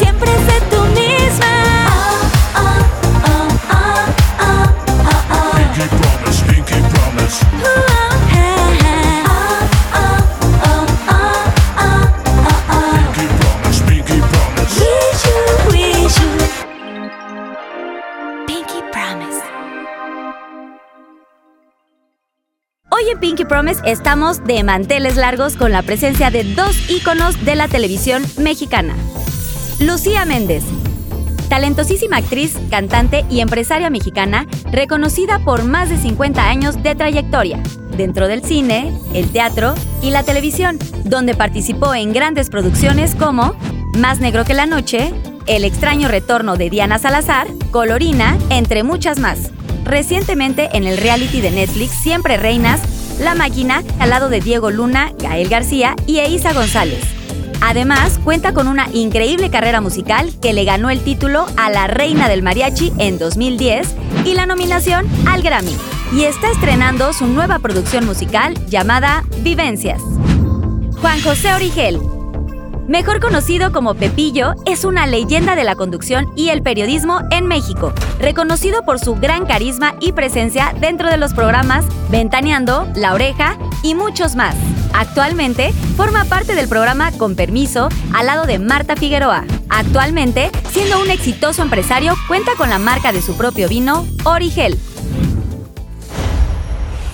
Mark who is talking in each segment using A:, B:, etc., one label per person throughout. A: siempre sé tú misma. Oh, oh, oh, oh, oh, oh, oh.
B: Pinky promise, Pinky promise.
A: Uh, oh, ah, ah. Oh, oh, oh, oh, oh, oh.
B: Pinky promise, Pinky promise.
A: Wish you, wish you. Pinky Promise. Hoy en Pinky Promise estamos de manteles largos con la presencia de dos íconos de la televisión mexicana. Lucía Méndez, talentosísima actriz, cantante y empresaria mexicana, reconocida por más de 50 años de trayectoria, dentro del cine, el teatro y la televisión, donde participó en grandes producciones como Más Negro que la Noche, El extraño retorno de Diana Salazar, Colorina, entre muchas más. Recientemente en el reality de Netflix Siempre Reinas, La Máquina, al lado de Diego Luna, Gael García y Eiza González. Además, cuenta con una increíble carrera musical que le ganó el título a la Reina del Mariachi en 2010 y la nominación al Grammy. Y está estrenando su nueva producción musical llamada Vivencias. Juan José Origel, Mejor conocido como Pepillo, es una leyenda de la conducción y el periodismo en México, reconocido por su gran carisma y presencia dentro de los programas Ventaneando, La Oreja y muchos más. Actualmente forma parte del programa Con Permiso al lado de Marta Figueroa. Actualmente, siendo un exitoso empresario, cuenta con la marca de su propio vino, Origel.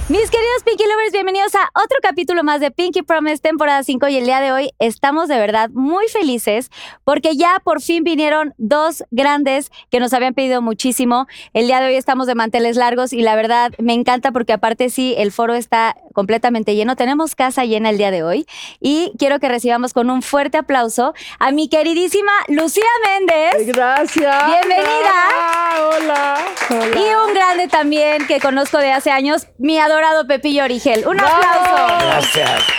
A: Mis queridos Pinky Lovers, bienvenidos a otro capítulo más de Pinky Promise temporada 5 y el día de hoy estamos de verdad muy felices porque ya por fin vinieron dos grandes que nos habían pedido muchísimo. El día de hoy estamos de manteles largos y la verdad me encanta porque aparte sí, el foro está completamente lleno. Tenemos casa llena el día de hoy y quiero que recibamos con un fuerte aplauso a mi queridísima Lucía Méndez.
C: Gracias.
A: Bienvenida.
C: Ah, hola. hola.
A: Y un grande también que conozco de hace años, mi adorado Pepillo Origel. ¡Un
C: ¡Bravo!
A: aplauso!
D: Gracias.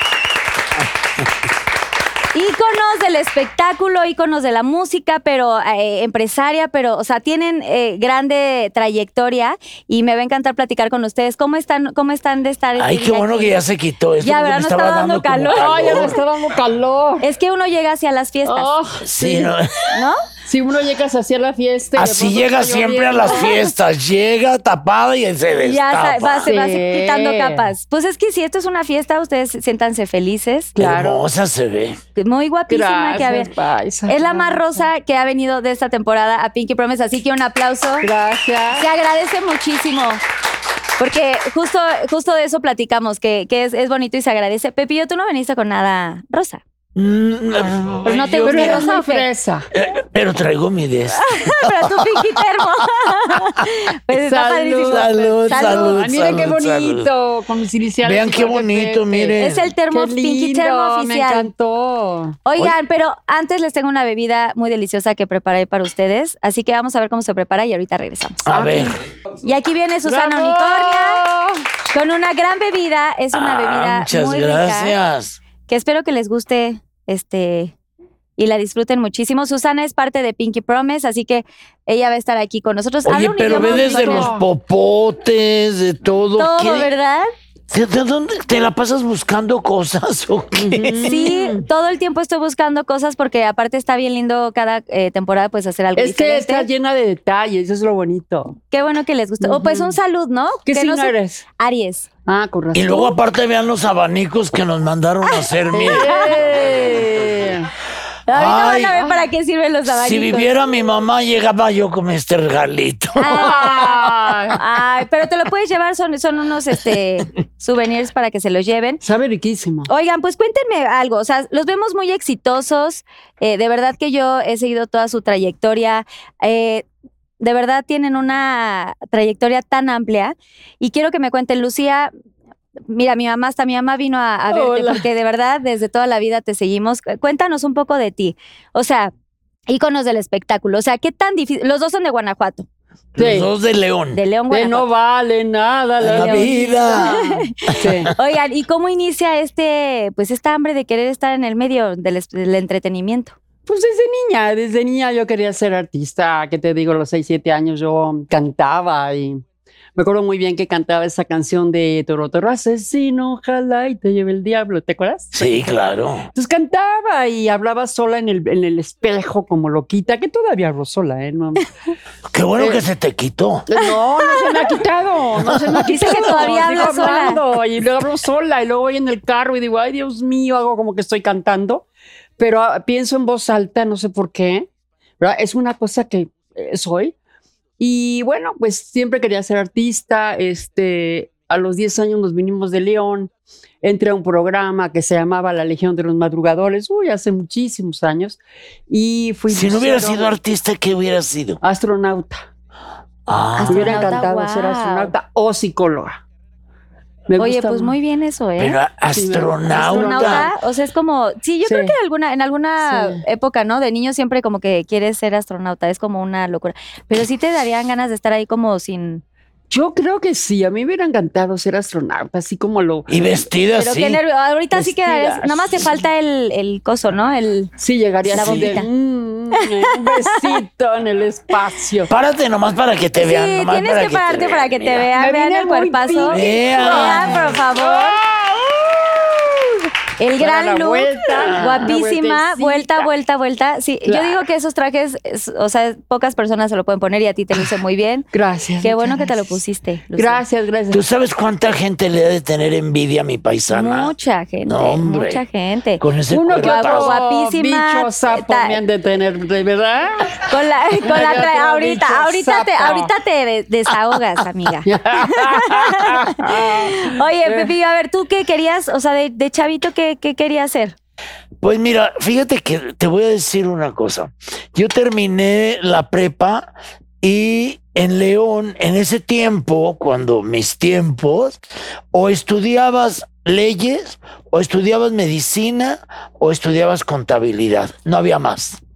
A: Íconos del espectáculo, íconos de la música, pero eh, empresaria, pero, o sea, tienen eh, grande trayectoria y me va a encantar platicar con ustedes. ¿Cómo están, cómo están de estar? este
D: Ay, qué
A: día
D: bueno
A: aquí?
D: que ya se quitó esto.
A: Ya,
D: porque
A: ¿verdad?
D: me
A: No
D: estaba
A: estaba dando
D: dando como
A: calor.
C: Ay, ya me
D: calor.
C: está dando calor.
A: Es que uno llega hacia las fiestas,
C: Oh,
D: Sí, no.
A: ¿no?
C: Si uno llegas hacia la fiesta. y
A: pues
C: de
D: Así
C: pronto
D: llega
C: está
D: siempre a
C: lloviendo.
D: las fiestas. Llega tapada y se
A: Y Ya
D: destapa.
A: sa- va, se va
C: Sí.
A: quitando capas. Pues es que si esto es una fiesta, ustedes siéntanse felices.
C: Claro.
D: Hermosa se ve.
A: Muy guapísima que a
C: Gracias,
A: ver.
C: paisa.
A: Es la más rosa que ha venido de esta temporada a Pinky Promise, así que un aplauso. Se
C: Gracias.
A: agradece muchísimo. Porque justo, justo de eso platicamos, que, que es, es bonito y se agradece. Pepillo, tú no viniste con nada rosa.
D: Mm, Pero
A: Ah, pues no te
C: Pero
A: gusta.
C: eres
A: Rosa,
C: muy
A: ¿o qué?
C: fresa.
D: Pero traigo mi de este.
A: Pero tú, Pinky Termo. pues está
C: Salud.
A: padrísimo.
D: Salud, salud.
C: Ah, Miren qué
D: salud,
C: bonito. Con mis iniciales.
D: Vean
C: y
D: qué
C: con el
D: bonito,
C: Pepe.
D: miren.
A: Es el termo,
C: Qué
A: Pinky
C: lindo,
A: Termo
C: Me
A: oficial.
C: encantó.
A: Oigan, pero antes les tengo una bebida muy deliciosa que preparé para ustedes. Así que vamos a ver cómo se prepara y ahorita regresamos.
D: A ver.
A: Y aquí viene Susana
C: ¡Bravo!
A: Unicornia con una gran bebida. Es una
D: Ah,
A: bebida
D: muchas
A: muy rica. ¿eh?
D: gracias.
A: que espero que les guste este y la disfruten muchísimo. Susana es parte de Pinky Promise, así que ella va a estar aquí con nosotros. Habla
D: Oye,
A: un
D: pero ve
A: idioma
D: desde
A: bonito.
D: los popotes, de todo.
A: todo,
D: ¿Qué-
A: ¿verdad?
D: ¿De, de dónde te la pasas buscando cosas o qué?
A: Sí, todo el tiempo estoy buscando cosas porque aparte está bien lindo cada eh, temporada pues hacer algo
C: Es que
A: diferente.
C: está llena de detalles. Eso es lo bonito.
A: Qué bueno que les gustó. O pues un salud, ¿no?
C: ¿Qué
A: Que
C: signo
A: no se-
C: eres?
A: Aries.
C: Ah, con razón.
D: Y luego aparte vean los abanicos que nos mandaron a hacer. Mire,
C: ¡Eh!
A: Ahorita
D: Ay.
A: van a ver para qué sirven los abanicos.
D: si viviera mi mamá, llegaba yo con este regalito.
A: Ah,
C: Ay,
A: Ay, pero te lo puedes llevar, son, son unos este, souvenirs para que se los lleven.
C: Sabe riquísimo.
A: Oigan, pues cuéntenme algo, o sea, los vemos muy exitosos, eh, de verdad que yo he seguido toda su trayectoria, eh, de verdad tienen una trayectoria tan amplia y quiero que me cuenten, Lucía, mira, mi mamá hasta mi mamá vino a, a verte
C: Hola.
A: porque de verdad desde toda la vida te seguimos, Cu- cuéntanos un poco de ti, o sea, íconos del espectáculo, o sea, qué tan difícil, los dos son de Guanajuato,
C: Sí.
D: Los dos de León.
A: de León
C: Que
A: Guanajuato.
C: Eh, no vale nada la
D: pues. La
A: León.
D: vida.
C: Sí.
A: Oigan, ¿y cómo inicia este, pues esta hambre de querer estar en el medio del, es- del entretenimiento?
C: Pues desde niña, desde niña yo quería ser artista, que te digo, a los 6, 7 años yo cantaba y me acuerdo muy bien que cantaba esa canción de Toro Toro Asesino, ojalá y te lleve el diablo, ¿te acuerdas?
D: Sí, claro.
C: Entonces cantaba y hablaba sola en el, en el espejo como loquita, que todavía hablo sola, ¿eh? No, no,
D: Qué bueno
C: Eh.
D: que se te quitó.
C: no se me ha quitado, no se me ha
A: Dice
C: quitado.
A: que todavía
C: Sigo
A: habla sola.
C: hablando, Y luego hablo sola y luego voy en el carro y digo, ay Dios mío, hago como que estoy cantando, pero ah, pienso en voz alta, no sé por qué, ¿verdad? Es una cosa que eh, soy. Y bueno, pues siempre quería ser artista, este... A los 10 años nos vinimos de León, entré a un programa que se llamaba La Legión de los Madrugadores, uy, hace muchísimos años, y fui...
D: Si no hubiera
C: lucero-
D: sido artista, ¿qué hubiera sido?
C: Astronauta.
D: Ah,
C: Me hubiera
A: Astronauta,
C: encantado
A: guau.
C: ser astronauta o psicóloga. Me
A: Oye,
C: gusta
A: pues
C: mu-
A: muy bien eso, ¿eh?
D: pero astronauta.
A: astronauta, o sea, es como, sí, yo
C: Sí.
A: creo que alguna, en alguna
C: Sí.
A: época, ¿no? De niño siempre como que quieres ser astronauta, es como una locura. Pero sí te darían ganas de estar ahí como sin...
C: Yo creo que sí, a mí me hubiera encantado ser astronauta, así como lo...
D: Y vestida
A: Pero
D: así.
A: qué nervio, ahorita sí
C: Vestida,
A: quedarías, nada más te
C: sí.
A: falta el, el coso, ¿no? El...
C: Sí, llegaría
A: La
C: así de,
A: bombita.
C: "Mm, un besito en el espacio.
D: Párate nomás para que te vean.
A: sí,
D: nomás
A: tienes
D: para
A: que pararte
D: te
A: para que te
D: mira.
A: vean,
C: Me
A: vean
C: vine
A: el
C: muy
A: cuerpazo.
C: pinky.
D: Vean.
A: Vean, por favor. El
C: Para
A: gran
C: la
A: look,
C: vuelta, la
A: guapísima,
C: vueltecita.
A: vuelta, vuelta, vuelta. Sí, yo
C: Claro.
A: digo que esos trajes, es- o sea, pocas personas se lo pueden poner y a ti te luce muy bien.
C: Gracias.
A: Qué
C: muchas
A: bueno que te lo
C: gracias.
A: pusiste. Lucía.
C: Gracias, gracias.
D: ¿Tú sabes cuánta gente le ha de tener envidia a mi paisana?
A: Mucha gente,
D: No, hombre.
A: mucha gente.
D: Con ese
C: Uno que
A: Guapo,
D: cuerpazo.
C: otro
A: guapísima,
C: bicho sapo
A: eh, ta-
C: me han de tener, ¿de verdad?
A: Con la, con la tra-
C: Había otro bicho
A: ahorita, ahorita te,
C: sapo.
A: ahorita te de- desahogas, amiga. Oye, Pepi, a ver, ¿tú qué querías? O sea, de, de chavito, ¿qué, qué querías hacer?
D: Pues mira, fíjate que te voy a decir una cosa. Yo terminé la prepa y en León, en ese tiempo, cuando mis tiempos, o estudiabas leyes, o estudiabas medicina, o estudiabas contabilidad. No había más.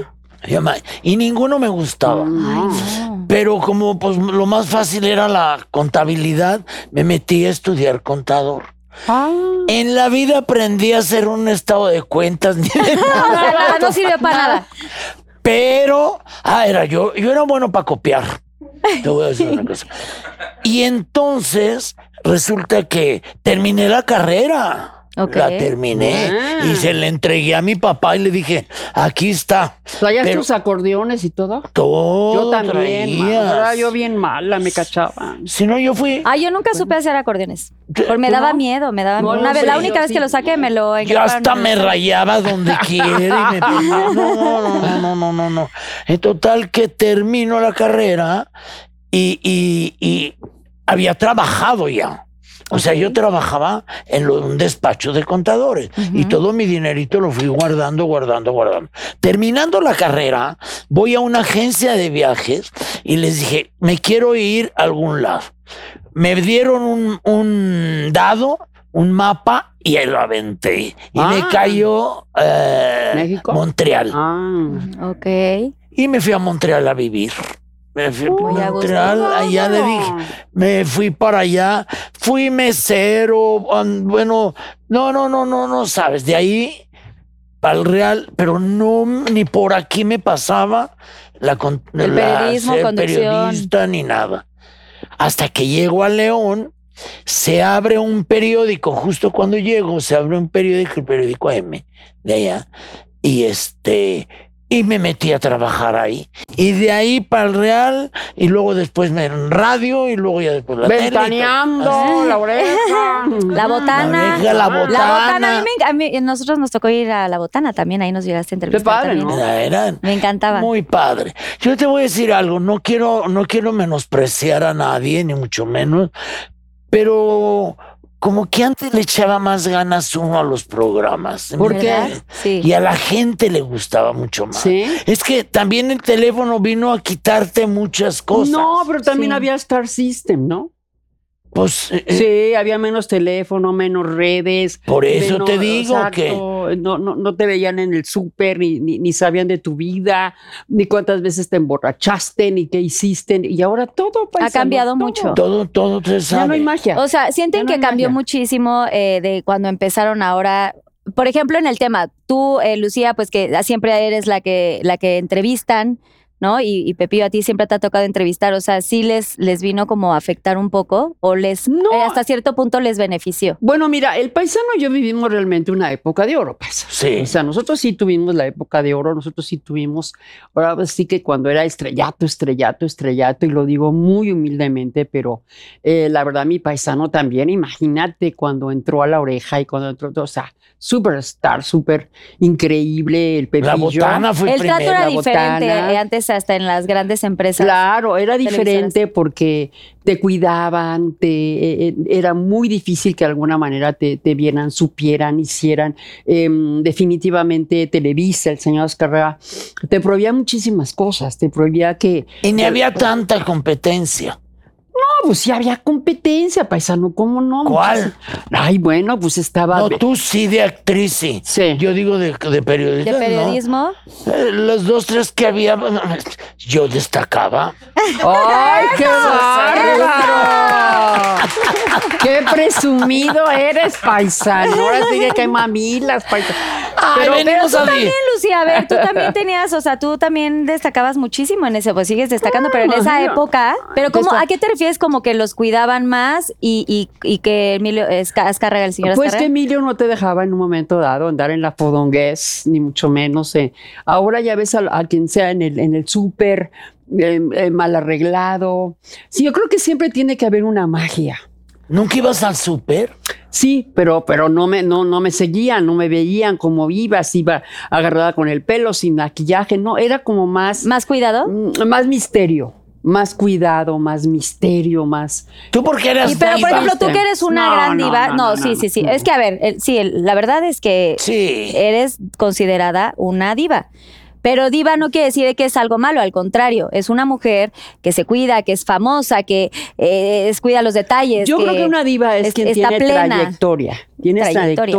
A: Ok. ¿eh?
D: No había más. Y ninguno me gustaba.
A: Mm.
C: no.
D: Pero como pues lo más fácil era la contabilidad, me metí a estudiar contador.
C: Ah.
D: En la vida aprendí a hacer un estado de cuentas, ni de nada,
A: O sea, nada, no sirvió para nada.
D: pero ah, era yo, yo era bueno para copiar. Te voy a decir una cosa. Y entonces resulta que terminé la carrera.
A: Ok.
D: La terminé
C: Ah.
D: y se la entregué a mi papá y le dije, aquí está.
C: ¿Traías
D: Pero
C: tus acordeones y todo?
D: todo
C: Yo también. ma.
D: traías".
C: Ahora yo bien mala, me cachaba.
D: Si no, yo fui.
A: Ah, yo nunca supe hacer acordeones. Porque me
C: ¿Tú
A: daba
C: no?
A: miedo, me daba
C: No,
A: miedo.
C: no
A: Una vez, la
C: sé,
A: única
C: yo
A: vez que
C: sí.
A: lo saqué me lo
D: Yo
A: engraparon
D: hasta
A: en
D: me
A: el-
D: rayaba donde quiera y me pegaba. No, no, no, no, no, no. En total que termino la carrera y, y- y había trabajado ya. O sea, yo trabajaba en lo- un despacho de contadores y todo mi dinerito lo fui guardando, guardando, guardando. Terminando la carrera, voy a una agencia de viajes y les dije, me quiero ir a algún lado. Me dieron un, un dado, un mapa y ahí lo aventé. Y me
C: Ah.
D: cayó eh,
C: ¿México?
D: Montreal.
C: Ah.
A: Ok.
D: Y me fui a Montreal a vivir. Me fui
A: Muy
D: a
A: a gusto.
D: Montreal,
C: Ah.
D: allá le dije, me fui para allá, fui mesero, an- bueno, no, no, no, no, no sabes, de ahí para el Real, pero no, ni por aquí me pasaba la, con-
A: El
D: la-
A: periodismo,
D: ser
A: conducción.
D: periodista ni nada. Hasta que llego a León, se abre un periódico, justo cuando llego, se abre un periódico, el periódico M, de allá, y este, y me metí a trabajar ahí. Y de ahí para el Real, y luego después me- en radio, y luego ya después la tele y todo.
C: Ventaneando la oreja.
A: La
D: La
A: botana.
D: oreja, la
A: La
D: botana.
A: botana, a mí, me enc- a mí- nosotros nos tocó ir a la botana también, ahí nos llegaste a entrevistar.
C: padre,
A: también.
C: ¿no?
D: Era- eran
A: Me encantaba.
D: muy padre. Yo te voy a decir algo, no quiero, no quiero menospreciar a nadie, ni mucho menos, pero como que antes le echaba más ganas uno a los programas. ¿me
C: ¿Por qué?
D: entiendes?
A: Sí.
D: Y a la gente le gustaba mucho más.
C: Sí.
D: Es que también el teléfono vino a quitarte muchas cosas.
C: No, pero también
A: Sí.
C: había Star System, ¿no?
D: Pues eh, eh,
C: Sí, había menos teléfono, menos redes.
D: por eso
C: menos-
D: te digo que
C: exacto, No, no, no te veían en el súper, ni, ni, ni sabían de tu vida, ni cuántas veces te emborrachaste, ni qué hiciste. Y ahora todo paisano,
A: cambiado
C: todo.
A: mucho.
D: todo, todo se sabe.
C: Ya no hay magia.
A: O sea, sienten
C: Ya no
A: que
C: hay
A: cambió
C: magia.
A: muchísimo eh, de cuando empezaron ahora. Por ejemplo, en el tema, tú, eh, Lucía, pues que siempre eres la que, la que entrevistan, ¿no? Y, y Pepillo, a ti siempre te ha tocado entrevistar. O sea, ¿sí les, les vino como a afectar un poco? ¿O les
C: No.
A: eh, hasta cierto punto les benefició?
C: Bueno, mira, el paisano y yo vivimos realmente una época de oro, paisano.
D: Sí.
C: O sea, nosotros sí tuvimos la época de oro, nosotros sí tuvimos, ahora sí que cuando era estrellato, estrellato, estrellato, y lo digo muy humildemente, pero eh, la verdad mi paisano también, imagínate cuando entró a la oreja y cuando entró, o sea, superstar, súper increíble, el pepillo.
D: La botana fue
A: El trato era
D: primero.
C: la
A: diferente
C: botana.
A: eh, antes hasta en las grandes empresas.
C: Claro, era
A: televisoras.
C: diferente porque te cuidaban, te, eh, eh, era muy difícil que de alguna manera te, te vieran, supieran, hicieran. Em, definitivamente Televisa, el señor Azcárraga, te prohibía muchísimas cosas, te prohibía que,
D: Y ni había tanta competencia.
C: no, pues sí había competencia, paisano, ¿cómo no?
D: ¿Cuál?
C: Ay, bueno, pues estaba...
D: No, tú sí de actriz, sí.
C: Sí.
D: Yo digo de, de
A: de
D: periodista. no.
A: periodismo.
D: Eh, Los dos, tres que había, bueno, yo destacaba.
C: ¡Ay, qué bárbaro! ¡Qué presumido eres, paisano! Ahora sí que hay mamilas, paisano.
D: Ay, venimos a
A: También, Lucía, a ver, tú también tenías, o sea, tú también destacabas muchísimo en ese, pues sigues destacando, pero en esa
C: imagino.
A: época, pero ¿cómo,
C: Desta-
A: ¿a qué te refieres como que los cuidaban más y, y, y que Emilio Esca- Azcárraga, el señor
C: Pues que
A: Azcárraga?
C: Emilio no te dejaba en un momento dado andar en la fodonguez, ni mucho menos. eh. Ahora ya ves al- a, quien sea en el, en el súper, eh, eh, mal arreglado. Sí, yo creo que siempre tiene que haber una magia.
D: ¿Nunca ibas al súper?
C: Sí, pero, pero no, me, no, no me seguían, no me veían como iba, si iba agarrada con el pelo, sin maquillaje. No, era como más,
A: ¿Más cuidado?
C: mm, más misterio, más cuidado, más misterio, más...
D: ¿Tú porque eras
A: Y, pero, por
D: diva?
A: ejemplo, tú
C: Viste.
A: que eres una
C: No,
A: gran
C: no,
A: diva.
C: no,
A: No,
C: no, no,
A: sí, sí, sí.
C: no.
A: Es que, a ver, el- sí, el- la verdad es que
D: Sí.
A: eres considerada una diva. Pero diva no quiere decir que es algo malo, al contrario, es una mujer que se cuida, que es famosa, que eh, es- cuida los detalles.
C: Yo creo que una diva es,
A: es-
C: quien
A: está
C: tiene
A: plena.
C: trayectoria. Tienes
A: Trayectoria.
C: trayectoria.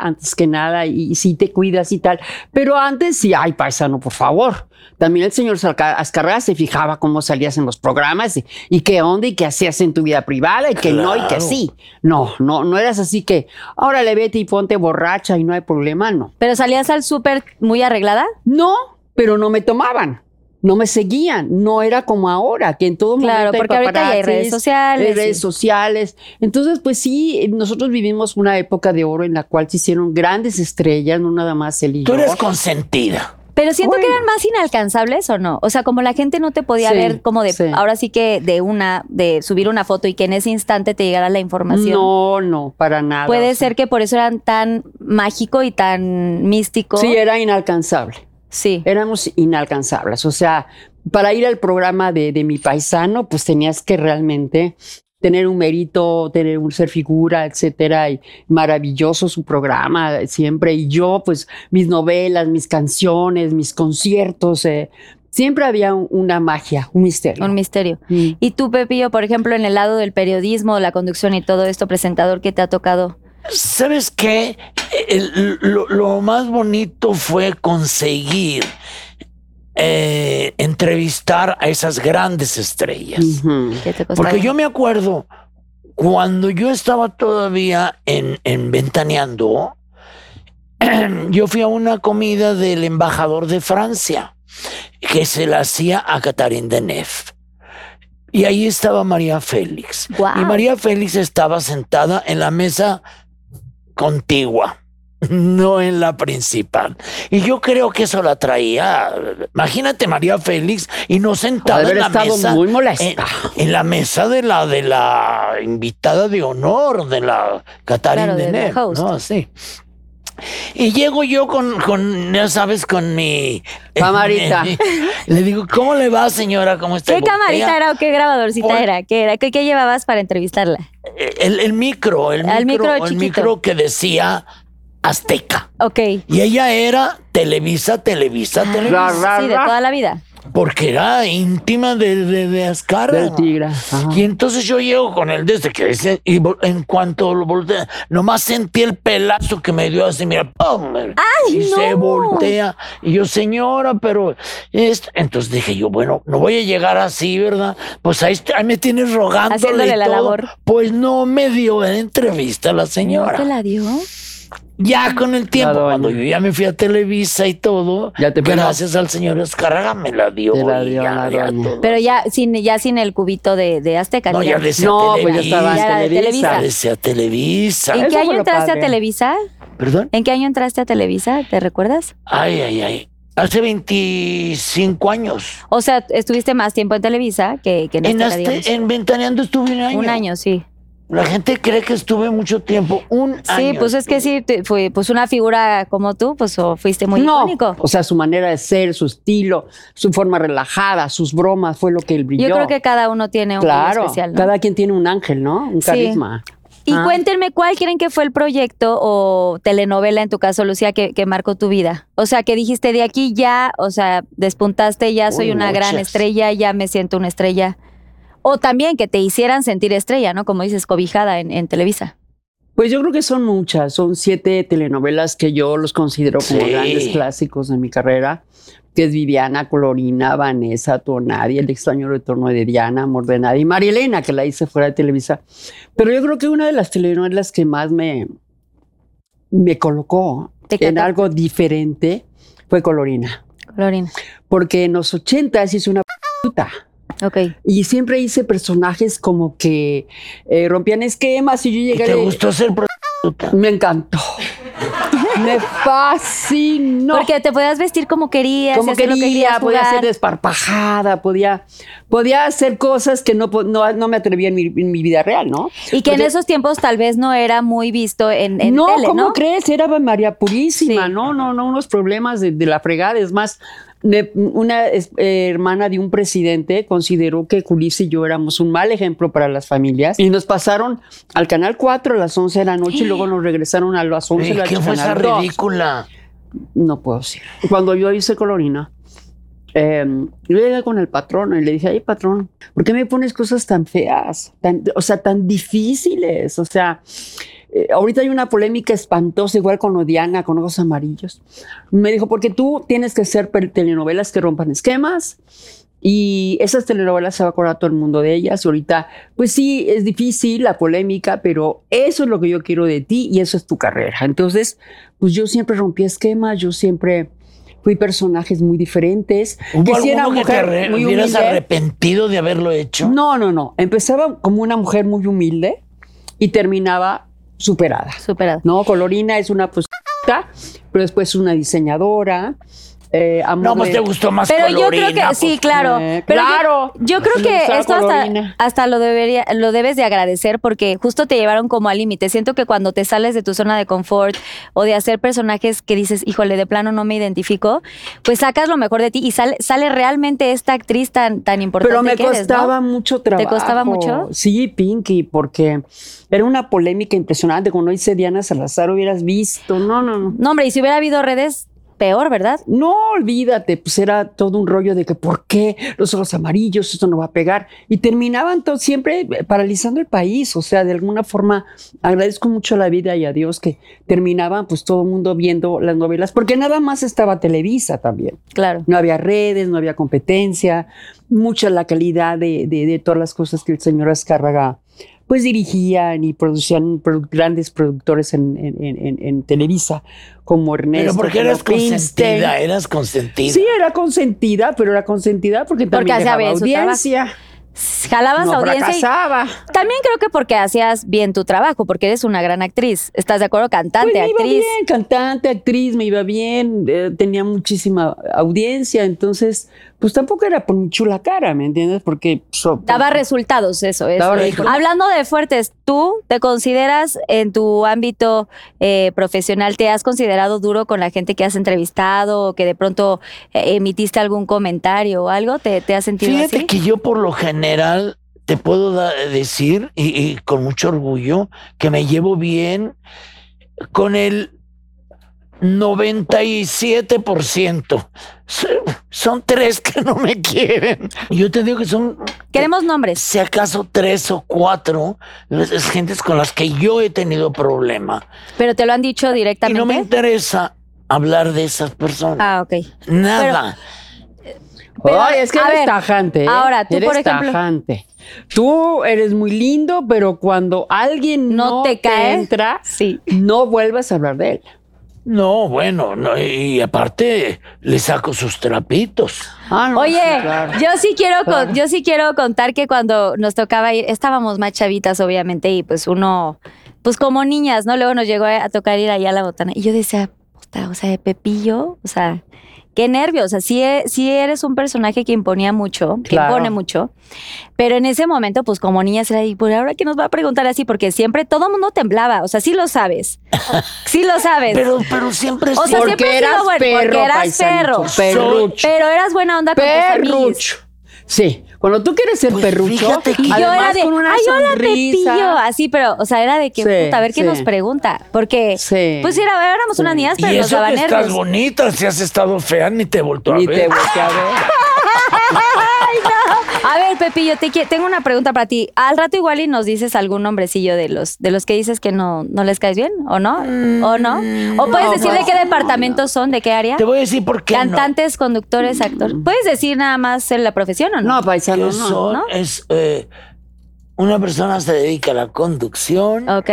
C: antes que nada y, si te cuidas y tal. Pero antes sí, ay, paisano, por favor. También el señor Salca- Azcárraga se fijaba cómo salías en los programas y, y qué onda y qué hacías en tu vida privada y que no y que
D: Claro.
C: sí. No, no, no eras así que ahora le vete y ponte borracha y no hay problema, no.
A: Pero salías al súper muy arreglada.
C: No, pero no me tomaban. No me seguían, no era como ahora, que en todo
A: Claro,
C: momento hay
A: porque ahorita ya hay redes
C: paparazzis,
A: sociales,
C: hay redes
A: sí.
C: sociales. Entonces, pues sí, nosotros vivimos una época de oro en la cual se hicieron grandes estrellas, no nada más él y
D: Tú
C: yo.
D: eres consentida.
A: Pero siento que
C: Bueno.
A: eran más inalcanzables o no. O sea, como la gente no te podía
C: Sí,
A: ver como de,
C: sí.
A: ahora sí que de una, de subir una foto y que en ese instante te llegara la información.
C: No, no, para nada.
A: Puede
C: o sea,
A: ser que por eso eran tan mágico y tan místico.
C: Sí, eh, era inalcanzable.
A: Sí.
C: Éramos inalcanzables. O sea, para ir al programa de, de mi paisano, pues tenías que realmente tener un mérito, tener un ser figura, etcétera, y maravilloso su programa eh, siempre. Y yo, pues, mis novelas, mis canciones, mis conciertos, eh, siempre había un- una magia, un misterio.
A: Un misterio.
C: Mm.
A: Y tú, Pepillo, por ejemplo, en el lado del periodismo, la conducción y todo esto, presentador, ¿qué te ha tocado?
D: ¿Sabes qué? El- lo, lo más bonito fue conseguir eh, entrevistar a esas grandes estrellas.
C: Ujú.
A: ¿Qué te costaba?
D: Porque yo me acuerdo cuando yo estaba todavía en, en Ventaneando, yo fui a una comida del embajador de Francia que se la hacía a Catherine Deneuve. Y ahí estaba María Félix.
A: Guau.
D: Y María Félix estaba sentada en la mesa contigua, no en la principal. Y yo creo que eso la traía. Imagínate María Félix y no sentada
C: haber
D: en la
C: estado
D: mesa.
C: muy molesta.
D: En, Eh, en la mesa de la de la invitada de honor de la Catarina
A: Claro, de la host.
D: ¿no? Sí. Y llego yo con, con, ya sabes, con mi... eh,
C: Camarita.
D: le digo, ¿cómo le va, señora? ¿Cómo está?
A: ¿Qué
D: Voltea.
A: camarita era o qué grabadorcita
D: Pon-
A: era? ¿Qué era? ¿Qué, qué llevabas para entrevistarla?
D: El, el micro, el
A: Al
D: micro,
A: micro
D: el
A: chiquito.
D: micro que decía Azteca.
A: Ok.
D: Y ella era Televisa, Televisa, Televisa.
C: Ra, ra,
A: Sí, de
C: ra.
A: toda la vida.
D: porque era íntima de, de, de Azcárraga.
C: Del Tigre. Ajá.
D: Y entonces yo llego con el de este que dice, y vol- en cuanto lo voltea, nomás sentí el pelazo que me dio así, mira, ¡pum! y se
A: no!
D: voltea. Y yo, señora, pero esto. Entonces dije yo, bueno, no voy a llegar así, ¿verdad? Pues ahí, est- ahí me tienes rogándole
A: Haciéndole
D: y
A: la
D: todo.
A: labor.
D: Pues no me dio la entrevista la
A: ¿No
D: señora.
A: te la dio?
D: Ya con el tiempo,
C: doña.
D: cuando yo ya me fui a Televisa y todo,
C: Ya te peló.
D: gracias al señor Escarraga me la dio.
C: Te la
D: y
C: dio la
D: ya
C: doña.
D: todo.
A: Pero ya sin, ya sin el cubito de, de Azteca.
D: no,
A: ya.
D: ya desde
C: No,
D: a
C: pues ya
D: Televisa.
C: estaba
A: Ya era de
C: en Televisa.
A: Televisa.
D: Desde a Televisa.
A: ¿En
C: Eso
A: qué año
C: fue lo
A: entraste a
C: padre.
A: Televisa?
D: ¿Perdón?
A: ¿En qué año entraste a Televisa? ¿Te recuerdas?
D: Ay, ay, ay. Hace 25 años.
A: O sea, estuviste más tiempo en Televisa que, que en
D: En,
A: Azteca,
D: Azte-
A: digamos.
D: en Ventaneando estuve un año.
A: Un año, sí.
D: La gente cree que estuve mucho tiempo. Un año.
A: Sí, pues es que sí, te- fue, pues una figura como tú, pues o fuiste muy
C: no,
A: icónico.
C: o sea, su manera de ser, su estilo, su forma relajada, sus bromas, fue lo que él brilló.
A: Yo creo que cada uno tiene un
C: claro,
A: especial, ¿no?
C: cada quien tiene un ángel, ¿no? Un
A: Sí.
C: carisma.
A: Y
C: Ah.
A: cuéntenme, ¿cuál creen que fue el proyecto o telenovela, en tu caso, Lucía, que, que marcó tu vida? O sea, que dijiste de aquí ya, o sea, despuntaste, ya soy
D: Uy,
A: una gran
D: muchas.
A: estrella, ya me siento una estrella. O también que te hicieran sentir estrella, ¿no? Como dices, cobijada en, en Televisa.
C: Pues yo creo que son muchas, son siete telenovelas que yo los considero como
D: Sí.
C: grandes clásicos de mi carrera, que es Viviana, Colorina, Vanessa, Tonadi, El extraño retorno de Diana, Amor de Nadie, y María Elena, que la hice fuera de Televisa. Pero yo creo que una de las telenovelas que más me, me colocó
A: Te
C: en
A: catapultó.
C: algo diferente fue Colorina,
A: Lorena.
C: porque en los ochentas hice una puta.
A: Ok.
C: Y siempre hice personajes como que eh, rompían esquemas y yo
D: ¿Y
C: llegué
D: te
C: de-
D: gustó ser prostituta?
C: me encantó. Me fascinó.
A: Porque te podías vestir como querías,
C: como
A: hacer
C: quería,
A: lo que querías
C: podía
A: jugar.
C: ser desparpajada, podía, podía hacer cosas que no, po- no, no me atrevía en mi, en mi vida real, ¿no?
A: Y que en
C: Porque-
A: esos tiempos tal vez no era muy visto en, en
C: no,
A: tele,
C: ¿cómo
A: ¿no?
C: crees? Era María Purísima,
A: Sí.
C: no, no, no, unos problemas de, de la fregada. Es más, me- una es- eh, hermana de un presidente consideró que Julissa y yo éramos un mal ejemplo para las familias y nos pasaron al Canal 4 a las 11 de la noche y luego nos regresaron a las 11 de
D: Ey,
C: la noche.
D: ¿Qué fue esa
C: Canal 2.
D: ridícula?
C: No puedo decir. Cuando yo hice Colorina, eh, yo llegué con el patrón y le dije, ay, patrón, ¿por qué me pones cosas tan feas? Tan, o sea, tan difíciles. O sea, eh, ahorita hay una polémica espantosa, igual con Odiana, con Ojos Amarillos. Me dijo, porque tú tienes que hacer pel- telenovelas que rompan esquemas. Y esas telenovelas se va a acordar todo el mundo de ellas. Y ahorita, pues sí, es difícil la polémica, pero eso es lo que yo quiero de ti y eso es tu carrera. Entonces, pues yo siempre rompí esquemas, yo siempre fui personajes muy diferentes.
D: ¿Hubo
C: sí era
D: alguno que te
C: mujer
D: arre-
C: muy
D: hubieras
C: humilde.
D: arrepentido de haberlo hecho?
C: No, no, no. Empezaba como una mujer muy humilde y terminaba superada.
A: Superado.
C: No, Colorina es una pues, pero después una diseñadora. eh, amor
D: No, pues
C: de-
D: te gustó más
A: Pero yo
D: Colorina,
A: creo que
D: pues.
A: sí, claro.
C: eh,
A: Pero yo-
C: claro.
A: Yo, creo
C: Sí,
A: que
C: usaba
A: esto hasta,
C: colorina.
A: hasta lo debería, lo debes de agradecer porque justo te llevaron como al límite. Siento que cuando te sales de tu zona de confort o de hacer personajes que dices, híjole, de plano no me identifico, pues sacas lo mejor de ti y sale, sale realmente esta actriz tan, tan importante.
C: Pero me
A: que eres, ¿no?
C: costaba mucho trabajo.
A: costaba mucho?
C: Sí, Pinky, porque era una polémica impresionante. Cuando hice Diana Salazar, hubieras visto. No, no, no.
A: No, hombre, y si hubiera habido redes, peor, ¿verdad?
C: No, olvídate, pues era todo un rollo de que por qué los ojos amarillos, esto no va a pegar. Y terminaban to- siempre eh, paralizando el país. O sea, de alguna forma agradezco mucho a la vida y a Dios que terminaban pues todo el mundo viendo las novelas, porque nada más estaba Televisa también.
A: Claro.
C: No había redes, no había competencia, mucha la calidad de, de- de todas las cosas que el señor Azcárraga pues dirigían y producían produ- grandes productores en, en- en- en- en Televisa, como Ernesto.
D: Pero porque
C: como
D: eras
C: Pinstein.
D: consentida, eras consentida.
C: Este, Sí, era consentida, pero era consentida porque
A: Porque
C: también
A: hacía
C: dejaba
A: bien su
C: audiencia,
A: Jalabas
C: no
A: audiencia y
C: fracasaba.
A: También creo que porque hacías bien tu trabajo, porque eres una gran actriz. ¿Estás de acuerdo? Cantante,
C: Pues me iba
A: actriz.
C: bien, cantante, actriz, me iba bien, eh, tenía muchísima audiencia, entonces, pues tampoco era por mi chula cara, ¿me entiendes? Porque pues, so-
A: Daba resultados, eso es.
C: Daba
A: Hijo.
C: resultados.
A: Hablando de fuertes, ¿tú te consideras en tu ámbito eh, profesional, te has considerado duro con la gente que has entrevistado o que de pronto eh, emitiste algún comentario o algo? ¿Te, te has sentido
D: Fíjate
A: así?
D: que yo por lo general te puedo da- decir, y, y con mucho orgullo, que me llevo bien con el 97%. So- Son tres que no me quieren. Yo te digo que son,
A: Queremos nombres.
D: si acaso, tres o cuatro las- las gentes con las que yo he tenido problema.
A: Pero te lo han dicho
D: Y
A: directamente.
D: no me interesa hablar de esas personas.
A: Ah, ok.
D: Nada.
A: Pero,
C: pues, Ay, es que
A: a
C: eres
A: ver,
C: tajante. ¿eh?
A: ahora, tú,
C: Eres
A: por ejemplo-
C: tajante. Tú eres muy lindo, pero cuando alguien no,
A: No te cae,
C: entra,
A: sí.
C: no vuelvas a hablar de él.
D: No, bueno, no, y aparte le saco sus trapitos.
C: Ah, no,
A: Oye,
C: sí, claro.
A: yo sí quiero con-
C: Claro.
A: yo sí quiero contar que cuando nos tocaba ir, estábamos más chavitas, obviamente, y pues uno, pues como niñas, ¿no? Luego nos llegó a tocar ir allá a la botana. Y yo decía, puta, o sea, de Pepillo, o sea, qué nervios. O sea, sí, e- sí eres un personaje que imponía mucho, que
C: Claro.
A: impone mucho. Pero en ese momento, pues como niñas era, ¿y por ahora qué nos va a preguntar así? Porque siempre todo mundo temblaba. O sea, sí lo sabes. Sí lo sabes.
D: Pero, pero siempre
A: O sea,
D: sí.
A: siempre
C: Porque
A: has sido
C: eras
A: bueno,
C: perro,
A: porque eras
C: paisanito,
A: perro.
C: perrucho.
A: Pero eras buena onda con tus amiguis.
C: Perrucho. Sí, cuando tú quieres ser
D: Pues
C: perrucho,
D: fíjate que-
A: Y yo
C: además
A: era de,
C: con una
A: ay, hola,
C: sonrisa,
A: Pepillo, así, pero, o sea, era de que,
C: Sí,
A: puta, a ver qué
C: sí.
A: nos pregunta. Porque,
C: Sí.
A: pues, era, éramos unas niñas, pero
D: Y
A: nos
D: eso
A: daban
D: que estás
A: nervios.
D: bonita, si has estado fea, ni te volto a
C: Ni te
D: ver.
C: volteé a ver.
A: Ay, no. A ver, Pepillo, te qui- tengo una pregunta para ti. Al rato igual y nos dices algún nombrecillo de los, de los que dices que no, no les caes bien, ¿o no? ¿O no? ¿O puedes
C: Mm, no,
A: decir de
C: no,
A: qué departamento son, de qué área?
D: Te voy a decir por qué. no.
A: Cantantes, conductores, actores. ¿Puedes decir nada más en la profesión o no?
C: No, paisano,
D: Que
C: no.
D: son-
A: ¿no?
D: es eh, una persona se dedica a la conducción,
A: ok.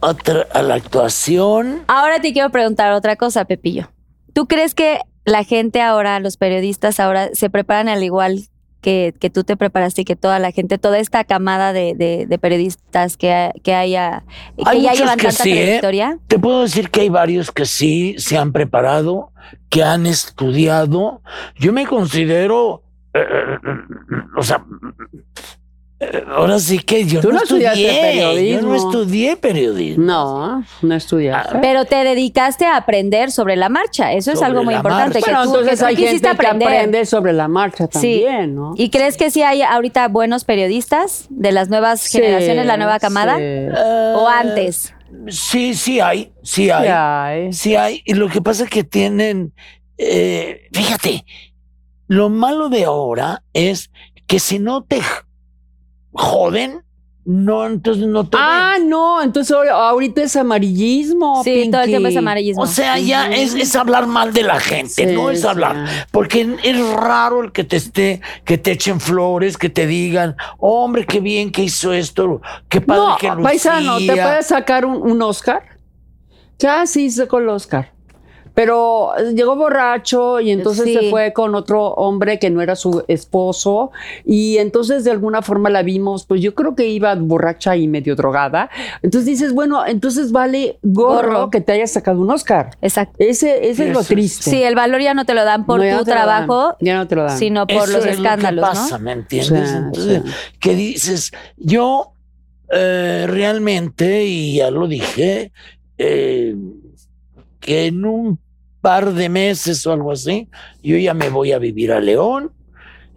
D: otra a la actuación.
A: Ahora te quiero preguntar otra cosa, Pepillo. ¿Tú crees que la gente ahora, los periodistas ahora, se preparan al igual que, que tú te preparaste y que toda la gente, toda esta camada de, de- de periodistas que, ha- que haya, que
D: Hay
A: ya
D: muchos
A: llevan
D: que
A: tanta
D: sí, ¿eh?
A: trayectoria?
D: Te puedo decir que hay varios que sí se han preparado, que han estudiado. Yo me considero, eh, eh, eh, o sea, eh, ahora sí que yo
C: Tú
D: no,
C: no estudiaste
D: estudié, yo
C: periodismo.
D: no estudié periodismo.
C: No, no estudiaste.
A: Pero te dedicaste a aprender sobre la marcha. Eso es
D: Sobre
A: algo muy
D: la
A: importante.
D: marcha.
A: que
C: Bueno,
A: tú-
C: entonces
A: que tú
C: hay gente
A: quisiste aprender.
C: que aprende sobre la marcha
A: Sí.
C: también, ¿no?
A: ¿Y crees que sí hay ahorita buenos periodistas de las nuevas
C: Sí,
A: generaciones, la nueva camada?
C: sí.
D: Eh,
A: ¿O antes?
D: Sí, sí hay, sí hay.
C: Ay.
D: Sí hay, y lo que pasa es que tienen, eh, fíjate, lo malo de ahora es que si no te j- joden, no, entonces no te... ven.
C: Ah, no, entonces ahora- ahorita es amarillismo.
A: sí, todo el
C: Pinky.
A: tiempo es amarillismo.
D: o sea, ya es, es hablar mal de la gente,
C: Sí,
D: no es
C: sí.
D: hablar, porque es raro el que te esté, que te echen flores, que te digan, hombre, qué bien que hizo esto, qué padre
C: No,
D: que lucía.
C: paisano, te puedes sacar un, un Oscar. Ya sí sacó el Oscar. Pero eh, llegó borracho y entonces
A: Sí.
C: se fue con otro hombre que no era su esposo. Y entonces de alguna forma la vimos, pues yo creo que iba borracha y medio drogada. Entonces dices, bueno, entonces vale gorro,
A: Gorro.
C: que te hayas sacado un Oscar.
A: Exacto.
C: Ese, ese es lo
D: Eso.
C: triste.
A: Sí, el valor ya no te lo dan por
C: No, ya
A: tu
C: no te lo dan,
A: trabajo,
C: ya no te lo dan.
A: sino por
D: Eso
A: los
D: es lo que
A: escándalos,
D: pasa,
A: ¿no?
D: ¿me entiendes?
C: Sí,
D: Entonces,
C: sí.
D: que dices, yo eh, realmente, y ya lo dije, eh, que en un par de meses o algo así, yo ya me voy a vivir a León.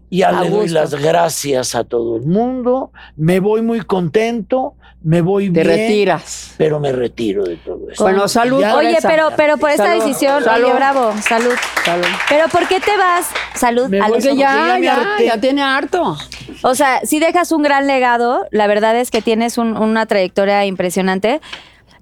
D: Ya
A: A
D: le doy
A: gusto.
D: las gracias a todo el mundo. Me voy muy contento, me voy
C: Te
D: bien,
C: retiras.
D: pero me retiro de todo eso.
C: Bueno, salud. por
A: Oye,
C: esa.
A: pero, pero por esta
C: Salud.
A: decisión,
C: Salud.
A: oye, bravo, salud.
C: Salud.
A: Pero ¿por qué te vas, salud,
D: Me
A: a
D: voy
A: los
C: Porque
D: Porque ya
C: ya,
D: me
C: ya,
D: harté.
C: ya tiene harto.
A: O sea, si dejas un gran legado, la verdad es que tienes un- una trayectoria impresionante,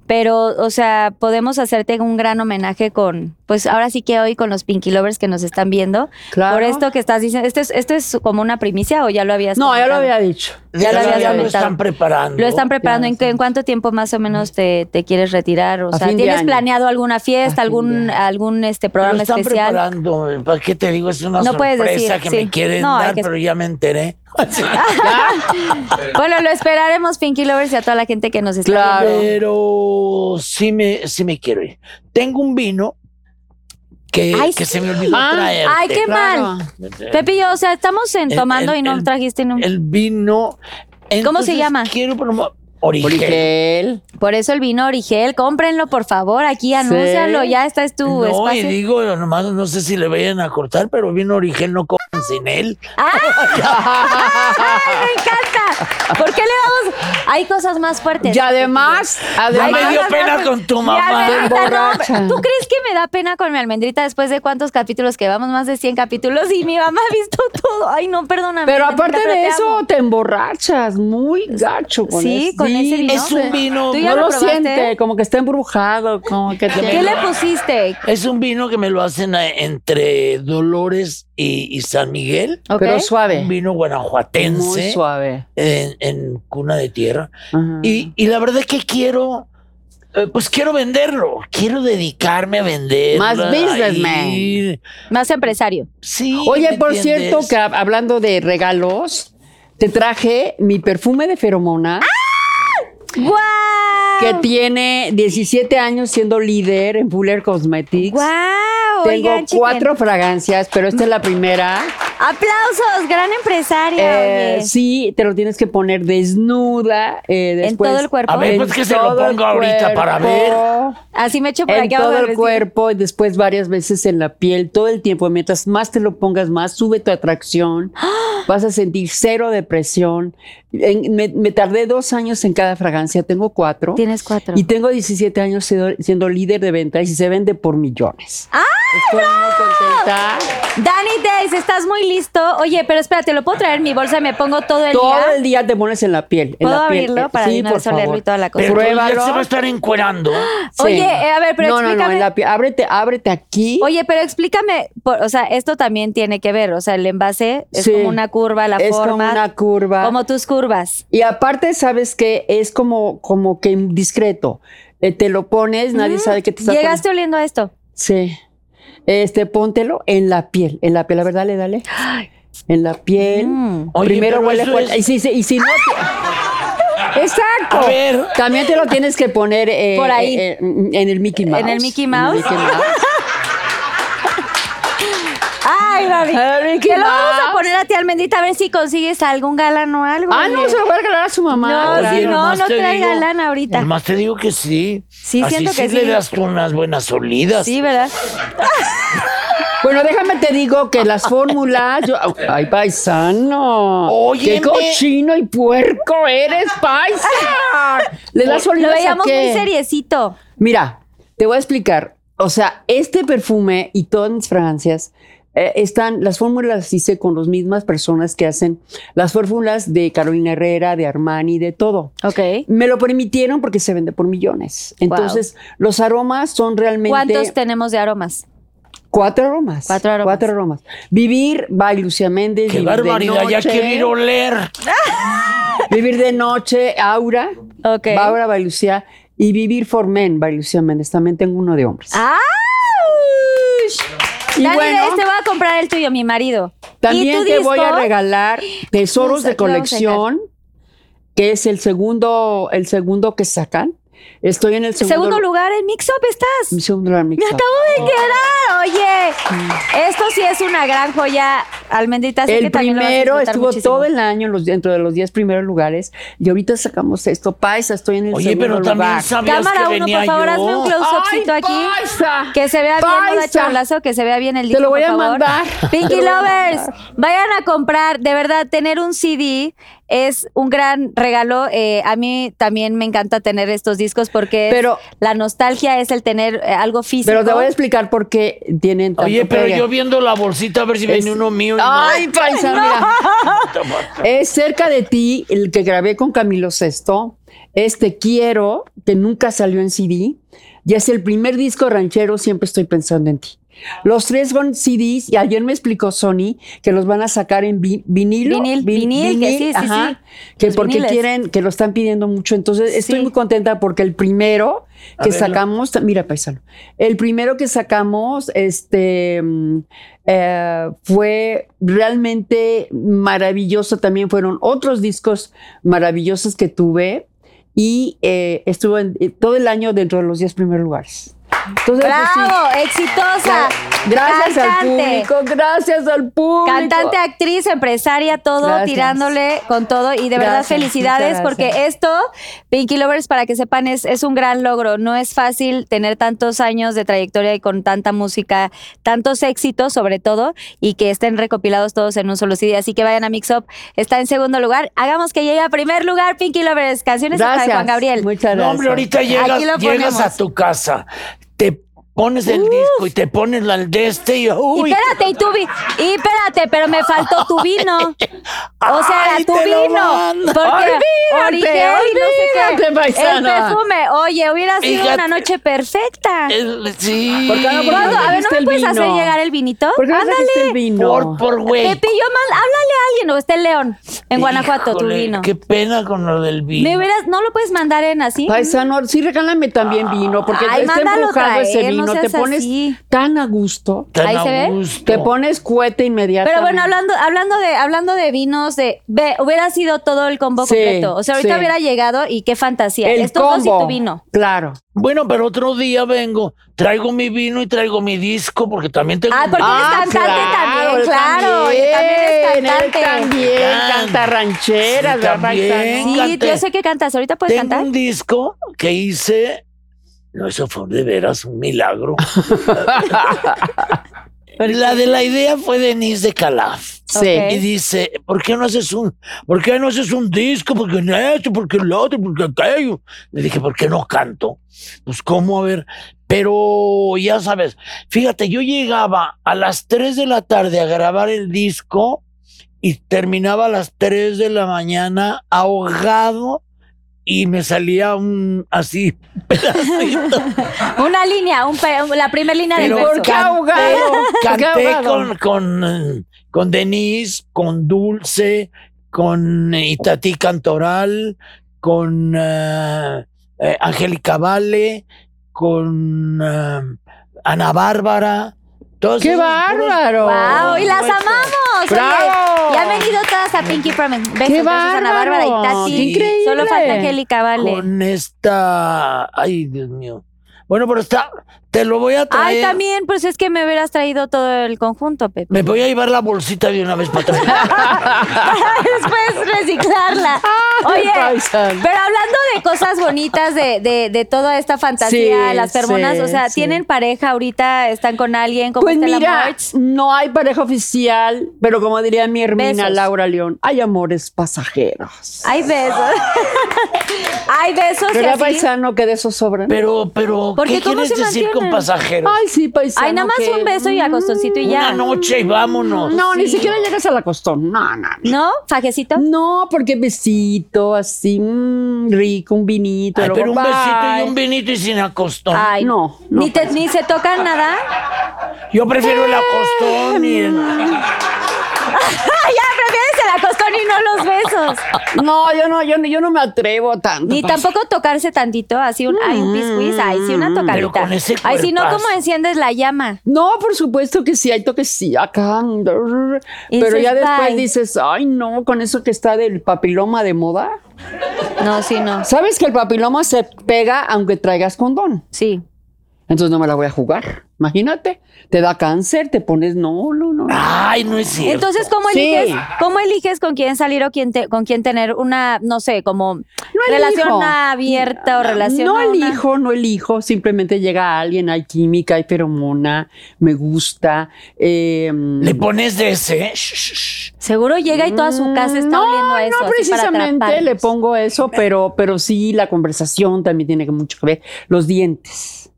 A: pero, o sea, podemos hacerte un gran homenaje con, pues ahora sí que hoy con los Pinky Lovers que nos están viendo.
C: Claro.
A: Por esto que estás diciendo, ¿esto es, esto es como una primicia o ya lo habías
C: No, ya lo
A: comentado?
C: había dicho.
A: ya lo habías
D: lo
A: comentado.
D: están preparando.
A: Lo están preparando.
C: Ya,
A: ¿En, qué- en cuánto tiempo más o menos te, te quieres retirar? O
C: A
A: sea,
C: fin de
A: ¿tienes
C: año.
A: planeado alguna fiesta,
C: A fin de
A: algún,
C: año.
A: algún este
D: lo
A: programa
D: están
A: especial?
D: preparando. ¿Para qué te digo? Es una
A: No puedes
D: sorpresa
A: decir,
D: que
A: sí.
D: me quieren
A: No, hay
D: dar,
A: que-
D: pero ya me enteré.
A: Bueno, lo esperaremos, Pinky Lovers, y a toda la gente que nos está
C: Claro.
A: viendo.
D: Pero sí me, sí me quiero ir. Tengo un vino que,
A: Ay,
D: que
A: sí.
D: se me olvidó
C: Ah,
D: traerte.
A: Ay, qué
C: Claro.
A: mal. Pepillo, o sea, estamos en
D: El-
A: tomando
D: el-
A: y no
D: el-
A: trajiste nunca.
D: El vino.
A: ¿Cómo se
D: Entonces,
A: llama?
D: Quiero promover. Origen.
C: Oriquel.
A: Por eso el vino Origel, cómprenlo, por favor, aquí anúncialo, ya está es tu
D: no, y
A: espacio.
D: digo, nomás no sé si le vayan a cortar, pero vino origen no comen sin él.
A: ¡Ah! ¡Ay, me encanta! ¿Por qué le vamos? Hay cosas más fuertes.
C: Y además,
D: Ya me
C: además,
D: dio pena con tu
A: Mi
D: mamá.
A: almendrita, no,
C: borracha.
A: ¿Tú crees que me da pena con mi almendrita después de cuántos capítulos que vamos? Más de 100 capítulos y mi mamá ha visto todo. Ay, no, perdóname.
C: pero
A: almendrita,
C: aparte
A: pero te
C: de eso,
A: amo.
C: te emborrachas muy gacho con
A: Sí,
C: ese
A: con ese vino.
D: Es un vino.
A: Tú ya
C: No
A: lo
C: lo
A: probaste.
C: siente, como que está embrujado, como que te-
A: ¿Qué le pusiste?
D: Es un vino que me lo hacen eh, entre Dolores y, y San Miguel.
A: Ok.
C: Pero suave,
D: Un vino guanajuatense.
C: muy suave.
D: En, en cuna de tierra.
C: Ajá.
D: Y, y la verdad es que quiero, eh, pues quiero venderlo. Quiero dedicarme a vender.
C: Más businessman.
A: Más empresario.
D: Sí.
C: Oye,
D: ¿me
C: por
D: entiendes?
C: cierto, que hab- hablando de regalos, te traje mi perfume de feromona
A: ¡Guau!
C: que tiene 17 años siendo líder en Fuller Cosmetics.
A: ¡Guau!
C: Tengo
A: Oigan, chiquen.
C: cuatro fragancias, pero esta es la primera.
A: ¡Aplausos! ¡Gran empresaria!
C: Eh,
A: oye.
C: sí, te lo tienes que poner desnuda. eh,
A: ¿En
C: después-
A: todo el cuerpo?
D: A ver,
C: en
D: pues que se lo
C: todo el
D: ponga ahorita para ver.
C: cuerpo,
A: Así me echo por
C: En
A: aquí abajo
C: todo
A: del
C: el
A: vestido.
C: cuerpo y después varias veces en la piel, todo el tiempo. Mientras más te lo pongas, más sube tu atracción. Vas a sentir cero depresión. En- me, me tardé dos años en cada fragancia, tengo cuatro.
A: Tienes cuatro.
C: Y tengo 17 años siendo, siendo líder de ventas y se vende por millones.
A: ¡Ah,
C: Estoy muy contenta.
A: Danny Days, estás muy listo. Oye, pero espérate, ¿lo puedo traer en mi bolsa y me pongo todo el
C: Todo
A: día?
C: el día te pones en la piel. en
A: ¿Puedo
C: la piel.
A: abrirlo
C: Eh,
A: para de
C: sí,
A: una
C: por
A: vez olerlo
C: favor.
A: y toda la cosa?
D: Pero
C: Pruébalo.
D: ya se va a estar encuerando.
C: Sí.
A: Oye, eh, a ver, pero
C: no, no, no,
A: explícame.
C: en la piel. Ábrete, ábrete aquí.
A: Oye, pero explícame, por- o sea, esto también tiene que ver, o sea, el envase es
C: Sí.
A: como una curva, la
C: es
A: forma,
C: como una curva.
A: como tus curvas.
C: Y aparte, ¿sabes que Es como, como que discreto. Eh, te lo pones, nadie sabe que te está
A: Mm, Llegaste oliendo a esto.
C: poniendo. Sí. Este, póntelo en la piel. En la piel, la verdad, le dale. En la piel.
A: Mm.
D: Oye,
C: Primero
D: pero
C: huele
D: eso
C: fuerte.
D: es-
C: Y si, se- y si no. te- Exacto.
D: A ver.
C: También te lo tienes que poner eh,
A: Por ahí.
C: eh, eh, en el Mickey Mouse.
A: En el Mickey Mouse.
C: Mickey
A: Ay, Gaby.
C: Ay, Mickey
A: Te lo vamos a
C: Mouse.
A: poner a ti, Almendita, a ver si consigues algún galán o algo.
C: Ah, no,
A: oye.
C: se lo voy a regalar a su mamá.
A: No,
C: Ahora.
A: sí, no,
D: nomás
A: no
D: te
A: trae
D: digo-
A: galán ahorita.
D: Nomás te digo que sí.
A: Sí,
D: Así
A: siento que
D: sí. le
A: sí.
D: das tú unas buenas olidas.
A: Sí, ¿verdad?
C: Bueno, déjame te digo que las fórmulas. yo- ¡Ay, paisano!
D: Óyeme.
C: ¡Qué cochino y puerco eres, paisa! Le das
A: Lo
C: olivas a
A: veíamos
C: qué?
A: muy seriecito.
C: Mira, te voy a explicar. O sea, este perfume y todas mis fragancias eh, están, las fórmulas las hice con las mismas personas que hacen las fórmulas de Carolina Herrera, de Armani, de todo.
A: Ok.
C: Me lo permitieron porque se vende por millones. Entonces, los aromas son realmente
A: ¿Cuántos tenemos de aromas?
C: Cuatro aromas.
A: Cuatro aromas.
C: Cuatro aromas. Vivir by Lucía Méndez.
D: Qué
C: vivir de
D: barbaridad, ya
C: noche,
D: quiero ir a oler.
C: Vivir de noche, Aura.
A: Ok.
C: Aura by Lucía. Y Vivir for Men by Lucía Méndez. También tengo uno de hombres.
A: ¡Auch!
C: Y
A: Ah, Dani, este
C: bueno.
A: Reyes, te voy a comprar el tuyo, mi marido. ¿Y
C: También
A: tu
C: te voy a
A: disco?
C: regalar
A: Lo
C: Tesoros
A: sa-
C: de
A: lo vamos a dejar.
C: Colección, que es el segundo, el segundo que sacan. Estoy en el segundo,
A: Segundo lugar en Mix Up
C: Mi
A: estás.
C: segundo lugar, mi
A: Me
C: casa.
A: acabo de quedar. Oye, esto sí es una gran joya, Almendrita. Sé que
C: El
A: también lo vas a
C: primero
A: disfrutar
C: estuvo
A: muchísimo.
C: todo el año en los- dentro de los 10 primeros lugares. Y ahorita sacamos esto. Paisa, estoy en el
D: Oye,
C: segundo
D: pero también
C: lugar.
D: sabías
A: Cámara
D: que
A: uno,
D: venía
A: por favor,
D: yo.
A: hazme un close-upcito
C: ¡Ay,
A: aquí.
C: paisa!
A: Que se vea bien, no da
C: Paisa.
A: chablazo, que se vea bien el
C: Te
A: disco,
C: lo voy
A: por
C: a
A: favor.
C: mandar.
A: Pinky Lovers, vayan a comprar. De verdad, tener un CD es un gran regalo. Eh, a mí también me encanta tener estos discos porque es-
C: Pero-
A: la nostalgia es el tener eh, algo físico.
C: Pero te voy a explicar por qué tienen tanto
D: Oye, pero
C: pegue.
D: yo viendo la bolsita a ver si
C: Es-
D: viene uno mío. y no.
C: Ay, paisa, mira. Es cerca de ti el que grabé con Camilo Sesto. Este Quiero, que nunca salió en CD. Y es el primer disco ranchero, siempre estoy pensando en ti. Los tres son CDs, y ayer me explicó Sony que los van a sacar en vi- vinilo.
A: Vinil,
C: vi-
A: vinil, que sí, sí, sí.
C: Que
A: Los
C: porque
A: viniles.
C: quieren, que lo están pidiendo mucho. Entonces, estoy
A: Sí.
C: muy contenta porque el primero
D: A
C: que
D: verlo.
C: sacamos, mira, paisano, el primero que sacamos este, mm, eh, fue realmente maravilloso. También fueron otros discos maravillosos que tuve y eh, estuvo en- eh, todo el año dentro de los 10 primeros lugares. Entonces, eso sí,
A: ¡Bravo! ¡Exitosa!
C: gracias al
A: Cantante.
C: público, gracias al público.
A: Cantante, actriz, empresaria, todo,
C: Gracias.
A: tirándole con todo. Y de verdad,
C: Gracias,
A: felicidades,
C: muchas
A: porque
C: gracias.
A: esto, Pinky Lovers, para que sepan, es, es un gran logro. No es fácil tener tantos años de trayectoria y con tanta música, tantos éxitos, sobre todo, y que estén recopilados todos en un solo CD. Así que vayan a Mix Up, está en segundo lugar. Hagamos que llegue a primer lugar, Pinky Lovers. Canciones hasta de
C: Gracias.
A: Juan Gabriel.
C: Muchas gracias.
D: No, hombre, ahorita llegas,
A: Aquí lo
D: llegas a
A: ponemos.
D: tu casa, te pones el disco y te pones la de este y
A: Y
D: uy,
A: espérate, y tu vi- y espérate, pero me faltó tu vino. O sea,
D: ¡Ay,
A: tu
D: te lo
A: vino.
D: mando!
A: Porque
C: Olvídate,
A: origen y no sé qué.
C: olvídate, paisana.
A: El perfume. Oye, hubiera sido
D: Fíjate.
A: una noche perfecta.
D: el- sí.
C: ¿Por qué no
A: ¿Cuándo?
C: trajiste
A: A ver, ¿no me
C: el
A: puedes hacer
C: vino?
A: llegar el vinito?
C: ¿Por qué no
A: Ándale.
C: trajiste el vino?
D: Por, por güey.
A: Te pillo mal. Háblale a alguien. O está en León, en Guanajuato, tu
D: Híjole,
A: vino.
D: Qué pena con lo del vino.
A: Me hubieras, ¿No lo puedes mandar en así?
C: Paisano, sí regálame también vino, porque
A: Ay,
C: está
A: mándalo
C: embrujado
A: traer,
C: ese vino,
A: no
C: te
A: seas
C: pones
A: así.
C: tan a gusto,
D: Tan
A: ahí
D: a
A: se ve.
D: gusto.
C: te pones cohete inmediatamente.
A: Pero bueno, hablando, hablando de, hablando de vinos, de ve, hubiera sido todo el combo
C: Sí,
A: completo. O sea, ahorita
C: sí.
A: hubiera llegado y qué fantasía.
C: el
A: Estos
C: combo,
A: dos y tu vino.
C: Claro.
D: Bueno, pero otro día vengo, traigo mi vino y traigo mi disco porque también tengo.
A: Ah,
D: un-
A: porque
C: Ah,
A: eres cantante
C: él
A: también, claro.
C: también,
A: Oye, También,
C: él
A: eres cantante.
C: también
D: Claro.
C: canta rancheras,
D: Sí,
C: ¿verdad,
D: también.
C: paisano?
A: Sí,
D: Cante.
A: yo sé que cantas. ¿Ahorita puedes
D: tengo
A: cantar?
D: un disco que hice. No, eso fue de veras un milagro. la de la idea fue Denise de Calaf.
C: Sí.
A: Ok.
D: Y dice, ¿por qué no haces un, por qué no haces un disco? ¿Por qué no esto? ¿Por qué lo otro? ¿Por qué aquello? Le dije, ¿por qué no canto? Pues cómo, a ver. Pero ya sabes, fíjate, yo llegaba a las 3 de la tarde a grabar el disco y terminaba a las 3 de la mañana ahogado y me salía un así pedacito.
A: Una línea, un pe- la primera línea del
D: Pero
A: verso.
C: ¿por qué ahogado? ¿Por qué
D: Canté
C: ahogado?
D: con, con, con Denise, con Dulce, con Itatí Cantoral, con eh, eh, Angélica Vale, con eh, Ana Bárbara. Todos
C: ¡Qué
D: esos puros-
C: bárbaro!
A: ¡Wow! ¡Y las
D: Bueno.
A: amamos!
C: pues, ¡Bravo!
A: Oye, ya han venido todas a Pinky Promise. Besos,
C: ¡Qué
A: besos a Ana
C: bárbaro!
A: Bárbara y Tati.
D: ¡Qué
C: increíble!
A: Solo falta Angélica, vale.
D: Con esta. Ay, Dios mío. Bueno, pero está. Te lo voy a traer.
A: Ay, también, pues es que me hubieras traído todo el conjunto, Pepe.
D: Me voy a llevar la bolsita de una vez para atrás.
A: para después reciclarla. Oye,
C: paisano.
A: pero hablando de cosas bonitas, de, de, de toda esta fantasía,
C: Sí,
A: las fermonas,
C: sí,
A: o sea,
C: sí.
A: ¿tienen pareja ahorita? ¿Están con alguien? ¿Cómo
C: Pues
A: está el
C: mira,
A: amor?
C: no hay pareja oficial, pero como diría mi hermana
A: Besos.
C: Laura León, hay amores pasajeros.
A: Hay besos. Hay besos y
C: ¿Verdad,
A: así.
C: paisano, que de eso sobran?
D: Pero, pero,
A: Porque
D: ¿qué
A: ¿cómo
D: quieres
A: se
D: decir con
A: mantienen?
D: pasajeros?
C: Ay, sí, paisano.
A: Hay nada más
C: que-
A: un beso y acostoncito y ya.
D: Una noche y vámonos.
C: No, ni siquiera llegas al acostón. No, no, no.
A: ¿No? ¿Fajecito?
C: No, porque besito, así, mm, rico, un vinito.
D: Ay,
C: luego
D: pero un
C: bye.
D: besito y un vinito y sin acostón.
A: Ay,
C: No, no,
A: ni, te- ni se tocan nada.
D: Yo prefiero el acostón y el...
A: Ay, ya prefieres el acostón y no los besos.
C: No, yo no, yo, no- yo no me atrevo tanto.
A: Ni
C: paisano.
A: tampoco tocarse tantito, así un,
C: Mm.
A: ay, un piscuis, ay, sí, una tocadita.
D: Pero con ese
A: ay, si no,
D: cuerpazo.
A: ¿cómo enciendes la llama?
C: No, por supuesto que sí, hay toques sí, acá. brr,
A: Y
C: Pero
A: dices,
C: ya después
A: "Bye".
C: dices, ay, no, con eso que está del papiloma de moda.
A: No, sí, no.
C: Sabes que el papiloma se pega aunque traigas condón.
A: Sí.
C: Entonces no me la voy a jugar. Imagínate, te da cáncer, te pones no, no, no.
D: Ay, no es cierto.
A: Entonces, ¿cómo
C: Sí.
A: eliges, ¿cómo eliges con quién salir o quién te- con quién tener una, no sé, como relación
C: elijo.
A: abierta o relación?
C: no
A: a una-
C: elijo, no elijo, simplemente llega alguien, hay química, hay feromona, me gusta. eh,
D: Le pones de ese... Shh, shh, shh.
A: Seguro llega y toda su casa está oliendo a eso.
C: Mm,
A: así
C: No,
A: para
C: precisamente
A: atraparlos.
C: le pongo eso, pero, pero sí, la conversación también tiene que mucho que ver. Los dientes.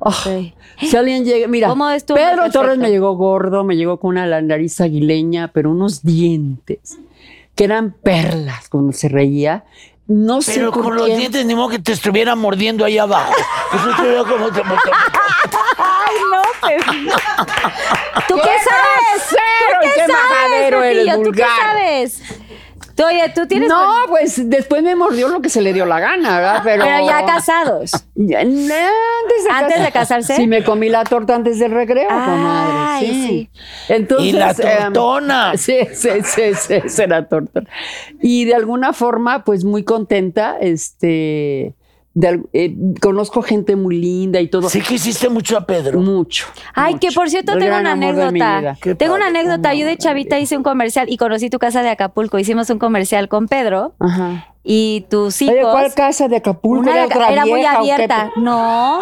C: Ah,
A: Sí.
C: Si alguien llega, mira,
A: ¿Cómo es tu hombre
C: Pedro
A: perfecto?
C: Torres me llegó gordo, me llegó con una la nariz aguileña, pero unos dientes que eran perlas cuando se reía. No sé
D: Pero
C: por
D: con los
C: qué.
D: dientes ni modo que te estuviera mordiendo ahí abajo. Eso te veo como... como- como-
A: Ay, no, Pepe. ¿Tú qué, sabes?
C: grosero
A: ¿Tú
C: y qué majadero eres,
A: Pepillo? ¿Tú qué
C: vulgar?
A: sabes? Tú, oye, tú tienes. Ah,
C: No, pues después me mordió lo que se le dio la gana, ¿verdad? Pero,
A: Pero ya casados.
C: Ya, no, antes de,
A: ¿Antes de casarse?
C: Sí, me comí la torta antes del recreo, comadre.
A: Ay,
C: Sí.
A: sí.
C: Entonces,
D: Y la
C: em,
D: tortona.
C: sí, sí, sí, sí, sí, era torta. Y de alguna forma, pues muy contenta, este, de al- eh, conozco gente muy linda y todo.
D: Sí que hiciste mucho a Pedro.
C: Mucho.
A: Ay, que
C: mucho.
A: por cierto,
C: El
A: tengo
C: gran
A: una
C: amor de mi
A: anécdota.
C: vida.
D: Qué
A: Tengo una
D: padre.
A: anécdota. Yo de chavita hice un comercial y conocí tu casa de Acapulco. Hicimos un comercial con Pedro
C: Ajá.
A: y tus hijos.
C: Oye, ¿cuál casa de Acapulco?
A: Una de
C: ¿Era
A: Aca-
C: otra
A: era muy
C: vieja o qué?
A: abierta. No,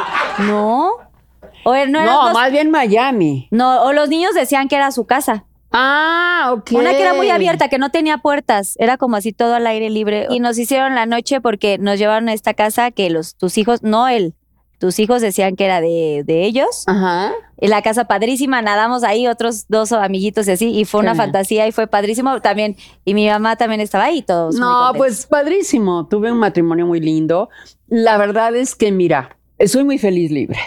A: no. O, er- no, eran
C: No,
A: dos-
C: más bien Miami.
A: no, o los niños decían que era su casa.
C: Ah, ok.
A: Una que era muy abierta, que no tenía puertas, era como así todo al aire libre. Y nos hicieron la noche porque nos llevaron a esta casa que los tus hijos, no él, tus hijos decían que era de, de ellos.
C: Ajá.
A: Y La casa padrísima, nadamos ahí otros dos amiguitos y así, y fue
C: Qué
A: una
C: bien.
A: fantasía y fue padrísimo también. Y mi mamá también estaba ahí, todos. muy
C: No,
A: contentos.
C: pues padrísimo. Tuve un matrimonio muy lindo. La verdad es que, mira, soy muy feliz libre.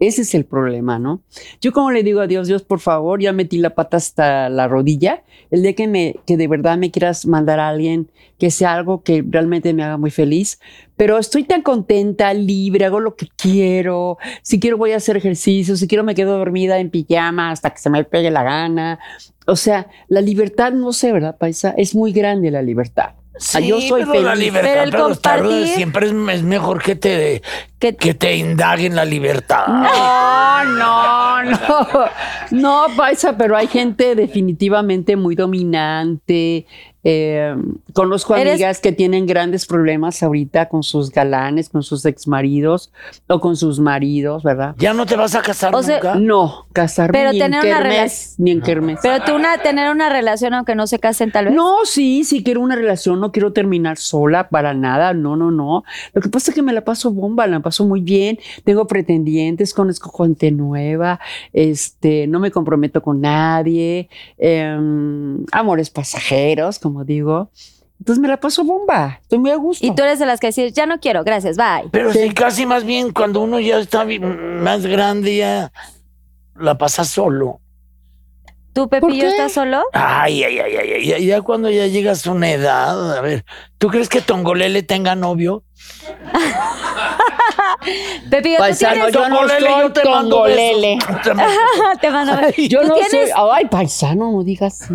C: Ese es el problema, ¿no? Yo como le digo a Dios, Dios, por favor, ya metí la pata hasta la rodilla. El día que, me, que de verdad me quieras mandar a alguien que sea algo que realmente me haga muy feliz. Pero estoy tan contenta, libre, hago lo que quiero. Si quiero voy a hacer ejercicio, si quiero me quedo dormida en pijama hasta que se me pegue la gana. O sea, la libertad, no sé, ¿verdad, Paisa? Es muy grande la libertad. Ah, yo soy
D: pero la
C: feliz.
D: libertad,
A: Pero el
D: pero estar-
A: compartir-
D: siempre es, es mejor que te,
A: Que-
D: que te indaguen la libertad.
C: No, no, no. No, Paisa, pero hay gente definitivamente muy dominante. Eh, conozco
A: Eres-
C: amigas que tienen grandes problemas ahorita con sus galanes, con sus exmaridos o con sus maridos, ¿verdad?
D: ¿Ya no te vas a casar
A: O sea,
D: nunca?
C: No, casarme
A: Pero
C: ni,
A: tener
C: en
A: una
C: kermés, ni en kermés.
A: Pero tú una, tener una relación aunque no se casen tal vez.
C: No, sí, sí quiero una relación, no quiero terminar sola para nada, no, no, no. Lo que pasa es que me la paso bomba, la paso muy bien, tengo pretendientes, conozco gente nueva, este, no me comprometo con nadie, em, amores pasajeros, como digo. Entonces me la paso bomba, estoy muy a gusto.
A: Y tú eres de las que decís, ya no quiero, gracias, bye.
D: Pero sí, casi más bien cuando uno ya está vi- más grande, ya la pasa solo.
A: ¿Tú, Pepillo,
C: qué?
A: estás solo?
D: Ay, ay, ay, ay, ay, ya, ya cuando ya llegas a una edad, a ver, ¿tú crees que Tongolele tenga novio?
A: Pepillo, tú
C: Paisano,
A: tienes...
C: yo no
D: Ah, Tongolele,
C: soy
D: yo te mando
C: Tongolele.
D: besos. Te mando-
A: Te mando-
C: Yo
A: ¿Tú
C: no soy,
A: tienes-
C: ay, paisano, no digas eso.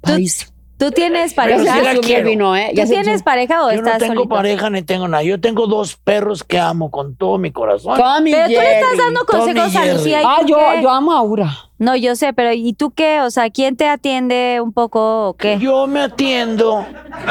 C: Paisano.
A: ¿Tú tienes
C: Ya
A: pareja?
D: sí
C: se
D: la
C: subió el
D: quiero.
C: vino, ¿eh? Ya
A: ¿Tú
C: se-
A: tienes pareja o
D: Yo no
A: estás
D: tengo
A: solito?
D: pareja ni tengo nada. Yo tengo dos perros que amo con todo mi corazón.
C: Tommy
A: Pero tú le estás
C: Jerry.
A: dando
D: Tommy
A: consejos a
D: Jerry.
A: Lucía. ¿y
C: Ah,
A: tú
C: yo,
A: qué?
C: yo amo a Aura.
A: No, yo sé, pero ¿y tú qué? O sea, ¿quién te atiende un poco o qué?
D: Yo me atiendo.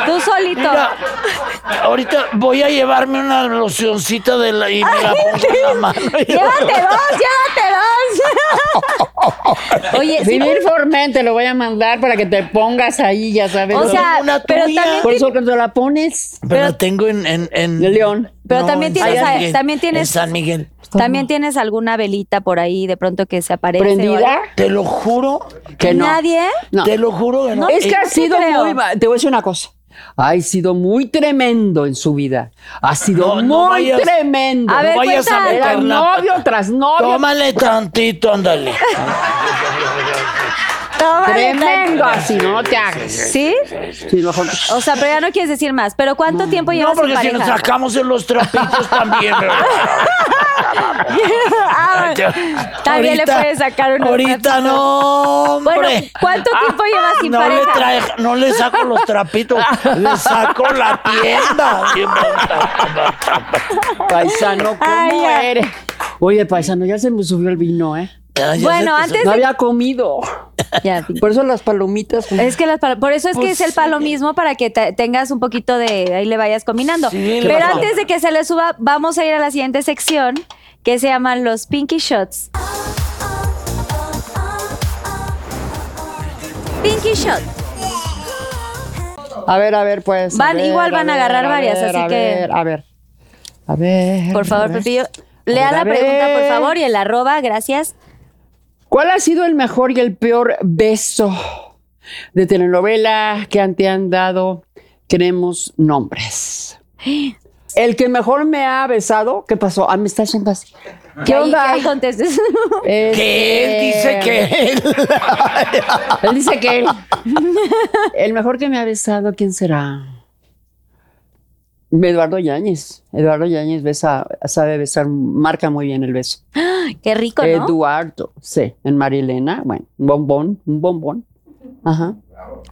A: Tú solito.
D: Mira, ahorita voy a llevarme una locioncita de la y me la pongo en la mano.
A: Llévate dos, llévate dos. Oye, sí,
C: Vivir Formen te lo voy a mandar para que te pongas ahí, ya sabes.
A: o
C: ¿no?
A: sea,
D: una
A: pero
D: tuya.
A: también,
C: por eso cuando la pones,
D: Pero la tengo en, en, en-
C: de León.
A: Pero también
D: en
A: tienes
D: San
A: a-
D: Miguel,
A: también tienes-
D: en San Miguel.
A: también tienes alguna velita por ahí de pronto que se aparece. o
C: ¿Prendida?
A: algo.
D: Te lo juro,
C: Que no.
A: ¿Nadie?
C: No.
D: te lo juro que no.
C: es que
D: Eh,
C: ha
A: sí
C: sido
A: creo.
C: muy. va- Te voy a decir una cosa. Ha sido muy tremendo en su vida. Ha sido
D: No, no
C: muy
D: vayas.
C: tremendo.
A: A
D: no
A: ver,
D: vayas a
A: cuenta.
C: Era
D: meter la-
C: novio tras novio.
D: Tómale tantito, ándale.
A: Tómale,
C: Tremendo así, no te hagas.
A: ¿Sí?
C: Sí, mejor-
A: O sea, pero ya no quieres decir más. ¿Pero cuánto tiempo
D: No,
A: llevas
D: porque
A: en
D: si nos
A: pareja?
D: sacamos en los trapitos también.
A: Ah, También le puedes sacar unos
D: Ahorita
A: trapitos.
D: no,
A: Bueno,
D: hombre. Ah,
A: ¿cuánto tiempo llevas sin
D: no le,
A: pareja?
D: trae, no le saco los trapitos, le saco la tienda.
C: Paisano, ¿cómo
A: Ay, ya.
C: eres? Oye, paisano, ya se me subió el vino, ¿eh?
D: Ay, ya
A: Bueno,
D: se te
A: antes
C: No
A: de-
C: había comido.
A: Ya, fin.
C: Por eso las palomitas.
A: Es que las palo- por eso es que
D: Pues
A: es el palomismo para que te- tengas un poquito de ahí le vayas combinando.
D: Sí,
A: Pero
D: claro.
A: antes de que se le suba, vamos a ir a la siguiente sección que se llaman los Pinky Shots. Pinky Shot.
C: A ver, a ver, pues.
A: Van-
C: ver,
A: igual van a agarrar varias, así
C: a
A: que-
C: Ver, a ver, a ver.
A: Por
C: a
A: favor,
C: ver.
A: Pepillo, lea
C: A ver,
A: la
C: a ver.
A: pregunta, por favor, y el arroba, gracias.
C: ¿Cuál ha sido el mejor y el peor beso de telenovela que han- te han dado? Queremos nombres. El que mejor me ha besado, ¿qué pasó? Ah, me está haciendo así.
A: Y
C: ¿Qué
A: ahí-
C: onda?
A: ahí contestes.
C: Este,
D: Que él dice
A: Eh,
D: que él.
C: Él dice que él. El mejor que me ha besado, ¿quién será? Eduardo Yáñez. Eduardo Yáñez besa, sabe besar, marca muy bien el beso.
A: Qué rico,
D: Eh,
A: ¿no?
C: Eduardo, sí, en Marilena, bueno, un bombón, un bombón. Ajá.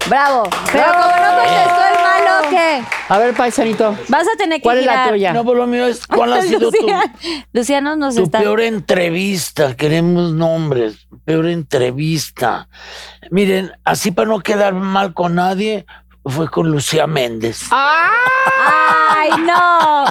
A: Bravo. Pero como no contestó el malo, qué?
C: A ver, paisanito.
A: Vas a tener que
C: ¿Cuál es la
A: girar.
C: tuya?
D: No, por lo mío es cuál ha sido tu,
A: Lucía, Lucía no nos
D: tu
A: está.
D: peor entrevista. Queremos nombres. Peor entrevista. Miren, así para no quedar mal con nadie, fue con Lucía Méndez.
A: ¡Ay, no!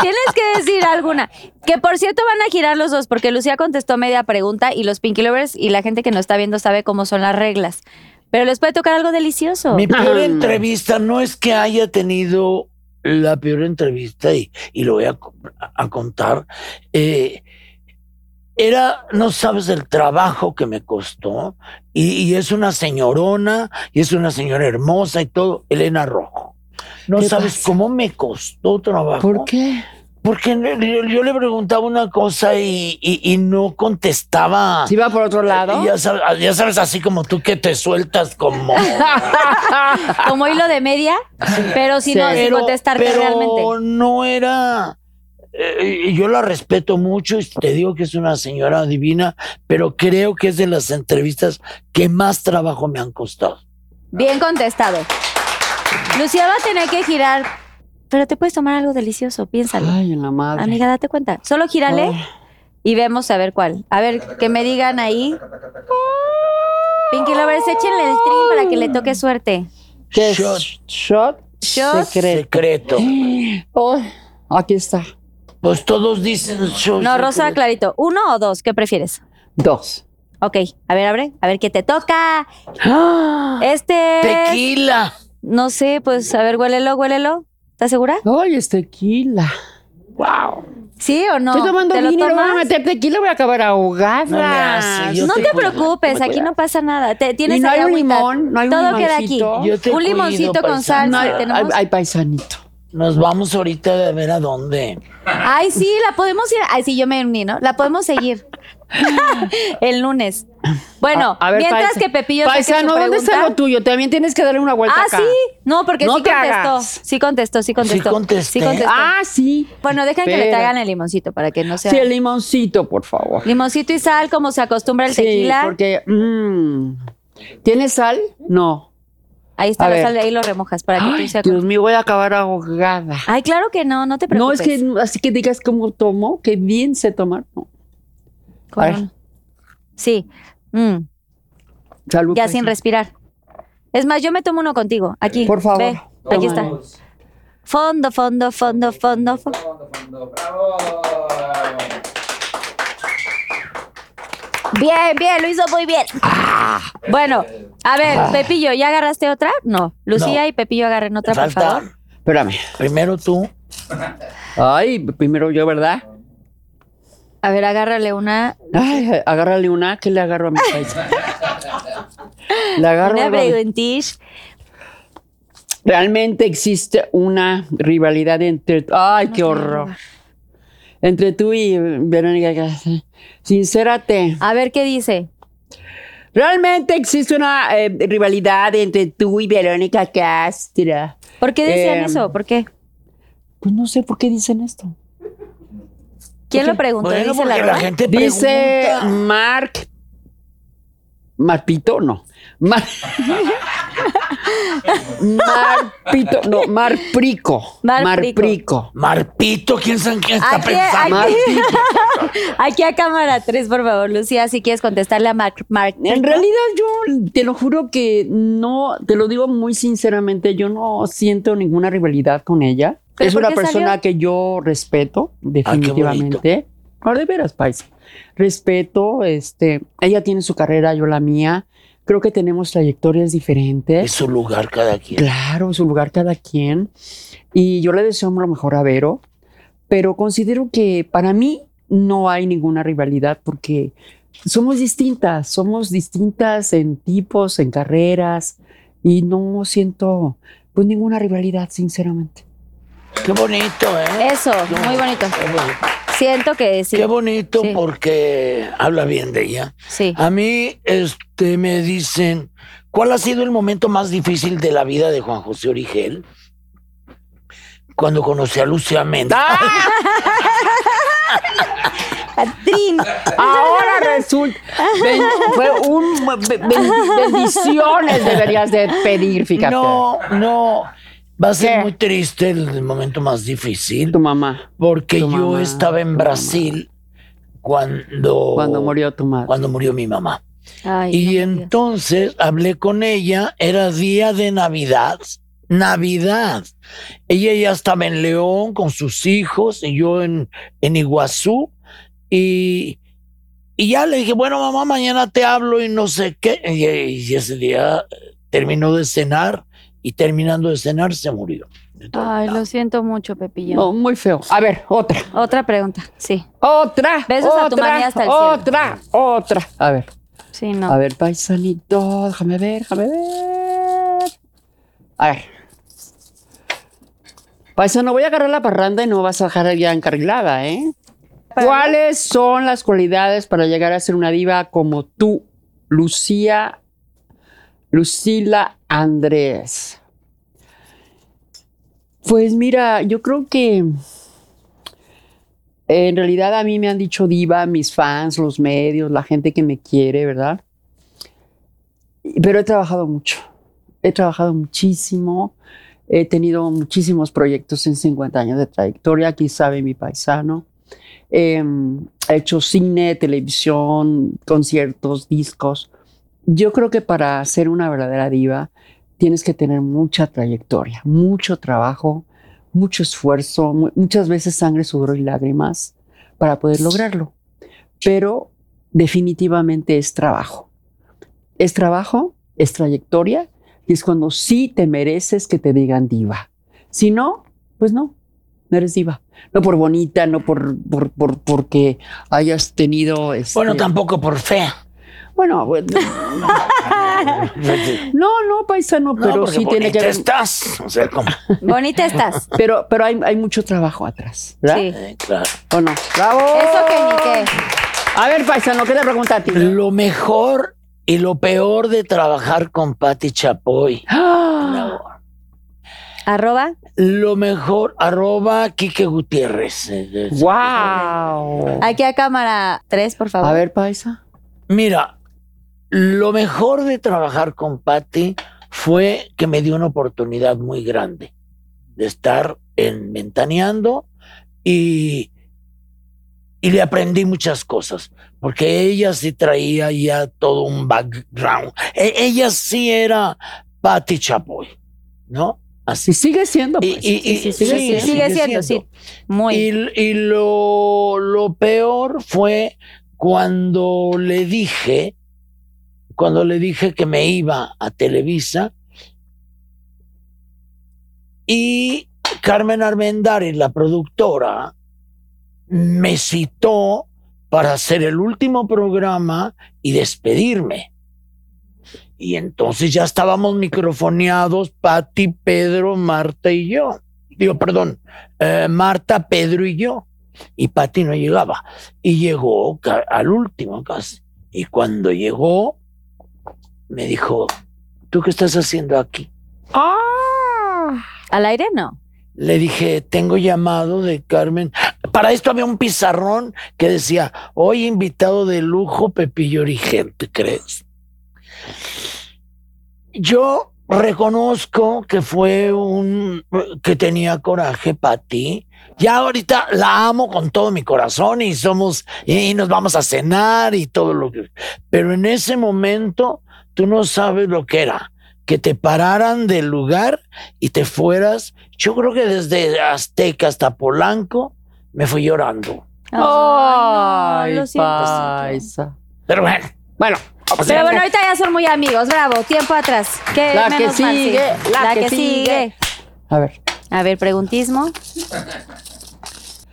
A: Tienes que decir alguna. Que por cierto van a girar los dos, porque Lucía contestó media pregunta y los Pinky Lovers y la gente que nos está viendo sabe cómo son las reglas. Pero les puede tocar algo delicioso.
D: Mi peor entrevista no es que haya tenido la peor entrevista y, y lo voy a, co- a contar. Eh, era, no sabes el trabajo que me costó y, y es una señorona y es una señora hermosa y todo, Elena Rojo. No
C: ¿Qué
D: sabes
C: pasa?
D: cómo me costó trabajo.
C: ¿Por qué?
D: Porque yo, yo le preguntaba una cosa y, y- y no contestaba.
C: ¿Si va por otro lado?
D: Y ya sabes, ah, ya sabes, así como tú que te sueltas como...
A: Como hilo de media, pero si
C: Sí.
A: no, sin
D: pero,
A: contestarte
D: pero
A: realmente.
D: no era. eh, yo la respeto mucho y te digo que es una señora divina, pero creo que es de las entrevistas que más trabajo me han costado.
A: Bien contestado. Lucía va a tener que girar. Pero te puedes tomar algo delicioso, piénsalo.
C: Ay, en la madre.
A: Amiga, date cuenta. Solo gírale y vemos a ver cuál. A ver, que me digan ahí. Pinky Lovers, échenle el stream para que le toque suerte.
C: ¿Qué es?
D: Shot.
C: Shot.
A: Shot.
C: Secreto.
D: Secreto.
C: Oh, aquí está.
D: Pues todos dicen. yo-
A: No,
D: yo
A: Rosa,
D: creo-
A: clarito. ¿Uno o dos? ¿Qué prefieres?
C: Dos.
A: Ok, a ver, abre. A ver qué te toca.
C: ¡Ah!
A: Este. es-
D: Tequila.
A: No sé, pues a ver, huélelo, huélelo. ¿Estás segura?
C: Ay, es tequila. Wow.
A: ¿Sí o no?
C: Estoy tomando
A: ¿Te lo
C: vino y le voy a
A: tomas?
C: meter tequila voy a acabar
D: No le hace,
C: ahogada.
D: yo
A: No te
D: cuido.
A: preocupes, aquí no pasa nada. Te, tienes
C: Y no
A: ahí
C: hay un
A: agüita.
C: limón, no hay un
A: Todo queda aquí.
C: limoncito.
D: Yo te
A: Un
D: cuido,
A: limoncito con
D: paisana.
A: salsa.
C: No, hay,
A: tenemos-
C: hay- hay paisanito.
D: Nos vamos ahorita a ver a dónde.
A: Ay, sí, la podemos ir. Ay, sí, yo me uní, ¿no? La podemos seguir. el lunes. Bueno,
C: A- a ver,
A: mientras
C: paisa-
A: que Pepillo saque su
C: Paisano, ¿dónde está
A: pregunta-
C: lo tuyo? También tienes que darle una vuelta
A: Ah,
C: acá.
A: sí. No, porque
C: No
A: sí
C: te
A: contestó.
C: hagas.
A: Sí contestó, sí contestó.
D: Sí contesté.
A: contestó.
C: Ah, sí.
A: bueno, dejen que le
C: Espera.
A: traigan el limoncito para que no sea.
C: Sí, el limoncito, por favor.
A: Limoncito y sal, como se acostumbra el
C: sí,
A: tequila.
C: porque... mm, ¿Tienes sal? No.
A: Ahí está
C: A
A: la
C: ver.
A: sal, ahí lo remojas para que
C: Ay,
A: tú se
C: Dios
A: acostumbres.
C: mío, voy a acabar ahogada.
A: Ay, claro que no, no te
C: No,
A: preocupes.
C: es que así que digas cómo tomó, que bien sé tomar. No.
A: Con-
C: A ver.
A: Sí. Mm.
C: Salud.
A: Ya
C: pues.
A: sin respirar. Es más, yo me tomo uno contigo. Aquí.
C: Por favor.
A: Ve, aquí está. Fondo, fondo, fondo, fondo, fondo. Bien, bien, lo hizo muy bien. Bueno, a ver, Pepillo, ¿ya agarraste otra? No. Lucía
D: No.
A: y Pepillo agarren otra, por
D: Falta.
A: favor.
C: Espérame.
D: Primero tú.
C: Ay, primero yo, ¿verdad?
A: A ver, agárrale una.
C: Ay, agárrale una, que le agarro a mi paisa. le agarro
A: Una
C: algo de-
A: preguntish.
C: Realmente existe una rivalidad entre. ¡Ay, qué horror! Entre tú y Verónica. Castro. Sincérate.
A: A ver qué dice.
C: Realmente existe una eh, rivalidad entre tú y Verónica Castro.
A: ¿Por qué decían
C: Em,
A: eso? ¿Por qué?
C: Pues no sé por qué dicen esto.
A: ¿Quién lo preguntó?
D: Bueno,
A: Dice
D: porque
A: la
D: la,
A: verdad.
D: gente
C: Dice
D: pregunta.
C: Mark. Marpito, no. Mar... Marpito, no, Marprico.
A: Marprico.
C: Marprico.
D: Marpito, quién sabe quién está
A: Aquí,
D: pensando.
A: aquí, aquí a cámara 3, por favor, Lucía, si quieres contestarle a Mark. Mark
C: En realidad yo te lo juro que no, te lo digo muy sinceramente, yo no siento ninguna rivalidad con ella.
A: ¿Pero
C: Es
A: por
C: una
A: qué
C: persona
A: salió?
C: que yo respeto,
D: bonito.
C: definitivamente. No, de veras, Paisa. Respeto, este, ella tiene su carrera, yo la mía. Creo que tenemos trayectorias
D: Es
C: diferentes.
D: su lugar cada quien.
C: Claro, su lugar cada quien. Y yo le deseo lo mejor a Vero, pero considero que para mí no hay ninguna rivalidad porque somos distintas, somos distintas en tipos, en carreras y no siento pues ninguna rivalidad, sinceramente.
D: Qué bonito, ¿eh?
A: Eso, muy bonito.
D: Qué bonito,
A: Siento que sí.
D: Qué bonito
A: Sí.
D: porque habla bien de ella.
A: Sí.
D: A mí este, me dicen, ¿cuál ha sido el momento más difícil de la vida de Juan José Origel? Cuando conocí a Lucía
C: Ah,
D: Méndez.
A: Catrín.
C: Ahora resulta, ben- fue un ben- bendiciones deberías de pedir, fíjate.
D: No, no. Va a ser
C: ¿Qué?
D: muy triste el momento más difícil.
C: Tu mamá,
D: Porque
C: tu
D: yo
C: mamá,
D: estaba en
C: tu
D: Brasil cuando,
C: cuando murió tu madre.
D: cuando murió mi mamá.
A: Ay, no,
D: y
A: Dios.
D: entonces hablé con ella, era día de Navidad. Navidad. Ella ya estaba en León con sus hijos y yo en, en Iguazú. Y, y ya le dije, bueno, mamá, mañana te hablo y no sé qué. Y, y ese día eh, terminó de cenar y terminando de cenar se murió.
A: Ay, lo siento mucho, Pepillo.
C: No, muy feo. A ver, otra.
A: Otra pregunta, sí.
C: Otra.
A: Besos
C: otra,
A: a tu mami hasta el cielo.
C: Otra, otra. A ver,
A: Sí, no.
C: a ver, paisanito, déjame ver, déjame ver. A ver. Paisano, voy a agarrar la parranda y no vas a dejar ya encarrilada, ¿eh? ¿Cuáles son las cualidades para llegar a ser una diva como tú, Lucía, Lucila Andrés? Pues mira, yo creo que en realidad a mí me han dicho diva mis fans, los medios, la gente que me quiere, ¿verdad? Y- Pero he trabajado mucho, he trabajado muchísimo, he tenido muchísimos proyectos en 50 años de trayectoria, aquí sabe mi paisano. Eh, he hecho cine, televisión, conciertos, discos. Yo creo que para ser una verdadera diva tienes que tener mucha trayectoria, mucho trabajo, mucho esfuerzo, mu- muchas veces sangre, sudor y lágrimas para poder lograrlo. Pero definitivamente es trabajo. Es trabajo, es trayectoria y es cuando sí te mereces que te digan diva. Si no, pues no, no eres diva. No por bonita, no por, por, por- porque hayas tenido... este-
D: Bueno, tampoco por fea.
C: Bueno, bueno, no, no, paisano,
D: No,
C: pero
D: porque
C: sí tiene que
D: bonita
C: haber...
D: estás. O sea, como.
A: Bonita estás.
C: Pero, pero hay, hay mucho trabajo atrás, ¿verdad?
A: Sí.
D: Eh, claro.
C: ¿O no? ¡Bravo!
A: Eso que ni qué.
C: A ver, paisano, ¿qué te pregunta a ti?
D: Lo mejor y lo peor de trabajar con Patti Chapoy.
C: ¡Ah!
A: Arroba.
D: Lo mejor, arroba Quique Gutiérrez. Eh, eh,
C: ¡Wow!
A: Aquí a cámara 3, por favor.
C: A ver, paisa.
D: Mira, lo mejor de trabajar con Patti fue que me dio una oportunidad muy grande de estar en Ventaneando y, y le aprendí muchas cosas, porque ella sí traía ya todo un background. E- ella sí era Patti Chapoy, ¿no? Así.
C: Si sigue siendo,
D: Y-
C: pues.
D: y- y-
A: sí, sigue siendo. Sigue siendo, sí. Muy.
D: y, y lo, lo peor fue cuando le dije, cuando le dije que me iba a Televisa y Carmen Armendariz, la productora, me citó para hacer el último programa y despedirme. Y entonces ya estábamos microfoneados, Patti, Pedro, Marta y yo. Digo, perdón, eh, Marta, Pedro y yo. Y Pati no llegaba. Y llegó ca- al último casi. Y cuando llegó, me dijo, ¿tú qué estás haciendo aquí?
A: Al aire no.
D: Le dije, tengo llamado de Carmen. Para esto había un pizarrón que decía, hoy invitado de lujo Pepillo Origen, ¿te crees? Yo reconozco que fue un... que tenía coraje Pati. Ya ahorita la amo con todo mi corazón y somos... y nos vamos a cenar y todo lo que... Pero en ese momento tú no sabes lo que era. Que te pararan del lugar y te fueras. Yo creo que desde Azteca hasta Polanco me fui llorando.
A: Ay, no, lo siento, siento.
C: paisa.
D: Pero bueno,
C: Bueno,
D: o sea,
A: Pero bueno, ahorita ya son muy amigos. Bravo, tiempo atrás. Qué
C: La que
A: menos mal, sí.
C: sigue, la que
A: sigue.
C: a ver.
A: A ver, preguntismo.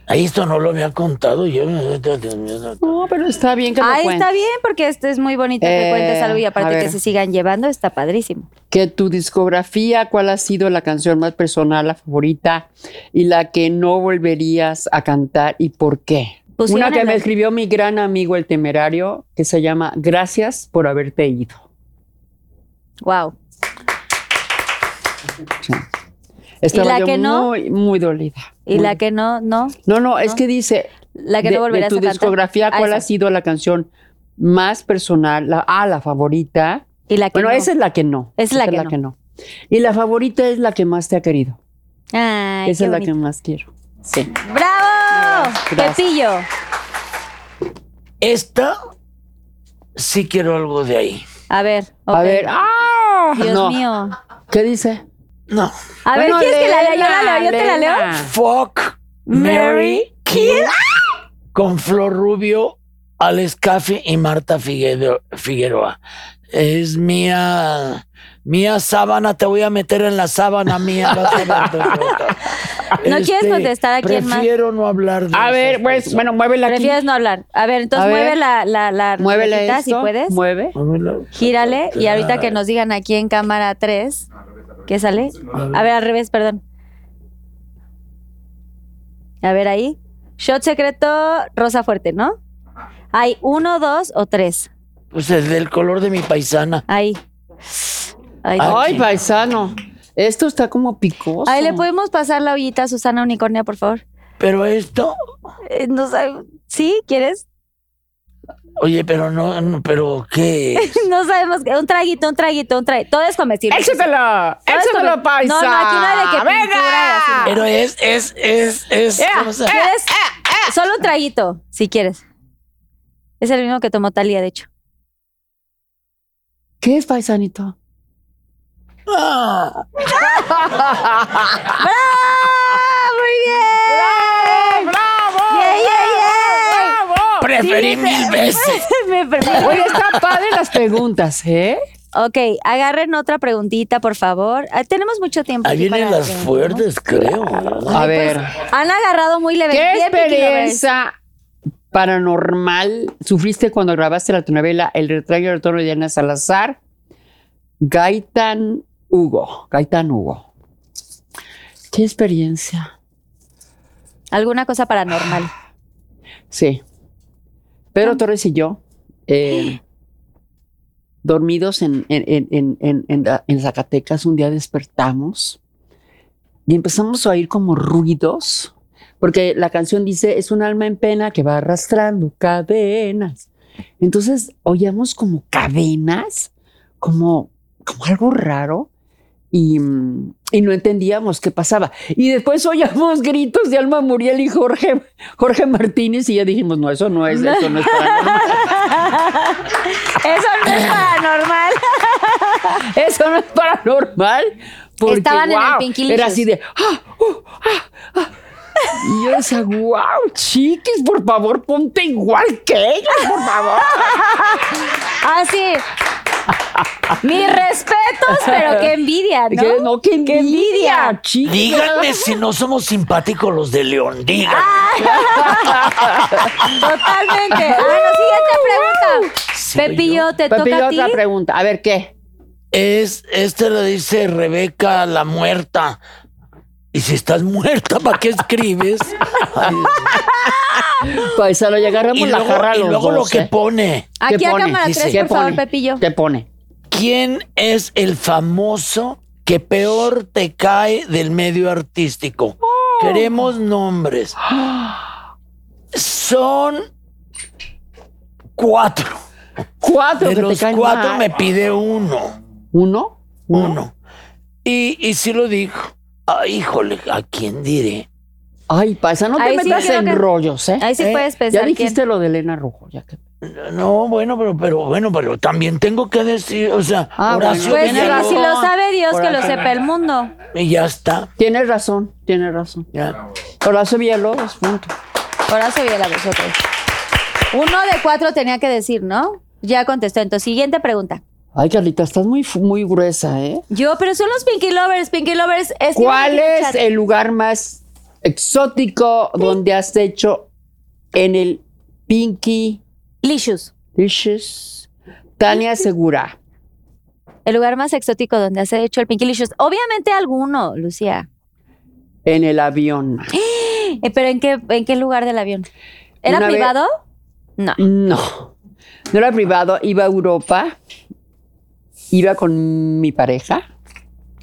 D: ahí esto no lo había contado yo.
C: No, pero está bien que lo
A: Ahí
C: cuentes.
A: está bien, porque este es muy bonito que
C: Eh,
A: cuentes algo y
C: a
A: aparte
C: ver.
A: que se sigan llevando, está padrísimo.
C: Que tu discografía, ¿cuál ha sido la canción más personal, la favorita y la que no volverías a cantar y por qué?
A: Pusieron
C: Una que
A: en Pues
C: me
A: la-
C: escribió mi gran amigo el temerario, que se llama Gracias por haberte ido.
A: Wow.
C: Estaba
A: la
C: yo
A: que no?
C: muy, muy dolida.
A: Y
C: Muy-
A: la que no, no,
C: No, no, es
A: ¿no?
C: que dice,
A: la que
C: de,
A: no
C: de
A: volverás
C: tu
A: a cantar.
C: discografía,
A: Ah,
C: ¿cuál
A: esa.
C: ha sido la canción más personal, la, ah, la favorita?
A: Y la que
C: Bueno,
A: no.
C: esa es la que no.
A: Es la
C: Esa
A: que no.
C: que no. Y la favorita es la que más te ha querido.
A: Ay,
C: Esa
A: qué
C: es la
A: bonito.
C: que más quiero. Sí.
A: ¡Bravo!
C: Gracias.
A: Pepillo.
D: Esta sí quiero algo de ahí.
A: A ver.
C: A
A: ok.
C: ver. ¡Ah!
A: Dios
C: No.
A: mío.
C: ¿Qué dice?
D: No.
A: A ver,
C: Bueno,
A: ¿quieres que la lea? Yo
C: léela,
A: la leo, yo te la leo.
C: léela.
D: Fuck Mary Kill con Flor Rubio, Alex Caffi y Marta Figuedo- Figueroa. Es mía, mía sábana, te voy a meter en la sábana mía. vas a ver.
A: ¿No quieres contestar a quién más?
D: Este, Prefiero no hablar de
C: A
D: esas
C: ver, pues,
D: cosas.
C: bueno, muévela aquí.
A: Prefieres no hablar. A ver, entonces
C: A ver.
A: mueve la, la, la
C: Muévela
A: ruletita, si
C: esto,
A: puedes.
C: Mueve.
D: Muévela.
A: Gírale y ahorita que nos digan aquí en cámara 3, ¿qué sale? A ver, al revés, perdón. A ver ahí. Shot secreto, rosa fuerte, ¿no? Hay uno, dos o tres.
D: Pues es del color de mi paisana.
A: Ahí. Ahí, está.
C: Ay, paisano. Esto está como picoso.
A: Ahí le podemos pasar la ollita a Susana Unicornia, por favor.
D: Pero esto,
A: Eh, no sab- ¿Sí? ¿Quieres?
D: oye, pero no, no, pero qué. es?
A: No sabemos. qué- Un traguito, un traguito, un traguito. Todo es comestible.
C: ¡Échatelo!
A: Todo es
C: ¡Échatelo,
A: come-
C: paisa!
A: No, no, aquí no hay de que
C: ¡Venga!
A: pintura y así, no.
D: Pero es, es, es, es. ¿cómo se-
A: ¿Quieres? Solo un traguito, si quieres. Es el mismo que tomó Talía, de hecho.
C: ¿Qué es paisanito?
D: Ah.
A: ¡Ah, muy bien!
C: ¡Bravo!
A: Yeah, yeah,
C: ¡Bravo!
D: Preferí mil veces.
A: Me perdí.
C: Oye, está padre las preguntas, ¿eh?
A: ok, agarren otra preguntita, por favor. Ah, Tenemos mucho tiempo.
D: Ahí
A: aquí
D: vienen
A: para
D: las
A: preguntar, ¿no?
D: fuertes, creo. ¿verdad?
C: A ver.
A: Han agarrado muy leve.
C: ¿Qué
A: bien, Pinky Lovers.
C: experiencia paranormal sufriste cuando grabaste la telenovela El retrayo del retorno de Diana Salazar? Gaitán Hugo. Gaitán Hugo. ¿Qué experiencia?
A: Alguna cosa paranormal.
C: Sí. Pedro Torres y yo, eh, dormidos en, en- en- en- en- en la- en Zacatecas, un día despertamos y empezamos a oír como ruidos, porque la canción dice, es un alma en pena que va arrastrando cadenas. Entonces oíamos como cadenas, como, como algo raro. Y, mm, y no entendíamos qué pasaba. Y después oíamos gritos de Alma Muriel y Jorge, Jorge Martínez y ya dijimos, no, eso no es, eso no es paranormal.
A: Eso no es paranormal.
C: Eso no es paranormal. Porque,
A: Estaban en el
C: guau,
A: Pinky
C: Era
A: Licious.
C: así de. ¡ah! ¡uh! ¡ah! ¡ah! Y yo decía, wow, chiquis, por favor, ponte igual que ellos, por favor.
A: Ah, Así. Ah, Mis respetos, pero qué envidia, ¿no?
C: Que, no, que
A: Qué
C: envidia,
A: envidia.
C: chiquis.
D: Díganme si no somos simpáticos los de León. Díganme.
A: Totalmente. Ah, A ver, la siguiente
D: Sí,
A: pregunta. Pepillo, te
C: Pepillo,
A: toca a ti.
C: otra pregunta. A ver, ¿qué?
D: Es, este lo dice Rebeca la muerta. Y si estás muerta, ¿para qué escribes? Ay,
C: Paisano, ya
D: y
C: agarramos la
D: luego,
C: jarra a
D: y
C: los
D: luego lo
C: dos,
D: que
C: ¿eh?
D: pone.
A: Aquí
C: ¿Qué
A: a
C: pone?
A: cámara
D: Dice,
A: 3,
C: ¿qué
A: por favor,
C: pone?
A: Pepillo.
C: ¿Qué pone?
D: ¿Quién es el famoso que peor te cae del medio artístico?
C: Oh.
D: Queremos nombres. Son cuatro.
C: Cuatro,
D: De
C: que
D: los
C: te caen
D: cuatro
C: mal.
D: me pide uno.
C: ¿Uno?
D: Uno. Y, y sí lo dijo. Ah, híjole, ¿a quién diré?
C: Ay, paisano, no te
A: Ahí sí
C: metas
A: creo
C: en
A: que-
C: rollos, ¿eh?
A: Ahí sí
D: Eh,
A: puedes
C: ya
A: pensar quién.
C: dijiste lo de Elena Rojo, ya que...
D: No, bueno, pero, pero bueno, pero también tengo que decir, o sea,
C: Ah,
D: Horacio
C: bueno,
A: Pues
C: Tienes
A: sí,
C: razón.
D: Villalobos,
A: si lo sabe Dios,
C: Por
A: que lo
C: acá.
A: sepa el mundo.
D: y ya está.
C: Tienes razón, tienes razón.
D: ya.
C: Horacio Villalobos, punto.
A: Horacio Viela, vosotros. Uno de cuatro tenía que decir, ¿no? Ya contestó. Entonces, siguiente pregunta.
C: Ay, Carlita, estás muy, fu- muy gruesa, ¿eh?
A: Yo, pero son los Pinky Lovers. Pinky Lovers. escriban
C: ¿Cuál
A: aquí en
C: es
A: chat.
C: el lugar más exótico donde has hecho en el Pinky
A: Licious.
C: Dishes? Tania Segura.
A: El lugar más exótico donde has hecho el Pinky Licious. Obviamente alguno, Lucía.
C: En el avión.
A: Eh, ¿Pero en qué, en qué lugar del avión? ¿Era
C: Una vez-
A: privado? No.
C: No, no era privado, iba a Europa, iba con mi pareja.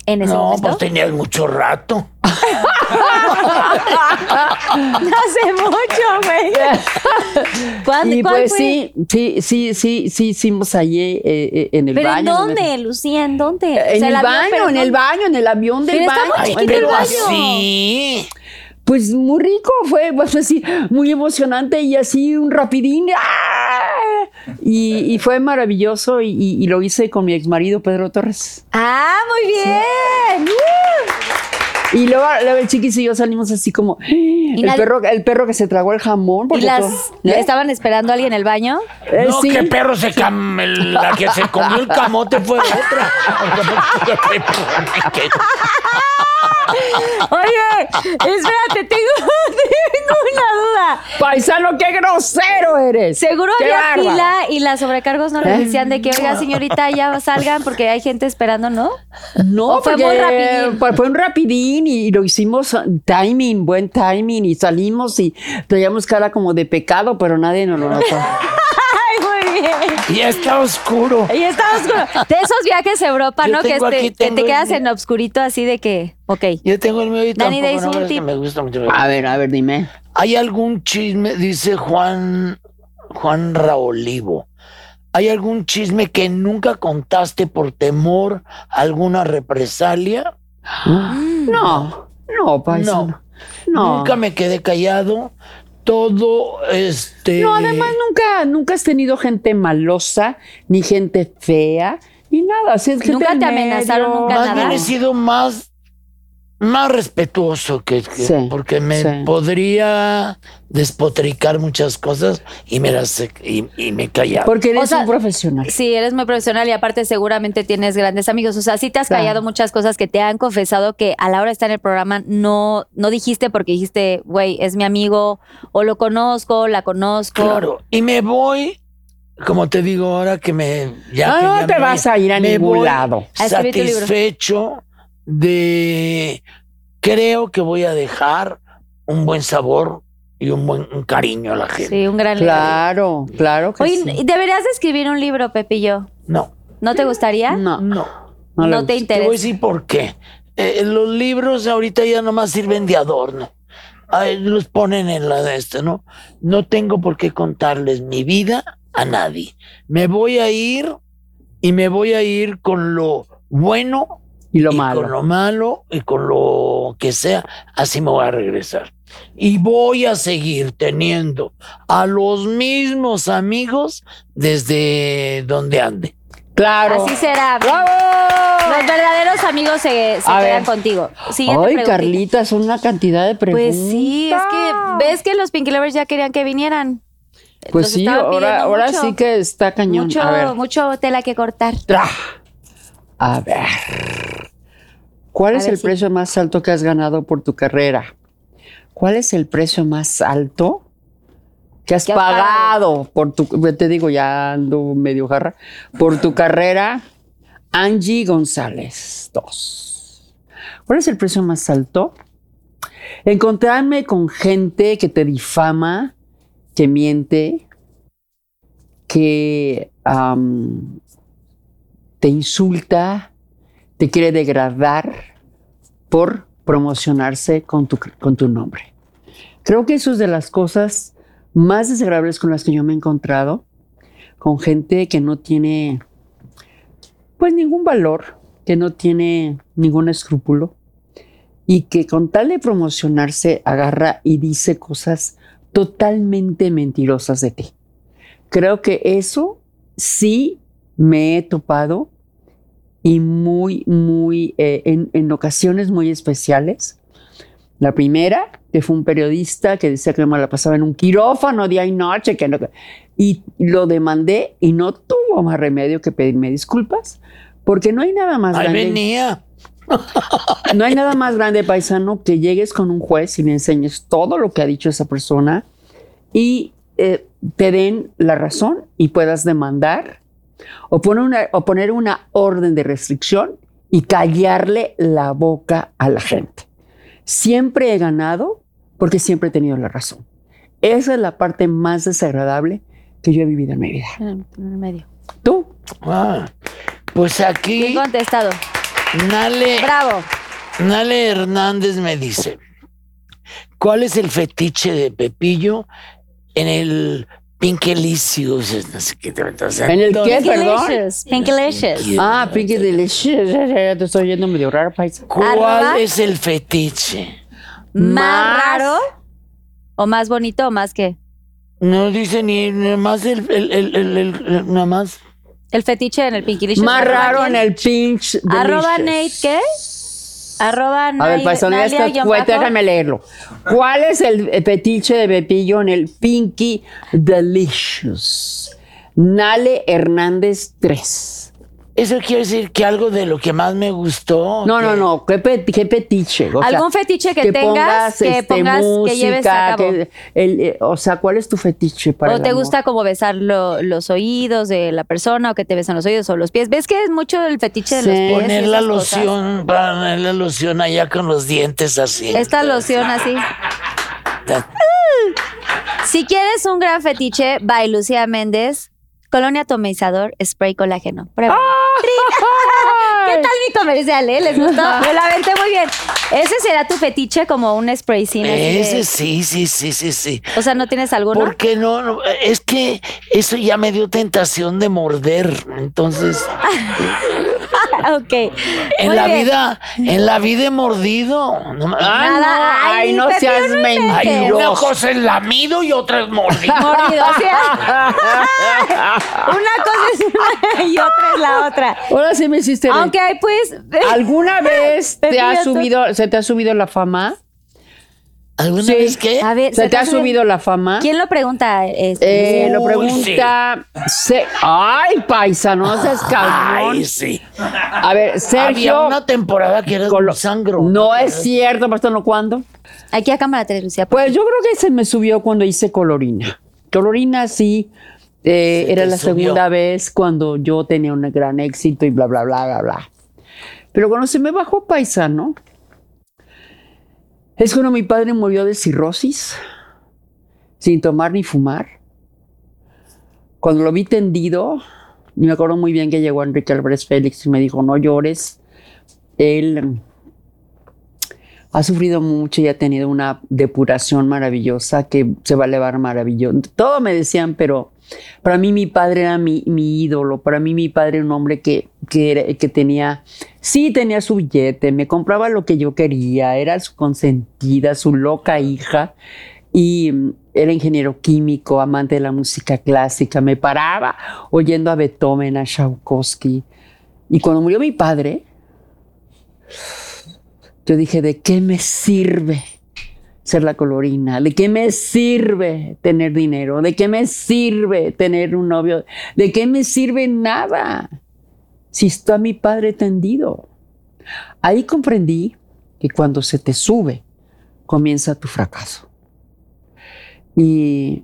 A: En ese
D: No,
A: momento.
D: pues tenías mucho rato.
A: Hace mucho, güey. ¿Cuál-
C: Y
A: cuál
C: pues
A: fue?
C: sí, sí, sí, sí, sí, hicimos allí eh, eh, en el
A: ¿Pero en
C: baño.
A: dónde, Lucía? ¿En dónde? O sea,
C: En el
A: avión,
C: baño,
A: pero
C: en el
A: ¿dónde?
C: baño, en el avión del
A: Pero está muy
C: baño.
A: chiquito
C: en
A: el
D: Pero
A: baño.
D: así.
C: Pues muy rico fue, pues así, muy emocionante y así un rapidín. ¡ah! Y, y fue maravilloso y, y- y lo hice con mi exmarido Pedro Torres.
A: Ah, muy bien.
C: Y luego, luego el chiquis y yo salimos así como el,
A: nadie-
C: perro, el perro que se tragó el jamón.
A: ¿Y
C: porque
A: las
C: todo- ¿Eh?
A: estaban esperando a alguien en el baño?
C: Eh,
D: no,
C: sí.
D: que perro se cam... el- la que se comió el camote fue otra.
A: Oye, espérate, tengo, tengo una duda.
C: Paisano, qué grosero eres.
A: Seguro
C: Qué
A: había
C: bárbaro.
A: fila y las sobrecargos no les decían de que, oiga, señorita, ya salgan porque hay gente esperando, ¿no?
C: No,
A: ¿O fue
C: porque
A: muy rapidín?
C: pues, fue un rapidín y lo hicimos eh, timing, buen timing y salimos y traíamos cara como de pecado, pero nadie nos lo notó.
A: Ay, muy bien.
D: ya está oscuro.
A: Y está oscuro. De esos viajes a Europa,
D: Yo
A: ¿no? Que,
D: tengo
A: este-
D: aquí,
A: que te
D: tengo
A: quedas
D: el-
A: en obscurito así de que, ok.
D: Yo tengo el mío y
A: Dani,
D: tampoco
A: ¿des un
D: no, es que
A: tip?
D: me gusta mucho.
C: A ver, a ver, dime.
D: ¿Hay algún chisme, dice Juan, Juan Raolivo, ¿hay algún chisme que nunca contaste por temor a alguna represalia?
C: No, no, paisano. No.
D: Nunca me quedé callado. Todo este.
C: No, además nunca, nunca has tenido gente malosa, ni gente fea, ni nada. Así es, gente
A: Nunca
C: del
A: te amenazaron,
C: medio.
A: nunca
D: Más
A: nada.
D: bien he sido más, más respetuoso que, que-
C: Sí,
D: porque me
C: sí.
D: podría despotricar muchas cosas y me las y, y me callaba.
C: Porque eres
A: O sea,
C: un profesional.
A: Sí, eres muy profesional y aparte seguramente tienes grandes amigos. O sea, sí te has
C: Claro.
A: callado muchas cosas que te han confesado que a la hora de estar en el programa no, no dijiste porque dijiste, güey, es mi amigo, o lo conozco, la conozco.
D: Claro. Y me voy, como te digo ahora que me. Ya
C: Ah,
D: que
C: no
D: ya
C: te
D: me-
C: vas a ir a
D: me
C: ningún
D: voy
C: lado.
A: A escribir tu libro.
D: Satisfecho de. Creo que voy a dejar un buen sabor y un buen un cariño a la gente.
A: Sí, un gran legado.
C: Claro, claro que
A: Oye,
C: sí.
A: deberías de escribir un libro, Pepillo.
D: No,
A: ¿No te gustaría?
C: No, no,
D: no.
C: le
A: No te
C: gusta.
D: Te voy a
A: interesa.
D: decir por qué. Eh, los libros ahorita ya nomás sirven de adorno. Ay, los ponen en la de este, ¿no? No tengo por qué contarles mi vida a nadie. Me voy a ir y me voy a ir con lo bueno
C: Y lo
D: y
C: malo.
D: con lo malo y con lo que sea, así me voy a regresar. Y voy a seguir teniendo a los mismos amigos desde donde ande.
C: Claro.
A: Así será.
C: ¡Bravo!
A: Los verdaderos amigos se, se
C: A
A: quedan
C: ver.
A: contigo. Siguiente
C: Ay,
A: preguntita.
C: Carlita, son una cantidad de preguntas.
A: Pues sí, es que ves que los Pinky Lovers ya querían que vinieran.
C: Pues
A: los
C: sí,
A: estaban
C: ahora,
A: pidiendo
C: ahora
A: mucho.
C: sí que está cañón.
A: Mucho,
C: a ver.
A: mucho tela que cortar.
C: Tra. A ver. ¿Cuál
A: A
C: es
A: ver
C: el
A: si-
C: precio más alto que has ganado por tu carrera? ¿Cuál es el precio más alto que has
A: Que has
C: pagado por tu, yo te digo, ya ando medio jarra, por tu carrera? Angie González, dos. ¿Cuál es el precio más alto? Encontrarme con gente que te difama, que miente, que am, te insulta, te quiere degradar por promocionarse con tu, con tu nombre. Creo que eso es de las cosas más desagradables con las que yo me he encontrado, con gente que no tiene, pues, ningún valor, que no tiene ningún escrúpulo y que con tal de promocionarse agarra y dice cosas totalmente mentirosas de ti. Creo que eso sí me he topado y muy, muy, eh, en, en ocasiones muy especiales. La primera, que fue un periodista que decía que me la pasaba en un quirófano día y noche, que no- y lo demandé y no tuvo más remedio que pedirme disculpas, porque no hay nada más
D: Ahí
C: grande.
D: venía.
C: No hay nada más grande, paisano, que llegues con un juez y le enseñes todo lo que ha dicho esa persona y eh, te den la razón y puedas demandar o poner, una, o poner una orden de restricción y callarle la boca a la gente. Siempre he ganado porque siempre he tenido la razón. Esa es la parte más desagradable que yo he vivido en mi vida.
A: En el medio.
C: ¿Tú?
D: Ah, pues
A: Bien
D: aquí
A: contestado.
D: Nale,
A: Bravo.
D: Nale Hernández me dice, ¿cuál es el fetiche de Pepillo en el Pinky Licious, no sé qué te metas.
C: ¿En el qué, perdón?
A: Pinkelicious. Pinkelicious.
C: Ah, Pinky Delicious. Ya te estoy yendo medio raro, paisa.
D: ¿Cuál
A: Arroba.
D: es el fetiche?
A: ¿Más
C: Más.
A: raro? ¿O más bonito o más qué?
D: No dice ni nada más el, el, el, el- el- el- nada más.
A: El fetiche en el Pinkelicious.
C: Más
A: Arroba
C: raro en
A: quién?
C: el pinch.
A: Arroba Nate,
C: delicious.
A: ¿qué? Arroba
C: A ver, paisa, no
A: Nalia-
C: estás
A: guión
C: pues,
A: bajo.
C: déjame leerlo. ¿Cuál es el eh, petiche de Pepillo en el Pinky Delicious? Nale Hernández 3.
D: Eso quiere decir que algo de lo que más me gustó.
C: No,
D: que-
C: no, no. ¿Qué, pe- qué petiche? O sea, este,
A: Algún fetiche que tengas, que pongas- que lleves a cabo.
C: que el, eh, o sea, ¿cuál es tu fetiche para
A: O
C: el
A: te
C: amor?
A: gusta como besar lo- los oídos de la persona o que te besan los oídos o los pies. ¿Ves que es mucho el fetiche de los
C: Sí.
A: pies? y
D: Poner la
A: esas cosas?
D: loción, poner la loción allá con los dientes así.
A: Esta loción así. Si quieres un gran fetiche, by Lucía Méndez, colonia atomizador, spray colágeno. Pruébalo. ¿Qué tal mi comercial, eh? ¿Les gustó? Me la aventé muy bien. Ese será tu fetiche como un spray sin
D: Ese sí, sí, sí, sí, sí.
A: O sea, ¿no tienes alguno?
D: Porque no, no, es que eso ya me dio tentación de morder. Entonces,
A: ok.
D: en
A: Muy
D: la
A: bien.
D: vida, en la vida he mordido. No ma-
C: Ah,
A: Nada,
C: no, ay,
A: ay,
C: no
A: Pepe,
C: seas
A: no
C: mentira.
D: Ay,
A: inventes.
D: una cosa es lamido y otra es mordido.
A: Mordido, o sea, una cosa es una y otra es la otra.
C: Ahora sí me hiciste. reír.
A: Aunque hay pues.
C: ¿Alguna vez
A: Te
C: te ha
A: fijas tú.
C: subido, se te ha subido la fama?
D: ¿Alguna
C: Sí.
D: vez qué?
A: A ver,
C: ¿Se te ha subido la fama?
A: ¿Quién lo pregunta? Este?
C: Eh, lo
D: Uy,
C: pregunta. Se- Ay, paisa, no seas cabrón.
D: Ay, sí.
C: A ver,
D: Había
C: Sergio.
D: una temporada que era
C: Colo-
D: un sangro.
C: No es cierto, pastor, ¿no cuándo?
A: Aquí a cámara 3, Lucía. por-
C: Pues yo creo que se me subió cuando hice Colorina. Colorina sí. eh,
D: Se
C: era
D: te
C: la
D: subió.
C: segunda vez cuando yo tenía un gran éxito y bla, bla, bla, bla, bla. Pero cuando se me bajó paisano, es cuando mi padre murió de cirrosis, sin tomar ni fumar. Cuando lo vi tendido, y me acuerdo muy bien que llegó Enrique Álvarez Félix y me dijo, no llores, él ha sufrido mucho y ha tenido una depuración maravillosa que se va a elevar maravilloso. Todo me decían, pero para mí mi padre era mi, mi ídolo, para mí mi padre era un hombre que, que, era- que tenía, sí tenía su billete, me compraba lo que yo quería, era su consentida, su loca hija. Y mm, era ingeniero químico, amante de la música clásica. Me paraba oyendo a Beethoven, a Tchaikovsky. Y cuando murió mi padre, yo dije, ¿de qué me sirve ser la colorina? ¿De qué me sirve tener dinero? ¿De qué me sirve tener un novio? ¿De qué me sirve nada si está mi padre tendido? Ahí comprendí que cuando se te sube, comienza tu fracaso. Y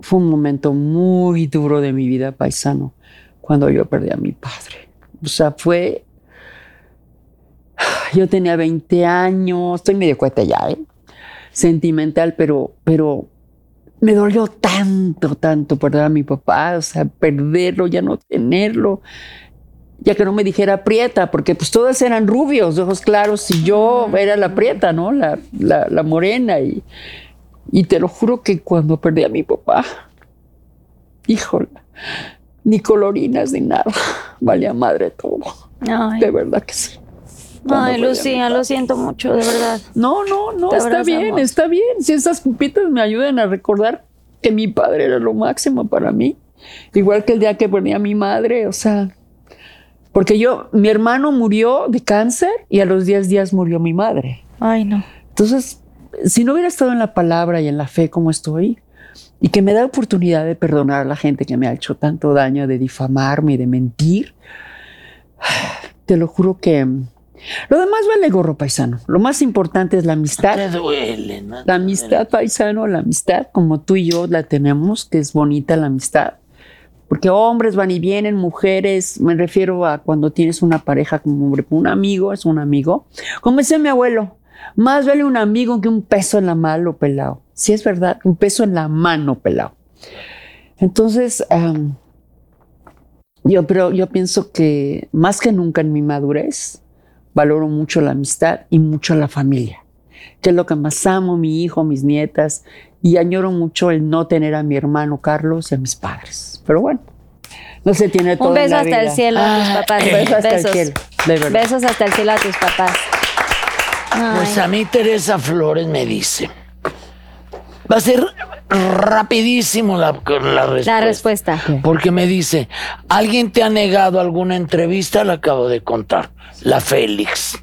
C: fue un momento muy duro de mi vida paisano cuando yo perdí a mi padre. O sea, fue yo tenía 20 años, estoy medio cuesta ya, ¿eh? Sentimental, pero, pero me dolió tanto, tanto perder a mi papá, o sea, perderlo, ya no tenerlo, ya que no me dijera prieta, porque pues todas eran rubios, de ojos claros, y yo era la prieta, ¿no? La, la, la morena, y, y te lo juro que cuando perdí a mi papá, híjole, ni colorinas ni nada, valía madre todo,
A: Ay,
C: de verdad que sí.
A: ay, Lucía, lo siento mucho, de verdad.
C: No, no, no,
A: Te
C: está bien,
A: abrazamos.
C: está bien. Si esas pupitas me ayudan a recordar que mi padre era lo máximo para mí, igual que el día que ponía a mi madre, o sea, porque yo, mi hermano murió de cáncer y a los 10 días murió mi madre.
A: Ay, no.
C: Entonces, si no hubiera estado en la palabra y en la fe como estoy, y que me da oportunidad de perdonar a la gente que me ha hecho tanto daño, de difamarme, de mentir, te lo juro que... mm, Lo demás vale gorro paisano. Lo más importante es la amistad.
D: Te duele, ¿no?
C: La amistad, paisano, la amistad, como tú y yo la tenemos, que es bonita la amistad. Porque hombres van y vienen, mujeres, me refiero a cuando tienes una pareja como hombre, un amigo es un amigo. Como decía mi abuelo, más vale un amigo que un peso en la mano pelado. Sí es verdad, un peso en la mano pelado. Entonces, am, yo, pero yo pienso que más que nunca en mi madurez, valoro mucho la amistad y mucho la familia. que es lo que más amo, mi hijo, mis nietas, y añoro mucho el no tener a mi hermano Carlos y a mis padres. Pero bueno, no se tiene todo
A: Un
C: en
A: beso
C: la
A: hasta el
C: vida.
A: cielo a tus papás.
C: Un beso hasta el
A: Besos.
C: cielo, de verdad.
A: Besos hasta el cielo a tus papás.
D: Pues a mí Teresa Flores me dice. Va a ser rapidísimo la, la respuesta.
C: pues.
A: La respuesta.
D: Porque me dice, ¿alguien te ha negado alguna entrevista? La acabo de contar. La Félix.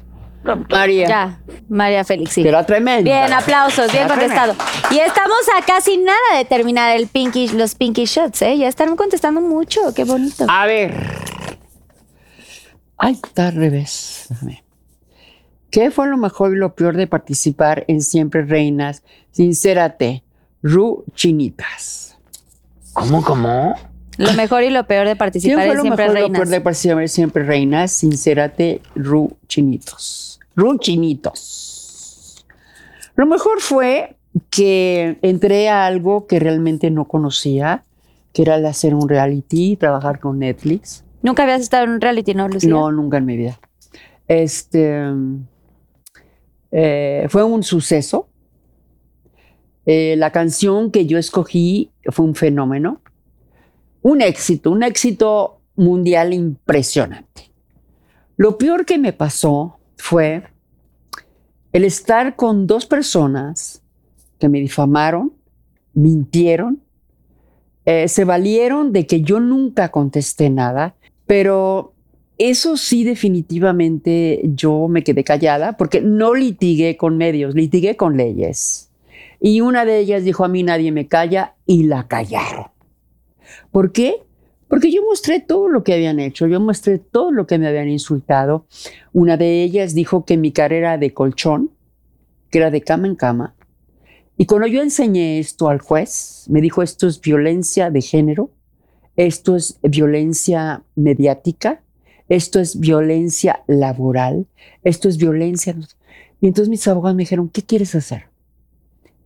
C: María.
A: Ya, María Félix. sí.
C: Será tremendo.
A: Bien, aplausos, bien contestado. Y estamos a casi nada de terminar el pinky, los pinky shots, ¿eh? Ya están contestando mucho, qué bonito.
C: A ver. Ay, está al revés. Déjame. ¿Qué fue lo mejor y lo peor de participar en Siempre Reinas? Sincérate, Ru Chinitas.
D: ¿Cómo, cómo?
A: Lo mejor y lo peor de
C: ¿Qué
A: participar
C: fue
A: en
C: lo
A: Siempre
C: mejor y lo
A: Reinas.
C: peor de participar en Siempre Reinas? Sincérate, Ru Chinitos. Ru Chinitos. Lo mejor fue que entré a algo que realmente no conocía, que era el hacer un reality, trabajar con Netflix.
A: Nunca habías estado en un reality, ¿no, Lucía?
C: No, nunca en mi vida. Este eh, fue un suceso. Eh, la canción que yo escogí fue un fenómeno, un éxito, un éxito mundial impresionante. Lo peor que me pasó fue el estar con dos personas que me difamaron, mintieron, eh, se valieron de que yo nunca contesté nada, pero eso sí, definitivamente yo me quedé callada porque no litigué con medios, litigué con leyes. Y una de ellas dijo, a mí nadie me calla y la callaron. ¿Por qué? Porque yo mostré todo lo que habían hecho, yo mostré todo lo que me habían insultado. Una de ellas dijo que mi cara era de colchón, que era de cama en cama. Y cuando yo enseñé esto al juez, me dijo, esto es violencia de género, esto es violencia mediática, esto es violencia laboral, esto es violencia. Y entonces mis abogados me dijeron, ¿qué quieres hacer?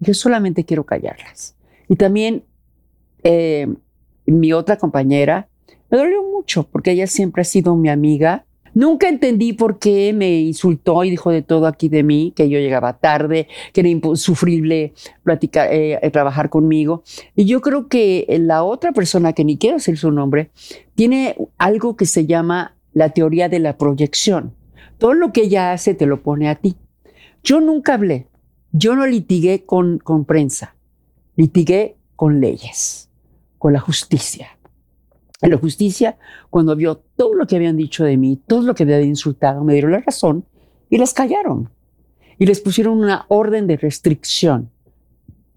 C: Yo solamente quiero callarlas. Y también eh, mi otra compañera me dolió mucho porque ella siempre ha sido mi amiga. Nunca entendí por qué me insultó y dijo de todo aquí de mí, que yo llegaba tarde, que era insufrible platicar, eh, eh, trabajar conmigo. Y yo creo que la otra persona, que ni quiero decir su nombre, tiene algo que se llama la teoría de la proyección. Todo lo que ella hace te lo pone a ti. Yo nunca hablé, yo no litigué con, con prensa, litigué con leyes, con la justicia. La justicia, cuando vio todo lo que habían dicho de mí, todo lo que me habían insultado, me dieron la razón y las callaron. Y les pusieron una orden de restricción.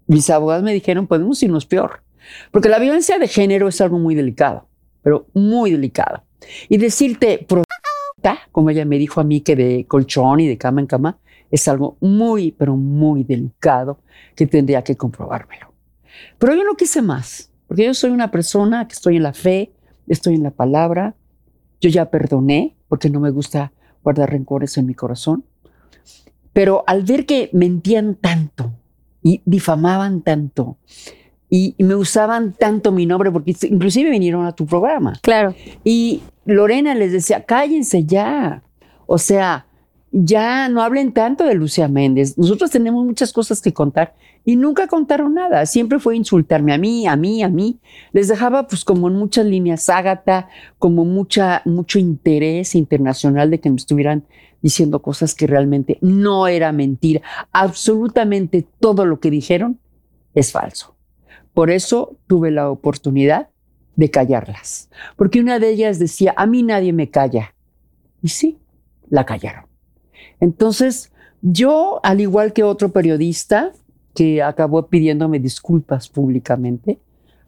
C: Mis abogados me dijeron, podemos irnos peor. Porque la violencia de género es algo muy delicado, pero muy delicado. Y decirte, "Prosta", como ella me dijo a mí, que de colchón y de cama en cama, es algo muy, pero muy delicado que tendría que comprobármelo. Pero yo no quise más, porque yo soy una persona que estoy en la fe, estoy en la palabra, yo ya perdoné, porque no me gusta guardar rencores en mi corazón. Pero al ver que mentían tanto y difamaban tanto y, y me usaban tanto mi nombre, porque inclusive vinieron a tu programa.
A: Claro.
C: Y Lorena les decía, cállense ya. O sea, ya no hablen tanto de Lucía Méndez. Nosotros tenemos muchas cosas que contar y nunca contaron nada. Siempre fue insultarme a mí, a mí, a mí. Les dejaba pues como en muchas líneas ágata, como mucha, mucho interés internacional de que me estuvieran diciendo cosas que realmente no era mentira. Absolutamente todo lo que dijeron es falso. Por eso tuve la oportunidad de callarlas porque una de ellas decía, a mí nadie me calla. Y sí, la callaron. Entonces, yo, al igual que otro periodista que acabó pidiéndome disculpas públicamente,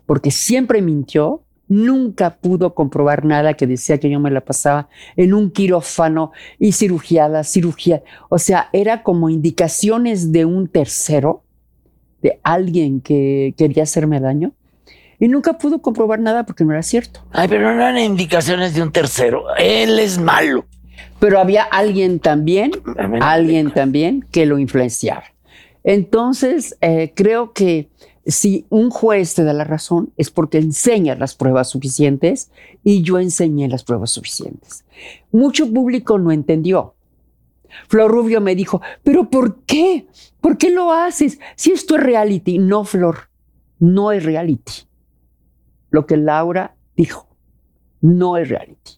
C: porque siempre mintió, nunca pudo comprobar nada que decía que yo me la pasaba en un quirófano y cirugiada, cirugía. O sea, era como indicaciones de un tercero, de alguien que quería hacerme daño, y nunca pudo comprobar nada porque no era cierto.
D: Ay, pero no eran indicaciones de un tercero. Él es malo.
C: pero había alguien también, alguien también que lo influenciaba. Entonces, eh, creo que si un juez te da la razón es porque enseña las pruebas suficientes y yo enseñé las pruebas suficientes. Mucho público no entendió. Flor Rubio me dijo, pero ¿por qué? ¿Por qué lo haces? Si esto es reality, no Flor, no es reality. Lo que Laura dijo, no es reality.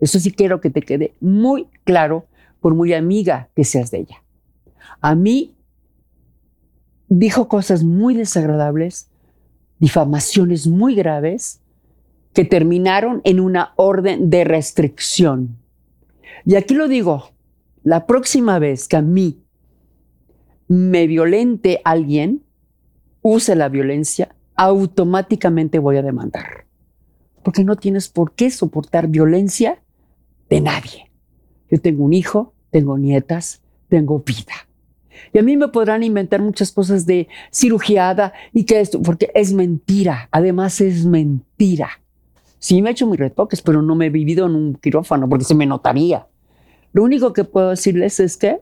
C: Eso sí quiero que te quede muy claro, por muy amiga que seas de ella. A mí dijo cosas muy desagradables, difamaciones muy graves, que terminaron en una orden de restricción. Y aquí lo digo, la próxima vez que a mí me violente alguien, use la violencia, automáticamente voy a demandar. Porque no tienes por qué soportar violencia de nadie. Yo tengo un hijo, tengo nietas, tengo vida. Y a mí me podrán inventar muchas cosas de cirugiada y que esto, porque es mentira, además es mentira. Sí me he hecho mis retoques, pero no me he vivido en un quirófano porque se me notaría. Lo único que puedo decirles es que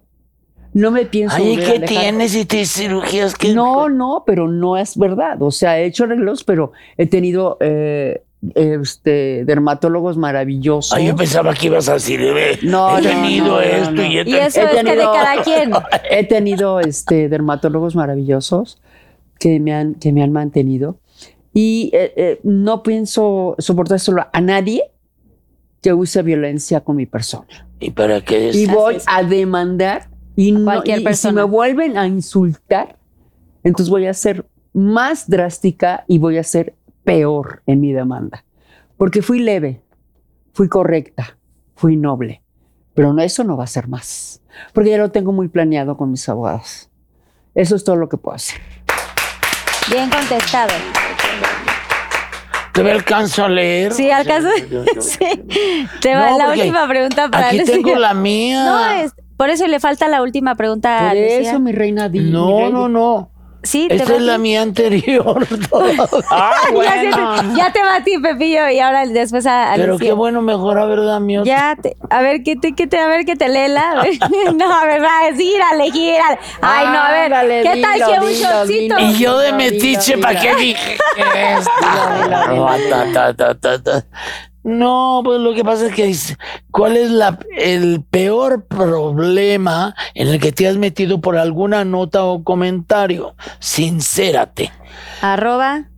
C: no me pienso...
D: Ay,
C: volver a
D: ¿qué
C: alejar.
D: tienes si te cirugías? que
C: No, no, pero no es verdad. O sea, he hecho arreglos, pero he tenido eh, este, dermatólogos maravillosos.
D: Ay, yo pensaba que ibas a decir, eh,
C: No,
D: he
C: no,
D: tenido
C: no, no,
D: esto
C: no.
D: y he
A: Y eso
C: He
A: es que de
C: tenido-
A: cada quien.
C: he tenido este, dermatólogos maravillosos que me han, que me han mantenido. Y eh, eh, no pienso soportar solo a nadie que use violencia con mi persona.
D: ¿Y para qué es?
C: Y voy
A: es.
C: a demandar y, no-
A: cualquier
C: y- y si
A: persona.
C: me vuelven a insultar, entonces voy a ser más drástica y voy a ser peor en mi demanda. Porque fui leve, fui correcta, fui noble. Pero no, eso no va a ser más. Porque ya lo tengo muy planeado con mis abogados. Eso es todo lo que puedo hacer.
A: Bien contestado.
D: ¿Te alcanzo a leer?
A: Sí, al caso. sí. Te va
D: No,
A: la
D: porque
A: última pregunta para
D: Aquí
A: Lucía.
D: tengo la
A: No,
D: mía.
A: es, por eso le falta la última pregunta a
C: Por
A: Lucía.
C: eso, mi reina, di, mi
D: No,
C: rey,
D: no, no.
A: Sí, te
D: Esta
A: va
D: es la
A: a ti.
D: mía anterior.
C: Ah,
A: ya, se-
C: bueno.
A: ya te va a ti, Pepillo, y ahora después a, a
D: Pero
A: Lucía.
D: qué bueno, mejor haber la mía.
A: Ya, te- a ver, que te, que te, a ver, que te lela. a ver. No, a ver, va, gírale, gírale. Ay, no, a ver,
C: Ándale,
A: ¿qué tal
C: dilo,
A: que un
C: dilo,
A: shotcito?
C: dilo.
D: Y yo de
C: Mira,
D: metiche,
C: mira,
D: ¿para qué
C: mira.
D: dije esta?
C: Mira, mira, mira.
D: Ta, ta, ta, ta. No, pues lo que pasa es que es- ¿cuál es la, el peor problema en el que te has metido por alguna nota o comentario? Sincérate.
A: Arroba.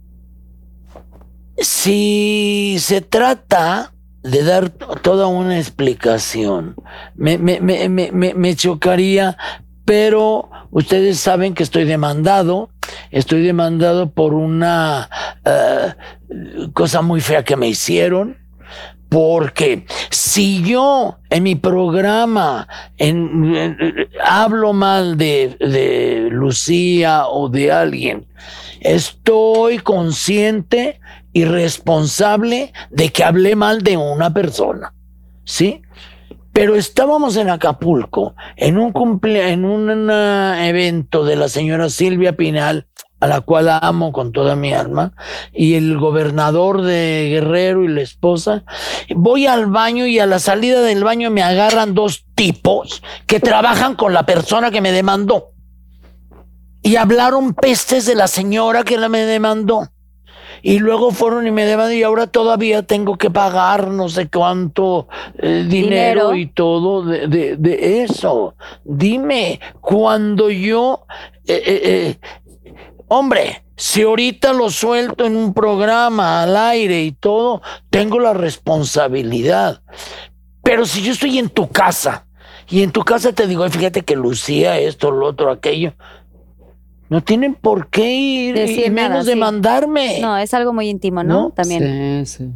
D: Si se trata de dar t- toda una explicación, me, me- me- me- me- me chocaría, pero ustedes saben que estoy demandado, estoy demandado por una eh, cosa muy fea que me hicieron. Porque si yo en mi programa en- en- en- hablo mal de, de Lucía o de alguien, estoy consciente y responsable de que hablé mal de una persona. ¿Sí? Pero estábamos en Acapulco, en un, cumple- en un eh, evento de la señora Silvia Pinal, a la cual amo con toda mi alma, y el gobernador de Guerrero y la esposa. Voy al baño y a la salida del baño me agarran dos tipos que trabajan con la persona que me demandó. Y hablaron pestes de la señora que la me demandó. Y luego fueron y me demandaron y ahora todavía tengo que pagar no sé cuánto eh, dinero,
A: Dinero.
D: y todo de, de- de eso. Dime, cuando yo... eh, eh, eh, hombre, si ahorita lo suelto en un programa al aire y todo, tengo la responsabilidad. Pero si yo estoy en tu casa y en tu casa te digo, "Ay, fíjate que Lucía esto, lo otro, aquello, no tienen por qué ir y-
A: Decir
D: y menos
A: nada, sí.
D: demandarme.
A: No, es algo muy íntimo, ¿no?
D: ¿No?
A: También.
C: Sí, sí.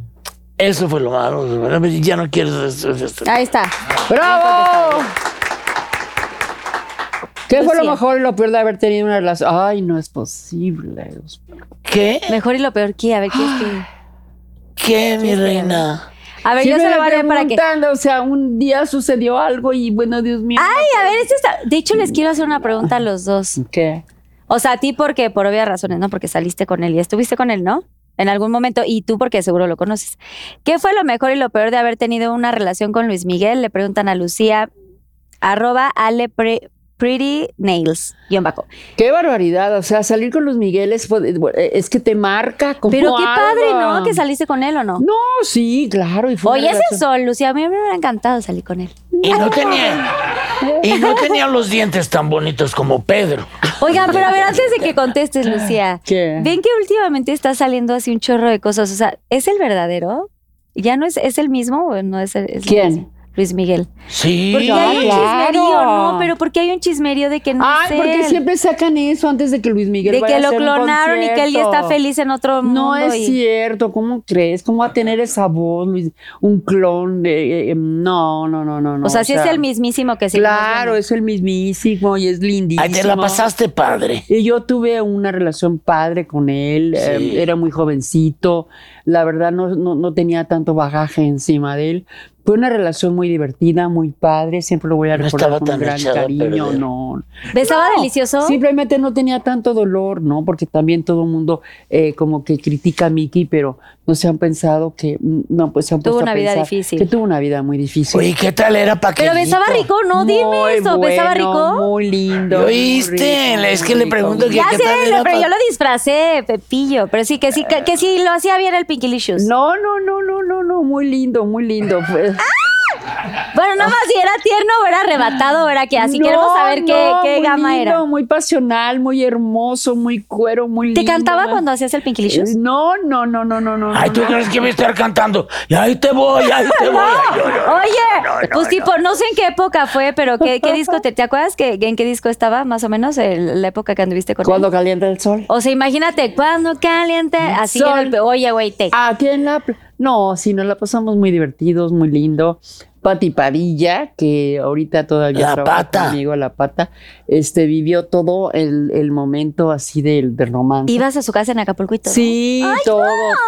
D: Eso fue lo malo. pues, Ya no quieres.
A: Ahí está.
C: ¡Bravo! ¿Qué fue lo
A: Lucía.
C: mejor y lo peor de haber tenido una relación? Ay, no es posible. Dios mío.
D: ¿Qué?
A: Mejor y lo peor que, a ver, ¿qué es que?
D: ¿Qué, mi reina?
A: A ver, yo se
C: Siempre
A: lo
C: me
A: voy a leer para que.
C: preguntando, O sea, un día sucedió algo y bueno, Dios mío.
A: Ay, a ver, esto está. De hecho, les quiero hacer una pregunta a los dos.
C: ¿Qué?
A: O sea, a ti porque, por obvias razones, ¿no? Porque saliste con él y estuviste con él, ¿no? En algún momento, y tú porque seguro lo conoces. ¿Qué fue lo mejor y lo peor de haber tenido una relación con Luis Miguel? Le preguntan a Lucía, arroba Ale Pre- Pretty Nails, guión bajo.
C: Qué barbaridad. O sea, salir con los Migueles fue- eh, es que te marca como.
A: Pero qué padre,
C: algo.
A: ¿no? Que saliste con él o no.
C: No, sí, claro. Y fue una
A: Oye, ese
C: relación-
A: sol, Lucía, a mí me hubiera encantado salir con él.
D: Y no tenía. Y no tenía los dientes tan bonitos como Pedro.
A: Oigan, pero a ver, antes de que contestes, Lucía,
C: ¿Qué?
A: ven que últimamente está saliendo así un chorro de cosas. O sea, ¿es el verdadero? ¿Ya no es, es el mismo o no es el, es el
C: ¿Quién?
A: mismo? Luis Miguel.
D: Sí.
A: Porque hay un
C: claro.
A: chismerío, ¿no? Pero porque hay un chismerío de que no
C: Ay,
A: es
C: porque
A: él?
C: siempre sacan eso antes de que Luis Miguel
A: de
C: vaya
A: que
C: a
A: lo
C: hacer un
A: clonaron y que él ya está
C: concierto.
A: feliz en otro mundo.
C: No es
A: y-
C: cierto, ¿cómo crees? ¿Cómo va a tener esa voz, Luis? Un clon de... eh, eh, no, no, no, no. no,
A: o sea, sí es el mismísimo que sí.
C: Claro, es el mismísimo y es lindísimo.
D: Ay, te la pasaste padre.
C: Y yo tuve una relación padre con él, eh,
D: Sí.
C: era muy jovencito, la verdad no, no- no tenía tanto bagaje encima de él. Fue una relación muy divertida, muy padre, siempre lo voy a
D: No
C: recordar
D: estaba
C: con
D: tan
C: un gran
D: echado a
C: cariño,
D: perder.
C: no.
A: ¿Besaba
C: No,
A: delicioso?
C: Simplemente no tenía tanto dolor, ¿no? Porque también todo el mundo eh, como que critica a Mickey, pero no se han pensado que, no, pues se han
A: Tuvo
C: puesto
A: una
C: a
A: vida
C: pensar
A: difícil.
C: Que tuvo una vida muy difícil.
D: Oye, ¿qué tal era para
A: Pero besaba rico, no, dime
C: Muy
A: eso. ¿Besaba
C: bueno,
A: rico?
C: Muy lindo.
D: ¿Lo
C: muy
D: oíste?
C: rico,
D: Es
C: muy
D: que le
C: rico,
D: pregunto
C: muy
D: que-
A: Ya
D: ¿qué
A: sé,
D: tal era
A: pero
D: pa-
A: yo lo disfracé, Pepillo. Pero sí, que sí, que, que sí lo hacía bien el Pinky Licious.
C: No, no, no, no, no, no, muy lindo, muy lindo. pues. Fue-
A: Ah, Bueno, nada más si era tierno o era arrebatado o era que así.
C: No,
A: Queremos saber qué,
C: no,
A: qué
C: muy
A: gama
C: lindo,
A: era.
C: Muy pasional, muy hermoso, muy cuero, muy lindo.
A: ¿Te cantaba cuando hacías el Pinky Licious?
C: Eh, No, no, no, no, no, no.
D: Ay, ¿tú
C: no.
D: crees que voy a estar cantando? Y ahí te voy, ahí te voy. Ay, yo, yo.
A: Oye,
D: no, no,
A: pues
D: no.
A: tipo, no sé en qué época fue, pero ¿qué, qué disco te, te acuerdas que, en qué disco estaba más o menos el- la época que anduviste con él?
C: Cuando calienta el sol.
A: O sea, imagínate, cuando calienta, así
C: Sol.
A: era el pe- Oye, güey, te.
C: Aquí en la... pl- No, sí, nos la pasamos muy divertidos, muy lindo. Pati Padilla, que ahorita todavía
D: La
C: trabaja
D: pata.
C: conmigo, la pata, este, vivió todo el, el momento así del, del romance.
A: Ibas a su casa en Acapulco y todo.
C: Sí, todo,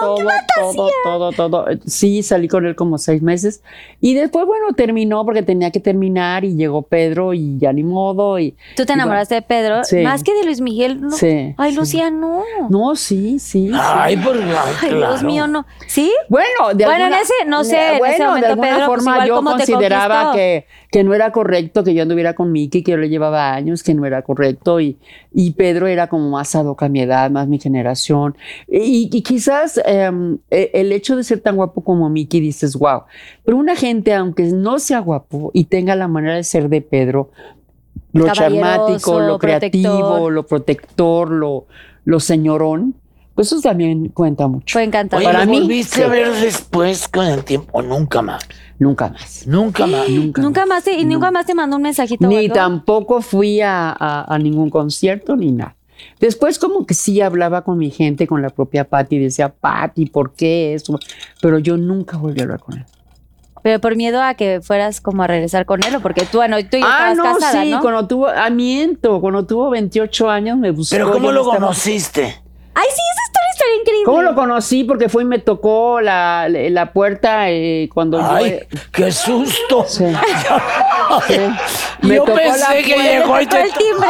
A: guau, qué
C: todo, todo, todo, todo. Sí, salí con él como seis meses. Y después, bueno, terminó porque tenía que terminar y llegó Pedro y ya ni modo. Y,
A: Tú te enamoraste de Pedro,
C: Sí.
A: más que de Luis Miguel. No.
C: Sí,
A: Ay,
C: sí.
A: Lucía, no.
C: No, sí, sí.
D: Ay, por ay,
A: Ay,
D: claro.
A: Dios mío, no. ¿Sí?
C: Bueno, de
A: Bueno, en
C: alguna,
A: ese, no sé, en ese
C: bueno,
A: momento,
C: de alguna
A: Pedro, pues,
C: forma
A: igual
C: yo
A: cómo te
C: consideraba
A: conquistó.
C: que, que no era correcto que yo anduviera con Miki, que yo le llevaba años, que no era correcto y, y Pedro era como más adoca a mi edad, más mi generación. Y, y quizás em, e- el hecho de ser tan guapo como Miki dices, wow. Pero una gente, aunque no sea guapo y tenga la manera de ser de Pedro, lo charmático,
A: Caballeroso,
C: lo creativo,
A: protector.
C: lo protector, lo, lo señorón, pues eso también cuenta mucho.
A: Fue encantador.
D: Oye,
C: Para
D: ¿lo
C: mí,
D: volviste
C: sí.
D: a ver después con el tiempo? O nunca más.
C: Nunca más.
D: Nunca más.
C: Nunca,
A: Nunca más te, y nunca
C: No.
A: más te mandó un mensajito. o
C: Ni
A: algo?
C: tampoco fui a, a- a ningún concierto ni nada. Después como que sí hablaba con mi gente, con la propia Patti, y decía, Patti, ¿por qué eso? Pero yo nunca volví a hablar con él.
A: Pero por miedo a que fueras como a regresar con él, o porque tú, bueno, tú ya
C: Ah,
A: estabas
C: no,
A: casada,
C: sí,
A: ¿no?
C: cuando tuvo, ah, miento, cuando tuvo 28 años me buscó.
D: Pero
C: yo
D: ¿cómo
C: no
D: lo
C: estaba-
D: conociste?
A: Ay, sí, esa historia estaría increíble.
C: ¿Cómo lo conocí? Porque fue y me tocó la, la puerta eh, cuando
D: Ay,
C: yo...
D: qué susto.
C: Sí. Sí. Me
D: Yo
C: tocó la
D: pensé que
C: puerta.
D: llegó y
A: Fue el
D: te...
A: timbre.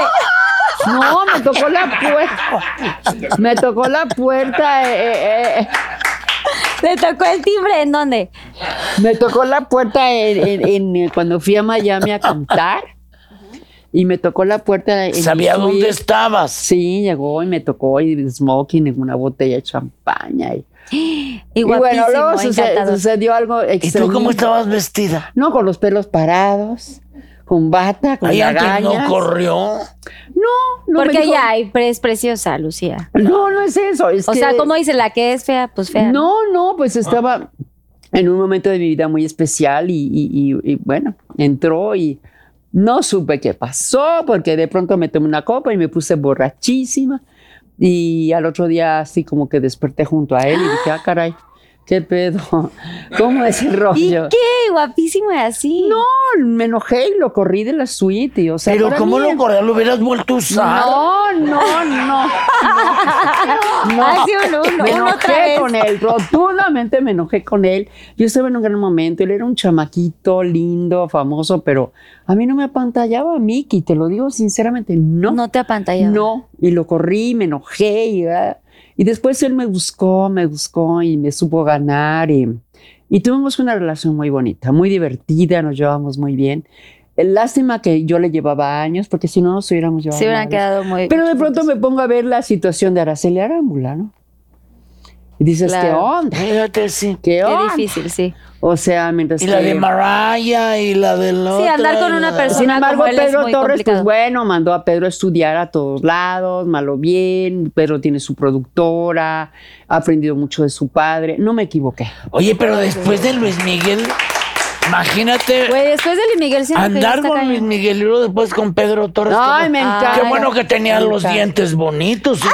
C: No, me tocó la puerta. Me tocó la puerta. eh, eh, eh,
A: Le tocó el timbre, ¿en dónde?
C: me tocó la puerta en- en- en- cuando fui a Miami a cantar. Y me tocó la puerta. en
D: Sabía
C: mi
D: dónde
C: suite.
D: estabas.
C: Sí, llegó y me tocó y smoking en una botella de champaña. Y,
A: Y
C: y bueno,
A: guapísimo,
C: luego suce-
A: encantador.
C: sucedió algo
D: ¿Y
C: extraño.
D: tú cómo estabas vestida?
C: No, con los pelos parados, con bata, con
D: Ahí antes no
C: lagañas.
D: corrió.
C: No, no me
A: Porque
C: dijo-
A: ya hay pre- es preciosa, Lucía.
C: No, no es eso. es
A: O sea,
C: que-
A: como dice la que es fea, pues fea.
C: No, no, pues
D: Ah.
C: estaba en un momento de mi vida muy especial y, y- y- y, bueno, entró y no supe qué pasó porque de pronto me tomé una copa y me puse borrachísima y al otro día así como que desperté junto a él y dije, ah, caray, qué pedo, ¿cómo es el
A: ¿Y
C: rollo?
A: qué? Guapísimo y así. No.
C: Me enojé y lo corrí de la suite y o sea,
D: Pero
C: para
D: ¿cómo
C: mí
D: lo
C: es-
D: corrió? ¿Lo hubieras vuelto a usar?
C: No, no, no. No.
A: Ay, sí, un uno,
C: Me
A: uno otra
C: enojé
A: vez.
C: con él, rotundamente me enojé con él. Yo estaba en un gran momento, él era un chamaquito lindo, famoso, pero a mí no me apantallaba Mickey, te lo digo sinceramente, no.
A: No te apantallaba.
C: No, y lo corrí, me enojé y, ah, y después él me buscó, me buscó y me supo ganar y, y tuvimos una relación muy bonita, muy divertida, nos llevábamos muy bien. Eh, Lástima que yo le llevaba años porque si no nos hubiéramos llevado.
A: Se hubieran
C: años.
A: quedado muy.
C: Pero de pronto me pongo a ver la situación de Araceli Arámbula, ¿no? Y Y dices, ¿qué
A: Claro.
C: onda?
D: Fíjate, sí.
C: ¿Qué
A: Qué
C: onda?
A: difícil, sí.
C: O sea, mientras
D: Y la
C: que-
D: de Mariah y la de la
A: Este, Sí, andar
D: otra,
A: con
D: y
A: una
D: la-
A: persona.
C: Sin embargo,
A: como él es
C: Pedro
A: muy
C: Torres,
A: complicado.
C: pues bueno, mandó a Pedro a estudiar a todos lados, malo bien. Pedro tiene su productora, ha aprendido mucho de su padre. No me equivoqué.
D: Oye, pero después de Luis Miguel, imagínate
A: Güey, después de Luis Miguel siento que ya
D: andar
A: está
D: con Luis
A: cañón.
D: Miguel y luego después con Pedro Torres.
C: Ay,
D: que-
C: me
A: Ay,
C: encanta.
D: Qué bueno que tenían los
C: Ay,
D: dientes bonitos.
C: Sí.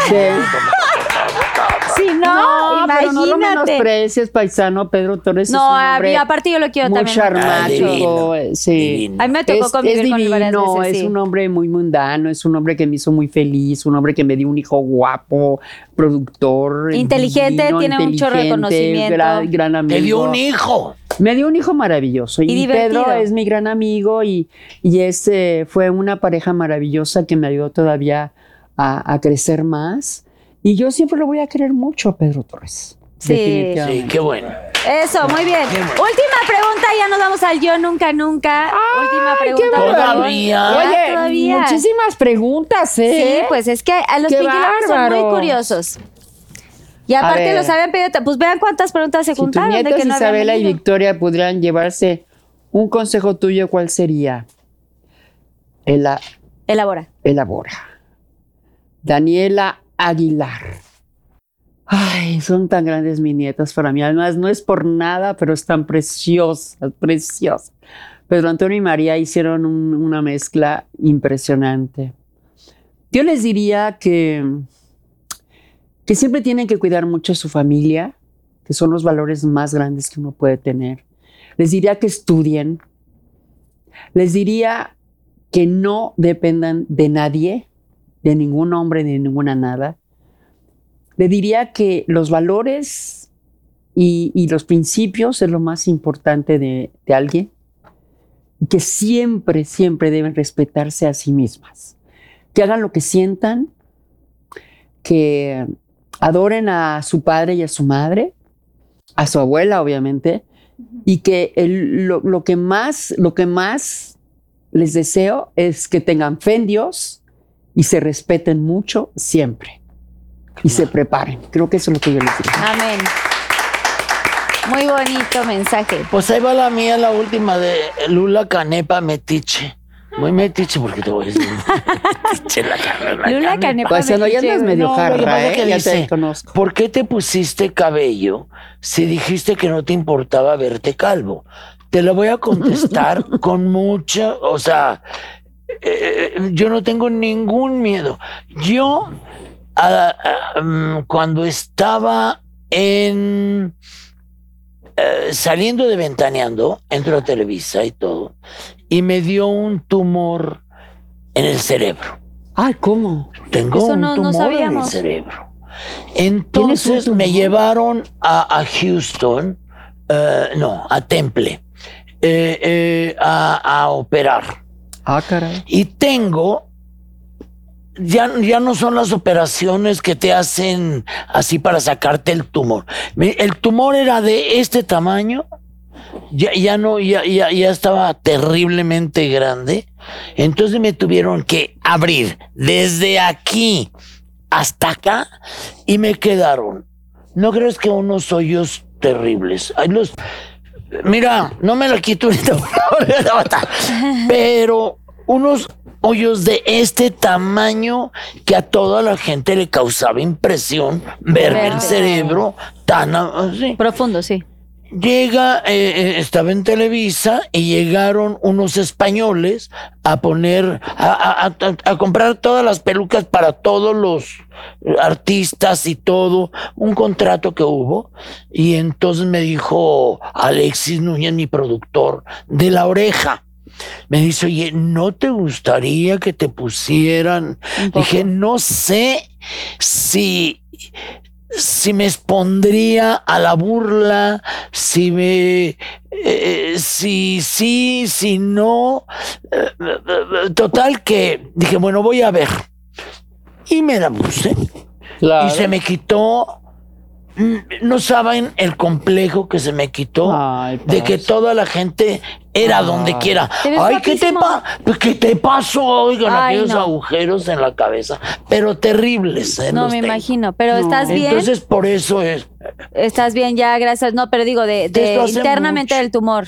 A: Sí, no,
C: No, pero no lo
A: imagínate.
C: menosprecies, paisano. Pedro Torres
A: No,
C: es un
A: a- y
C: hombre
A: aparte yo lo quiero
C: muy
A: también.
C: charmático.
D: Divino,
C: eh, Sí.
D: divino.
A: A mí me tocó
C: es,
A: convivir
C: es
A: con él varias
C: divino,
A: veces,
C: es
A: sí.
C: un hombre muy mundano, es un hombre que me hizo muy feliz, un hombre que me dio un hijo guapo, productor.
A: Inteligente, tiene un chorro de
C: inteligente,
A: conocimiento.
C: Gran, gran amigo.
D: Te dio un hijo.
C: Me dio un hijo maravilloso. Y,
A: Y divertido.
C: Pedro es mi gran amigo y, y es, eh, fue una pareja maravillosa que me ayudó todavía a, a crecer más. Y yo siempre lo voy a querer mucho a Pedro Torres.
A: Sí.
D: Sí,
C: definitivamente.
D: qué bueno.
A: Eso, muy bien. Última pregunta, ya nos vamos al yo nunca nunca. Última pregunta. por favor.
D: Todavía.
A: Ay,
C: Oye,
A: Ah, todavía.
C: muchísimas preguntas, ¿eh?
A: Sí, pues es que a los
C: Qué
A: Pinky Lovers son muy
C: bárbaro.
A: curiosos. Y
C: A
A: aparte
C: ver.
A: los habían pedido, ta- pues vean cuántas preguntas se
C: Si tus
A: juntaron de
C: nietas
A: que no habían
C: Isabela y
A: venido.
C: Victoria pudieran llevarse un consejo tuyo, ¿cuál sería? Ela-
A: Elabora.
C: elabora. Daniela Aguilar. Ay, son tan grandes mis nietas para mí. Además, no es por nada, pero están preciosas, preciosas. Pedro Antonio y María hicieron un- una mezcla impresionante. Yo les diría que, que siempre tienen que cuidar mucho a su familia, que son los valores más grandes que uno puede tener. Les diría que estudien. Les diría que no dependan de nadie, de ningún hombre, de ninguna nada. Le diría que los valores y, y los principios es lo más importante de, de alguien, y que siempre, siempre deben respetarse a sí mismas, que hagan lo que sientan, que adoren a su padre y a su madre, a su abuela, obviamente, y que el- lo, lo que más, lo que más les deseo es que tengan fe en Dios y se respeten mucho siempre. Y se preparen. Creo que eso es lo que yo les digo.
A: Amén. Muy bonito mensaje.
D: Pues ahí va la mía, la última de Lula Canepa Metiche. Muy metiche porque te voy a decir. metiche la cara, la
A: Lula Canepa.
C: Pues no, ya
A: Metiche,
C: andas
A: güey.
C: medio
D: No, lo que pasa
C: jarra,
D: es
C: ¿eh?
D: que
C: ya
D: dice-
C: te conozco.
D: ¿Por qué te pusiste cabello si dijiste que no te importaba verte calvo? Te lo voy a contestar con mucha, o sea, eh, eh, yo no tengo ningún miedo. Yo, a- a- mm, cuando estaba en eh, saliendo de Ventaneando, entro a Televisa y todo, y me dio un tumor en el cerebro.
C: Ay, ¿cómo?
D: Tengo
A: Eso
D: un
A: no- no
D: tumor en el
A: sabíamos.
D: cerebro.
C: ¿Tienes un
D: Entonces
C: tumor?
D: me llevaron a, a Houston, eh, no, a Temple, eh, eh, a, a operar.
C: Ah, caray.
D: Y tengo, ya, ya no son las operaciones que te hacen así para sacarte el tumor. Me- El tumor era de este tamaño. Ya, ya no, ya, ya, ya estaba terriblemente grande. Entonces me tuvieron que abrir desde aquí hasta acá y me quedaron. ¿No crees que unos hoyos terribles? Ay, los, mira, no me la quito ahorita, ahorita va a estar. pero unos hoyos de este tamaño que a toda la gente le causaba impresión ver el
A: Verte.
D: cerebro tan así.
A: Profundo, sí.
D: Llega, eh, eh, estaba en Televisa y llegaron unos españoles a poner, a, a- a- a comprar todas las pelucas para todos los artistas y todo, un contrato que hubo. Y entonces me dijo Alexis Núñez, mi productor, de la oreja. Me dice, oye, ¿no te gustaría que te pusieran? Dije, no sé si si me expondría a la burla, si me, eh, si sí, si no. Eh, eh, eh, Total que dije, bueno, voy a ver. Y me la puse y se me quitó. Mm, No saben el complejo que se me quitó
C: Ay, pues,
D: de que toda la gente era donde quiera.
A: Te ves
D: Ay, ¿qué te,
A: guapísimo.
D: pa- pues, ¿qué te pasó? Oigan,
A: Ay,
D: aquellos
A: no.
D: agujeros en la cabeza, pero terribles. eh,
A: No
D: los
A: me
D: tengo.
A: imagino, pero estás bien.
D: Entonces, por eso es.
A: Estás bien, ya, gracias. No, pero digo, de,
D: De
A: de
D: esto hace
A: internamente
D: mucho.
A: del tumor.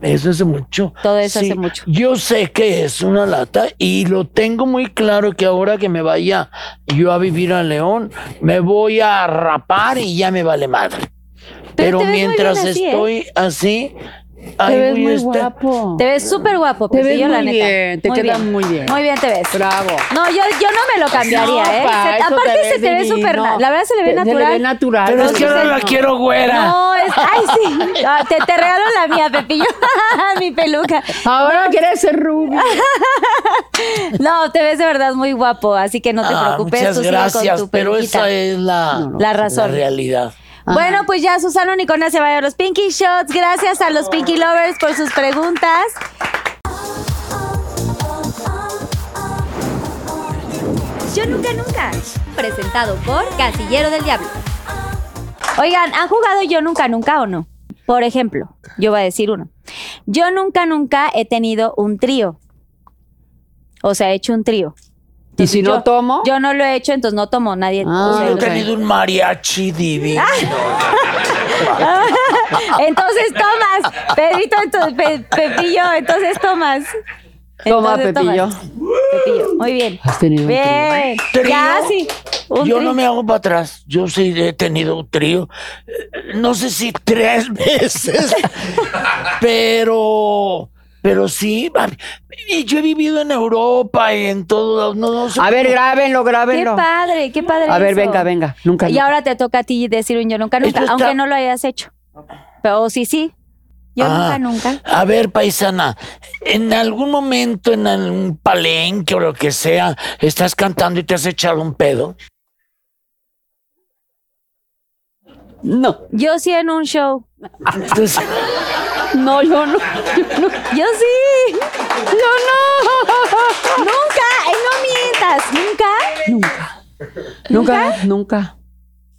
D: Eso hace mucho.
A: Todo eso hace mucho.
D: Yo sé que es una lata y lo tengo muy claro que ahora que me vaya yo a vivir a León, me voy a rapar y ya me vale madre. Pero,
A: te ves muy
D: mientras
A: bien así, ¿eh?
D: estoy así, ahí
C: Te ves
D: voy a
C: muy este
D: estar.
C: guapo.
A: Te ves súper guapo,
C: Te ves
A: Pepillo, la
C: muy
A: neta.
C: bien, te queda muy bien.
A: Muy bien te ves.
C: Bravo.
A: No, yo, yo no me lo cambiaría,
C: No,
A: ¿eh?
C: pa,
A: Se-
C: eso te
A: aparte
C: ves
A: se te ve
C: divino.
A: súper... na- La verdad se le ve
C: Te-
A: natural.
C: Se le ve natural.
D: Pero es que ahora
C: Entonces,
D: la
C: no.
D: quiero güera.
A: pues, No, es... Ay, sí. Ah, te, te regalo la mía, Pepillo. Mi peluca.
C: Ahora quieres ser rubio.
A: No, te ves de verdad muy guapo, así que no te
D: Ah,
A: preocupes.
D: muchas
A: tú sigue
D: gracias,
A: con tu
D: pero
A: peluquita.
D: esa es la,
A: La razón.
D: realidad.
A: Bueno, pues ya Susana Unicornia se va a los Pinky Shots. Gracias a los Pinky Lovers por sus preguntas.
E: Yo nunca, nunca. Presentado por Casillero del Diablo.
A: Oigan, ¿han jugado Yo Nunca Nunca o no? Por ejemplo, yo voy a decir uno. Yo nunca nunca he tenido un trío. O sea, he hecho un trío.
C: Y si
A: Yo-
C: no tomo,
A: Yo no lo he hecho, entonces no tomo nadie.
C: Ah,
A: o sea,
D: Yo he
A: los-
D: tenido un mariachi divino.
A: Ah, entonces tomas, Pedrito, entonces, Pe- Pepillo, entonces tomas.
C: Toma,
A: Entonces,
C: Pepillo.
A: tomas. Pepillo, muy bien.
C: has tenido un trío.
A: Bien,
D: ¿Trío?
A: ya sí. Un
D: Yo
A: trío.
D: no me hago para atrás. Yo sí he tenido un trío. eh, No sé si tres veces, pero, pero sí. a mí- Y yo he vivido en Europa y en todos lados. No, no sé
C: A ver,
D: cómo-
C: grábenlo,
A: Qué
C: grábenlo.
A: padre, qué padre.
C: A ver,
A: eso.
C: venga, venga. Nunca.
A: Y
C: nunca.
A: ahora te toca a ti decir un yo nunca nunca,
D: Esto está-
A: aunque no lo hayas hecho. Pero sí, sí. Yo nunca
D: Ah,
A: nunca.
D: A ver, paisana, en algún momento, en algún palenque o lo que sea, estás cantando y te has echado un pedo.
C: No,
A: Yo sí en un show.
D: Entonces,
C: no, yo no.
A: Yo sí. Yo no. Nunca, ay, no mientas, nunca.
C: Nunca, nunca.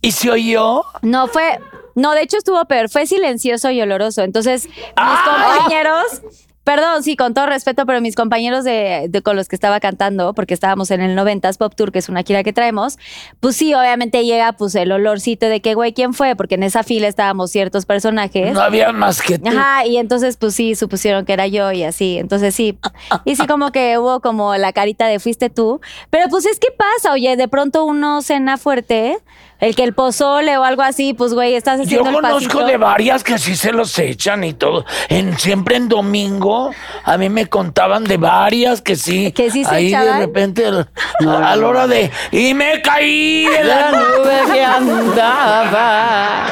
D: ¿Y se oyó?
A: No fue no, de hecho estuvo peor, fue silencioso y oloroso. Entonces, mis compañeros Perdón, sí, con todo respeto, pero mis compañeros de, de- con los que estaba cantando, porque estábamos en el 90s Pop Tour, que es una gira que traemos, pues sí, obviamente llega pues el olorcito de que, güey, ¿quién fue? Porque en esa fila estábamos ciertos personajes.
D: No había más que tú.
A: Ajá, y entonces pues sí, supusieron que era yo y así, entonces sí. Y sí como que hubo como la carita de fuiste tú, pero pues es que pasa, oye, de pronto uno cena fuerte, el que el pozole o algo así, pues güey, estás
D: Yo
A: haciendo el pasito.
D: conozco de varias que sí se los echan y todo. En, siempre en domingo, a mí me contaban de varias que sí.
A: ¿Que sí se
D: Ahí
A: echaban?
D: de repente, al- a la hora de. ¡Y me caí! de la
C: La nube que andaba.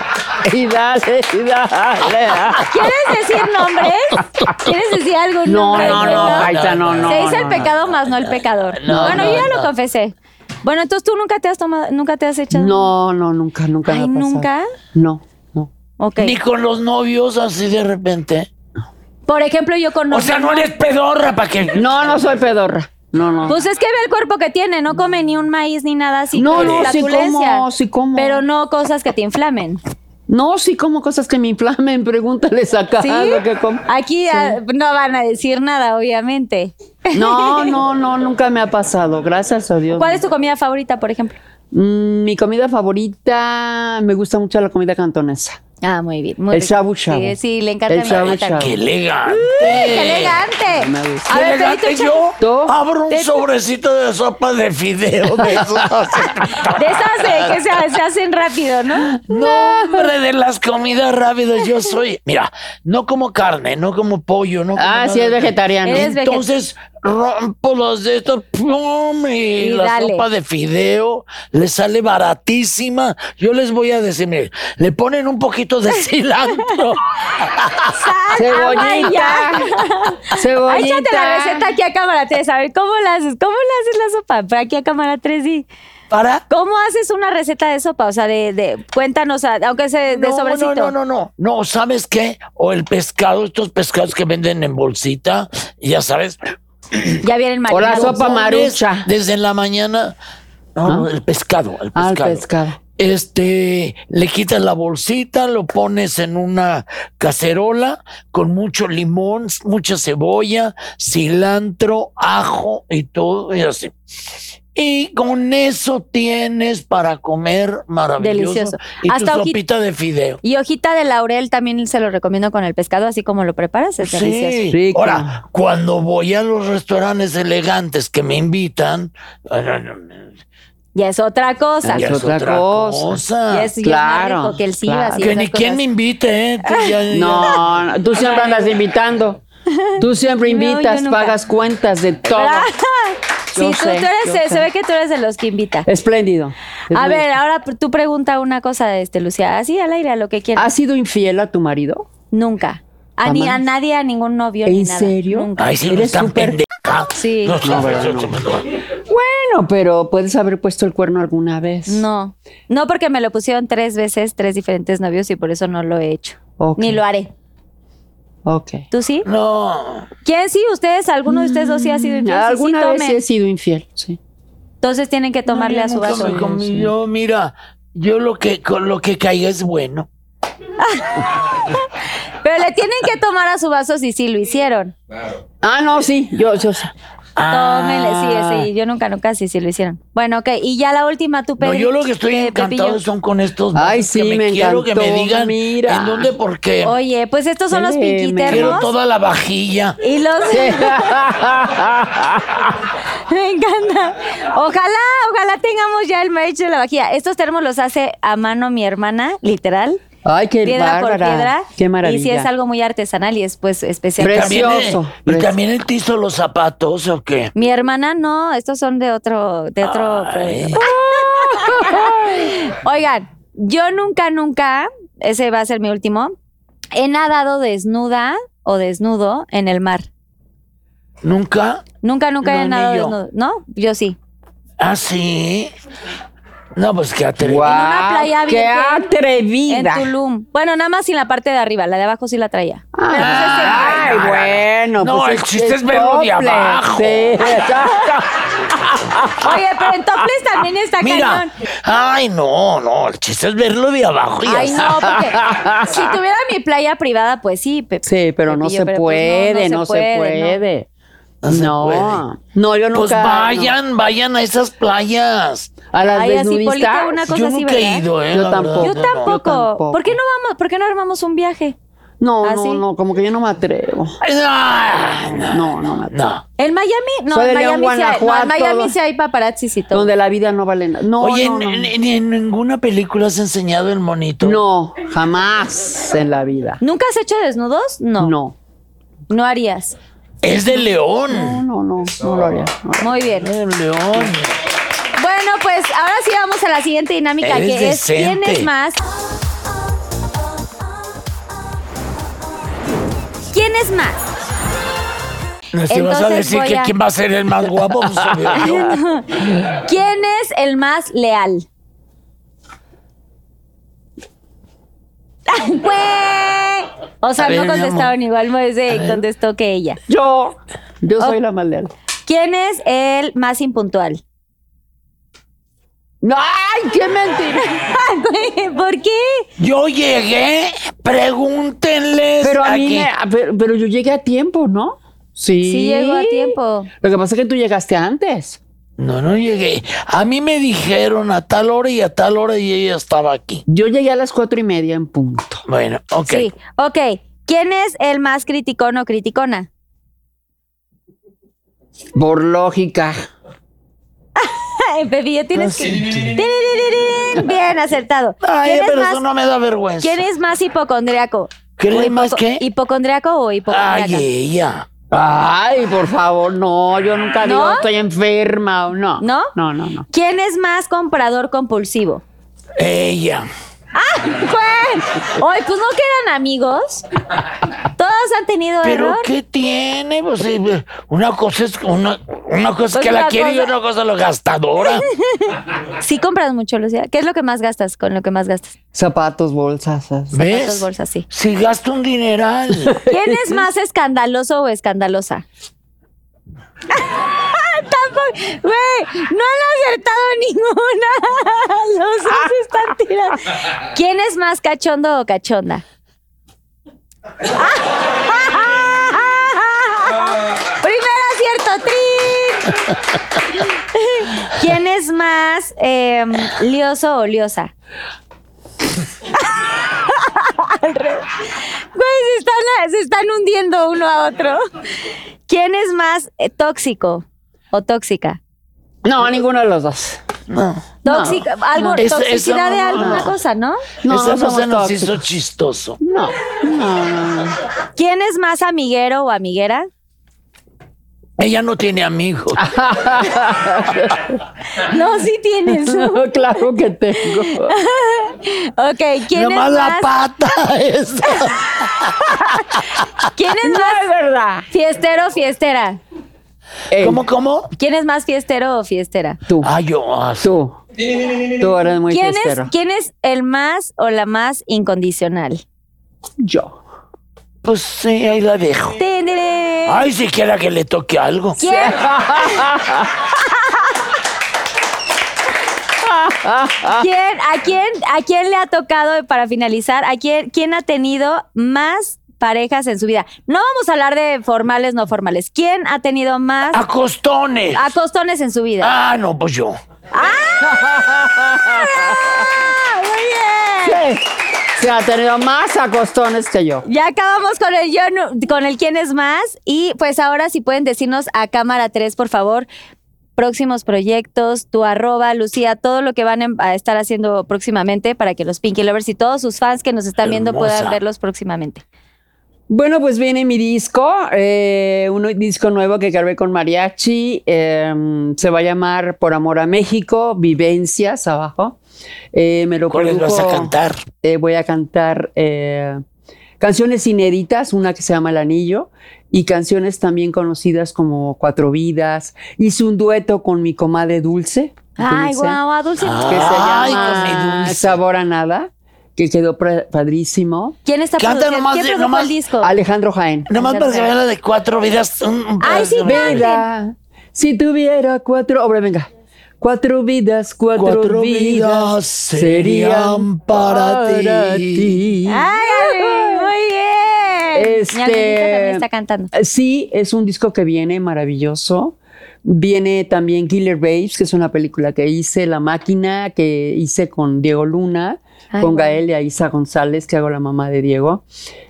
C: Y dale, y dale.
A: ¿Quieres decir nombres? ¿Quieres decir algo?
C: No, no, no, Gaita, no, no.
A: Se dice el
C: no,
A: pecado más no el pecador.
D: No,
A: bueno,
D: no,
A: yo ya
D: no.
A: lo confesé. Bueno, entonces tú nunca te has tomado, nunca te has echado.
C: No, no, nunca, nunca. me
A: Ay,
C: ha pasado.
A: nunca.
C: No, no.
A: Ok.
D: Ni con los novios, así de repente.
A: Por ejemplo, yo conozco.
D: o sea, no eres pedorra para que.
C: No, no soy pedorra. No, no.
A: Pues es que ve el cuerpo que tiene, no come ni un maíz ni nada así.
C: No,
A: con
C: no, sí
A: flatulencia.
C: como, sí como.
A: Pero no cosas que te inflamen.
C: No, sí como cosas que me inflamen. Pregúntales acá
A: ¿Sí?
C: Ah, lo que como.
A: Aquí ah, no van a decir nada, obviamente.
C: No, no, no, nunca me ha pasado. Gracias a Dios.
A: ¿Cuál es tu comida favorita, por ejemplo?
C: Mm, mi comida favorita, me gusta mucho la comida cantonesa.
A: Ah, muy bien. muy
C: El
A: rico.
C: shabu shabu.
A: Sí, sí, le encanta
C: El
A: a mi
C: shabu
A: abuelita.
C: shabu.
D: ¡Qué elegante!
A: ¡Qué elegante!
C: Me gusta.
A: A
D: ¡Qué
A: ver,
D: elegante!
A: Pedrito,
D: yo
C: ¿Tú?
D: abro un sobrecito de sopa de fideo de esos así.
A: De esas de que se, se hacen rápido, ¿no?
D: No, hombre, de las comidas rápidas yo soy. Mira, no como carne, no como pollo, no como.
C: Ah, sí, es
D: nada.
C: vegetariano.
A: Eres- veget-
D: Entonces rompo los de estos plum, y, la
A: dale.
D: sopa de fideo le sale baratísima. Yo les voy a decir, mire, le ponen un poquito de cilantro.
A: ¡Sal, agua y ya!
C: Cebollita. Cebollita.
A: Ay, échate la receta aquí a cámara 3. A ver, ¿cómo la haces? ¿Cómo le haces la sopa? Pero aquí a cámara 3 y...
D: Para
A: ¿Cómo haces una receta de sopa? O sea, de, de cuéntanos, a- aunque sea de
D: no,
A: sobrecito.
D: No, no, no, no. No, ¿sabes qué? O el pescado, estos pescados que venden en bolsita, ya sabes.
A: Ya vienen
C: O la
A: marinados.
C: sopa marucha.
D: Desde la mañana. No, no, el pescado, el pescado.
C: Ah, el pescado.
D: Este, le quitas la bolsita, lo pones en una cacerola con mucho limón, mucha cebolla, cilantro, ajo y todo, y así. Y con eso tienes para comer maravilloso.
A: Delicioso.
D: Y
A: Hasta
D: tu
A: hoji-
D: sopita de fideo.
A: Y hojita de laurel también se lo recomiendo con el pescado, así como lo preparas, es delicioso.
D: Sí.
C: Rico.
D: Ahora, cuando voy a los restaurantes elegantes que me invitan,
A: Ya es otra cosa.
D: ya
A: Ya,
D: es otra, cosa.
A: es ya es
C: Claro,
A: más rico que el Sivas
C: claro.
A: y
D: que
A: esas
D: ni quien
A: cosas.
D: me invite, ¿eh? Tú ya- ya-
C: No, no, tú siempre andas invitando. Tú siempre
A: No, yo
C: invitas,
A: nunca.
C: pagas cuentas de todo.
A: Ah, Sí,
C: Yo
A: tú,
C: sé,
A: tú eres,
C: yo sé. Pues
A: se ve que tú eres de los que invita.
C: Espléndido.
A: A ver, ahora p- tú pregunta una cosa, este, Lucía. Así al aire, a lo que quieras.
C: ¿has sido infiel a tu marido?
A: Nunca. A, ni, a
C: Ah, Jamás.
A: nadie, a ningún novio.
C: ¿En
A: ni nada.
C: serio?
A: Nunca.
D: Ay, sí, no
C: Eres
D: es tan
C: súper-
D: pendeja.
A: Sí.
D: No, no, no, no.
C: Bueno, pero puedes haber puesto el cuerno alguna vez.
A: No. No porque me lo pusieron tres veces, tres diferentes novios y por eso no lo he hecho.
C: Ok.
A: Ni lo haré.
C: Ok.
A: ¿Tú sí?
D: No.
A: ¿Quién sí? ¿Ustedes? ¿Alguno de ustedes dos sí ha sido infiel? Sí, sí,
C: Mm, Alguna vez
A: tomen.
C: he sido infiel, sí.
A: Entonces tienen que tomarle
D: yo
A: a su
D: nunca
A: vaso.
D: me comí- Yo, mira, yo lo que, con lo que caiga es bueno.
A: Pero le tienen que tomar a su vaso si sí lo hicieron.
C: Ah, no, sí, yo, yo sí.
D: Ah.
A: Tómenle, sí, sí. Yo nunca, nunca sí, sí lo hicieron. Bueno, ok. Y ya la última, tú,
D: No,
A: Pedro.
D: yo lo que
A: eh,
D: estoy encantado son con estos vasos
C: Ay,
D: que
C: sí, me
D: quiero que me
C: encantó,
D: digan
C: mira.
D: en dónde porque
A: Oye, pues estos son los
C: Dele, me-
D: quiero
A: pinquitermos.
D: toda la vajilla.
A: Y los... Me encanta. Ojalá, ojalá tengamos ya el merch de la vajilla. Estos termos los hace a mano mi hermana, literal.
C: Ay, qué
A: piedra por
C: bárbara.
A: piedra.
C: Qué maravilla.
A: Y si es algo muy artesanal y es pues especial.
C: Pre-
D: También, eh,
C: Precioso,
D: y
C: precioso.
D: también él te hizo los zapatos o qué?
A: Mi hermana no, estos son de otro, de otro.
D: Ay.
A: Oigan, yo nunca, nunca, ese va a ser mi último, he nadado desnuda o desnudo en el mar.
D: ¿Nunca?
A: Nunca, nunca
D: No,
A: he
D: ni
A: nadado
D: yo.
A: desnudo. ¿No? Yo sí.
D: ¿Ah, sí? No, pues que atrevido.
C: Guau,
A: una playa
C: ¡Qué
A: virgen,
C: atrevida!
A: En Tulum. Bueno, nada más sin la parte de arriba, la de abajo sí la traía.
C: Ay, bueno.
D: No,
C: pues
D: el chiste es verlo
C: doble.
D: de abajo.
C: Sí, exacto.
A: Oye, pero en Toples también está
D: Mira,
A: cañón.
D: ay, no, no, el chiste es verlo de abajo y ya
A: Ay,
D: está.
A: no, porque si tuviera mi playa privada, pues sí, Pepe.
C: Sí, pero no
A: Pepillo,
C: se
A: pero pues
C: puede,
A: no,
C: no, se puede. No,
D: No se
C: no, yo nunca.
D: Pues
C: no.
D: vayan, vayan a esas playas.
C: A las
A: Ay, así,
C: desnudistas.
A: Polita, una cosa
D: Yo
A: así,
D: nunca
A: ¿verdad?
D: he ido, ¿eh?
C: Yo
D: la
C: tampoco.
A: Yo
D: verdad, no, no.
A: tampoco.
C: tampoco.
A: ¿Por qué no vamos? ¿Por qué no armamos un viaje?
C: No,
A: ¿Ah,
C: no,
A: sí?
C: no, como que yo no me atrevo.
D: Ay, no, no,
C: No, no me atrevo.
D: no.
A: En Miami, no,
C: Soy
A: en
C: de
A: Miami,
C: León,
A: sí hay, no, en
C: Guanajuato,
A: Miami
C: do-
A: sí hay paparazzis y todo.
C: Donde la vida no vale nada. No,
D: Oye,
C: no,
D: ni-
C: no.
D: ni- ni en ninguna película has enseñado el monito.
C: No, jamás en la vida.
A: ¿Nunca has hecho desnudos? No. No,
C: No,
A: harías.
D: Es de
C: no,
D: león.
C: no, no, no lo haría. no.
A: Muy bien.
D: Es de león.
A: Bueno, pues ahora sí vamos a la siguiente dinámica
D: Eres
A: que es ¿Quién
D: decente.
A: es más? ¿Quién es más?
D: No, Si vas a
A: Entonces
D: decir
A: voy
D: que
A: a-
D: quién va a ser el más guapo, pues, obvio, yo.
A: ¿Quién es el más leal? ¡Güey! O sea,
D: A ver,
A: no
D: mi amor.
A: contestaron igual, Moisés contestó que ella.
C: Yo, yo soy la más leal.
A: ¿Quién es el más impuntual?
C: No, ¡Ay, qué mentira!
A: Güey, ¿Por qué?
D: Yo llegué, pregúntenles.
C: Pero a mí,
D: quién-
C: me- a- pero, pero yo llegué a tiempo, ¿no? Sí.
A: Sí llegó a tiempo.
C: Lo que pasa es que tú llegaste antes.
D: No, no llegué. A mí me dijeron a tal hora y a tal hora y ella estaba aquí.
C: Yo llegué a las cuatro y media en punto.
D: Bueno, ok.
A: Sí, ok. ¿Quién es el más criticón o criticona?
C: Por lógica.
A: Ay, Pepillo, tienes que... Tiririrín. Bien acertado.
D: Ay,
A: ¿Quién es,
D: pero
A: más,
D: eso no me da vergüenza.
A: quién es más hipocondriaco?
D: ¿Quién
A: ¿O
D: es más
A: hipoco-
D: qué?
A: ¿Hipocondriaco o hipocondriaca?
D: Ay, ella.
C: Ay, por favor, no, yo nunca digo
A: ¿No?
C: estoy enferma o no.
A: ¿No?
C: No, no, no.
A: ¿Quién es más comprador compulsivo?
D: Ella.
A: Hoy, pues no quedan amigos. Todos han tenido
D: ¿Pero
A: error.
D: qué tiene? Pues, eh, una cosa es una, una cosa es
A: Pues
D: que la
A: una
D: quiere y
A: cosa-
D: otra cosa lo gastadora.
A: Sí compras mucho, Lucía. ¿Qué es lo que más gastas con lo que más gastas?
C: Zapatos, bolsas. as-
A: Estas
D: ¿Ves?
A: bolsas, sí.
D: Si gasta un dineral.
A: ¿Quién es más escandaloso o escandalosa? Tampoco, güey, no han acertado ninguna. Los dos están tirados. ¿Quién es más cachondo o cachonda? Primero acierto, tri. ¿Quién es más eh, lioso o liosa? Al revés. Güey, se están, se están hundiendo uno a otro. ¿Quién es más eh, tóxico o tóxica?
C: No, ninguna de las dos.
D: No.
A: Tóxica, algo,
D: Eso- eso
A: toxicidad de
D: no,
A: alguna
D: no.
A: cosa, ¿no?
C: No,
D: Eso no
C: somos
D: se nos
C: tóxicos.
D: hizo chistoso.
C: No, no, no.
A: ¿Quién es más amiguero o amiguera?
D: Ella no tiene amigos.
A: No, sí tienes.
C: No, claro que tengo.
A: Ok, ¿quién es
D: Nomás la
A: más,
D: pata esa.
A: ¿quién es más
C: verdad.
A: fiestero o fiestera?
D: ¿Cómo, cómo?
A: ¿Quién es más fiestero o fiestera?
C: Tú,
D: Ah, yo. ah,
C: tú. Tú eres muy
A: ¿Quién es,
C: fiestero.
A: ¿Quién es el más o la más incondicional?
C: Yo.
D: Pues sí, ahí la dejo.
A: Tenere.
D: Ay, siquiera que le toque algo.
A: ¿Quién? ¿Quién, a, quién, ¿A quién le ha tocado, para finalizar, a quién, quién ha tenido más parejas en su vida? No vamos a hablar de formales, no formales. ¿Quién ha tenido más
D: A costones.
A: Ah, acostones en su vida?
D: Ah, no, pues yo.
A: ¡Ah, muy bien!
C: Sí. Se ha tenido más acostones que yo.
A: Ya acabamos con el yo no- con el quién es más y pues ahora si pueden decirnos a cámara 3, por favor, próximos proyectos, tu arroba, Lucía, todo lo que van en- a estar haciendo próximamente para que los Pinky Lovers y todos sus fans que nos están viendo
D: Hermosa.
A: puedan verlos próximamente.
C: Bueno, pues viene mi disco, eh, un disco nuevo que grabé con mariachi. eh, se va a llamar Por Amor a México, Vivencias abajo. Eh, me lo
D: ¿Cuáles vas a
C: produjo-
D: cantar?
C: eh, voy a cantar eh, canciones inéditas, una que se llama El Anillo, y canciones también conocidas como Cuatro Vidas. Hice un dueto con mi comadre Dulce.
A: Ay,
C: Dulce,
A: guau, a Dulce.
D: Ah.
C: Que se
D: Ay,
C: llama
D: con mi Dulce.
C: Sabor a Nada, que quedó pra- padrísimo.
A: ¿Quién está
D: Canta
A: produciendo?
D: nomás
A: ¿Quién
D: de-
A: produjo
D: nomás-
A: el disco?
C: Alejandro Jaén.
D: Nomás para que vean la de cuatro vidas. un- un
A: Ay, sí,
D: pedazo de-
A: ve.
C: Vida, si tuviera cuatro. Hombre, venga. Cuatro vidas, cuatro,
D: Cuatro vidas
C: vidas
D: serían para ti.
C: ti.
A: Ay, muy bien. Mi
C: Este-
A: angelito también está cantando.
C: Eh, Sí, es un disco que viene maravilloso. Viene también Killer Babes, que es una película que hice, La Máquina, que hice con Diego Luna,
A: Ay,
C: con
A: guau.
C: Gaelia Isa González, que hago la mamá de Diego.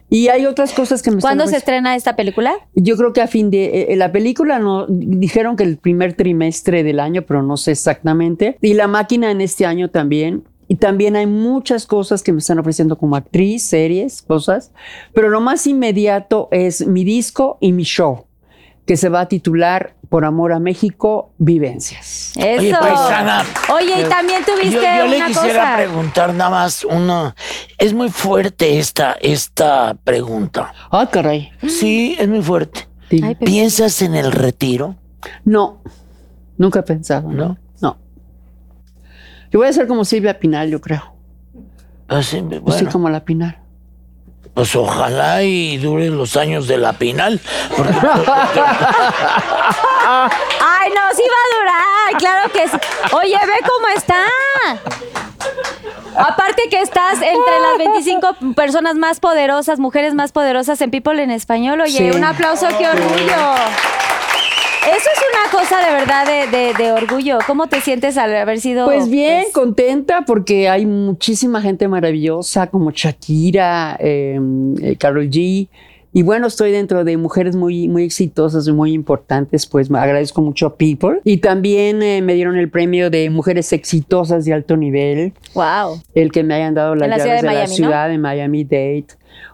C: Y hay otras cosas que me
A: ¿Cuándo se
C: están...
A: estrena esta película?
C: Yo creo que a fin de... eh, la película no... Dijeron que el primer trimestre del año, pero no sé exactamente. Y La Máquina en este año también. Y también hay muchas cosas que me están ofreciendo como actriz, series, cosas. Pero lo más inmediato es mi disco y mi show, que se va a titular Por Amor a México, Vivencias.
D: Oye,
A: Eso.
D: paisana,
A: Oye, y también tuviste
D: Yo, yo le
A: una
D: quisiera
A: cosa.
D: preguntar nada más una. Es muy fuerte esta, esta pregunta.
C: ¡Ay, Ah, caray!
A: Mm.
D: Sí, es muy fuerte.
C: Sí.
A: Ay, Pepe.
D: ¿Piensas en el retiro?
C: No, nunca he pensado, ¿no? No. Yo voy a ser como Silvia Pinal, yo creo.
D: Así,
C: Yo soy
D: Ah, bueno,
C: Pues como la Pinal.
D: pues ojalá y duren los años de la Pinal. porque-
A: Ay, no, sí va a durar, claro que sí. Oye, ve cómo está. Aparte que estás entre las 25 personas más poderosas, mujeres más poderosas en People en Español. Oye,
C: Sí.
A: un aplauso, qué orgullo. Eso es una cosa de verdad de, de- de orgullo. ¿Cómo te sientes al haber sido?
C: Pues bien,
A: pues,
C: contenta porque hay muchísima gente maravillosa como Shakira, eh, eh, Karol G. Y bueno, estoy dentro de mujeres muy, muy exitosas y muy importantes, pues me agradezco mucho a People. Y también eh, me dieron el premio de mujeres exitosas de alto nivel,
A: Wow.
C: el que me hayan dado las
A: En la ciudad
C: llaves
A: de
C: de, la
A: Miami, ¿no?
C: ciudad de Miami Dade.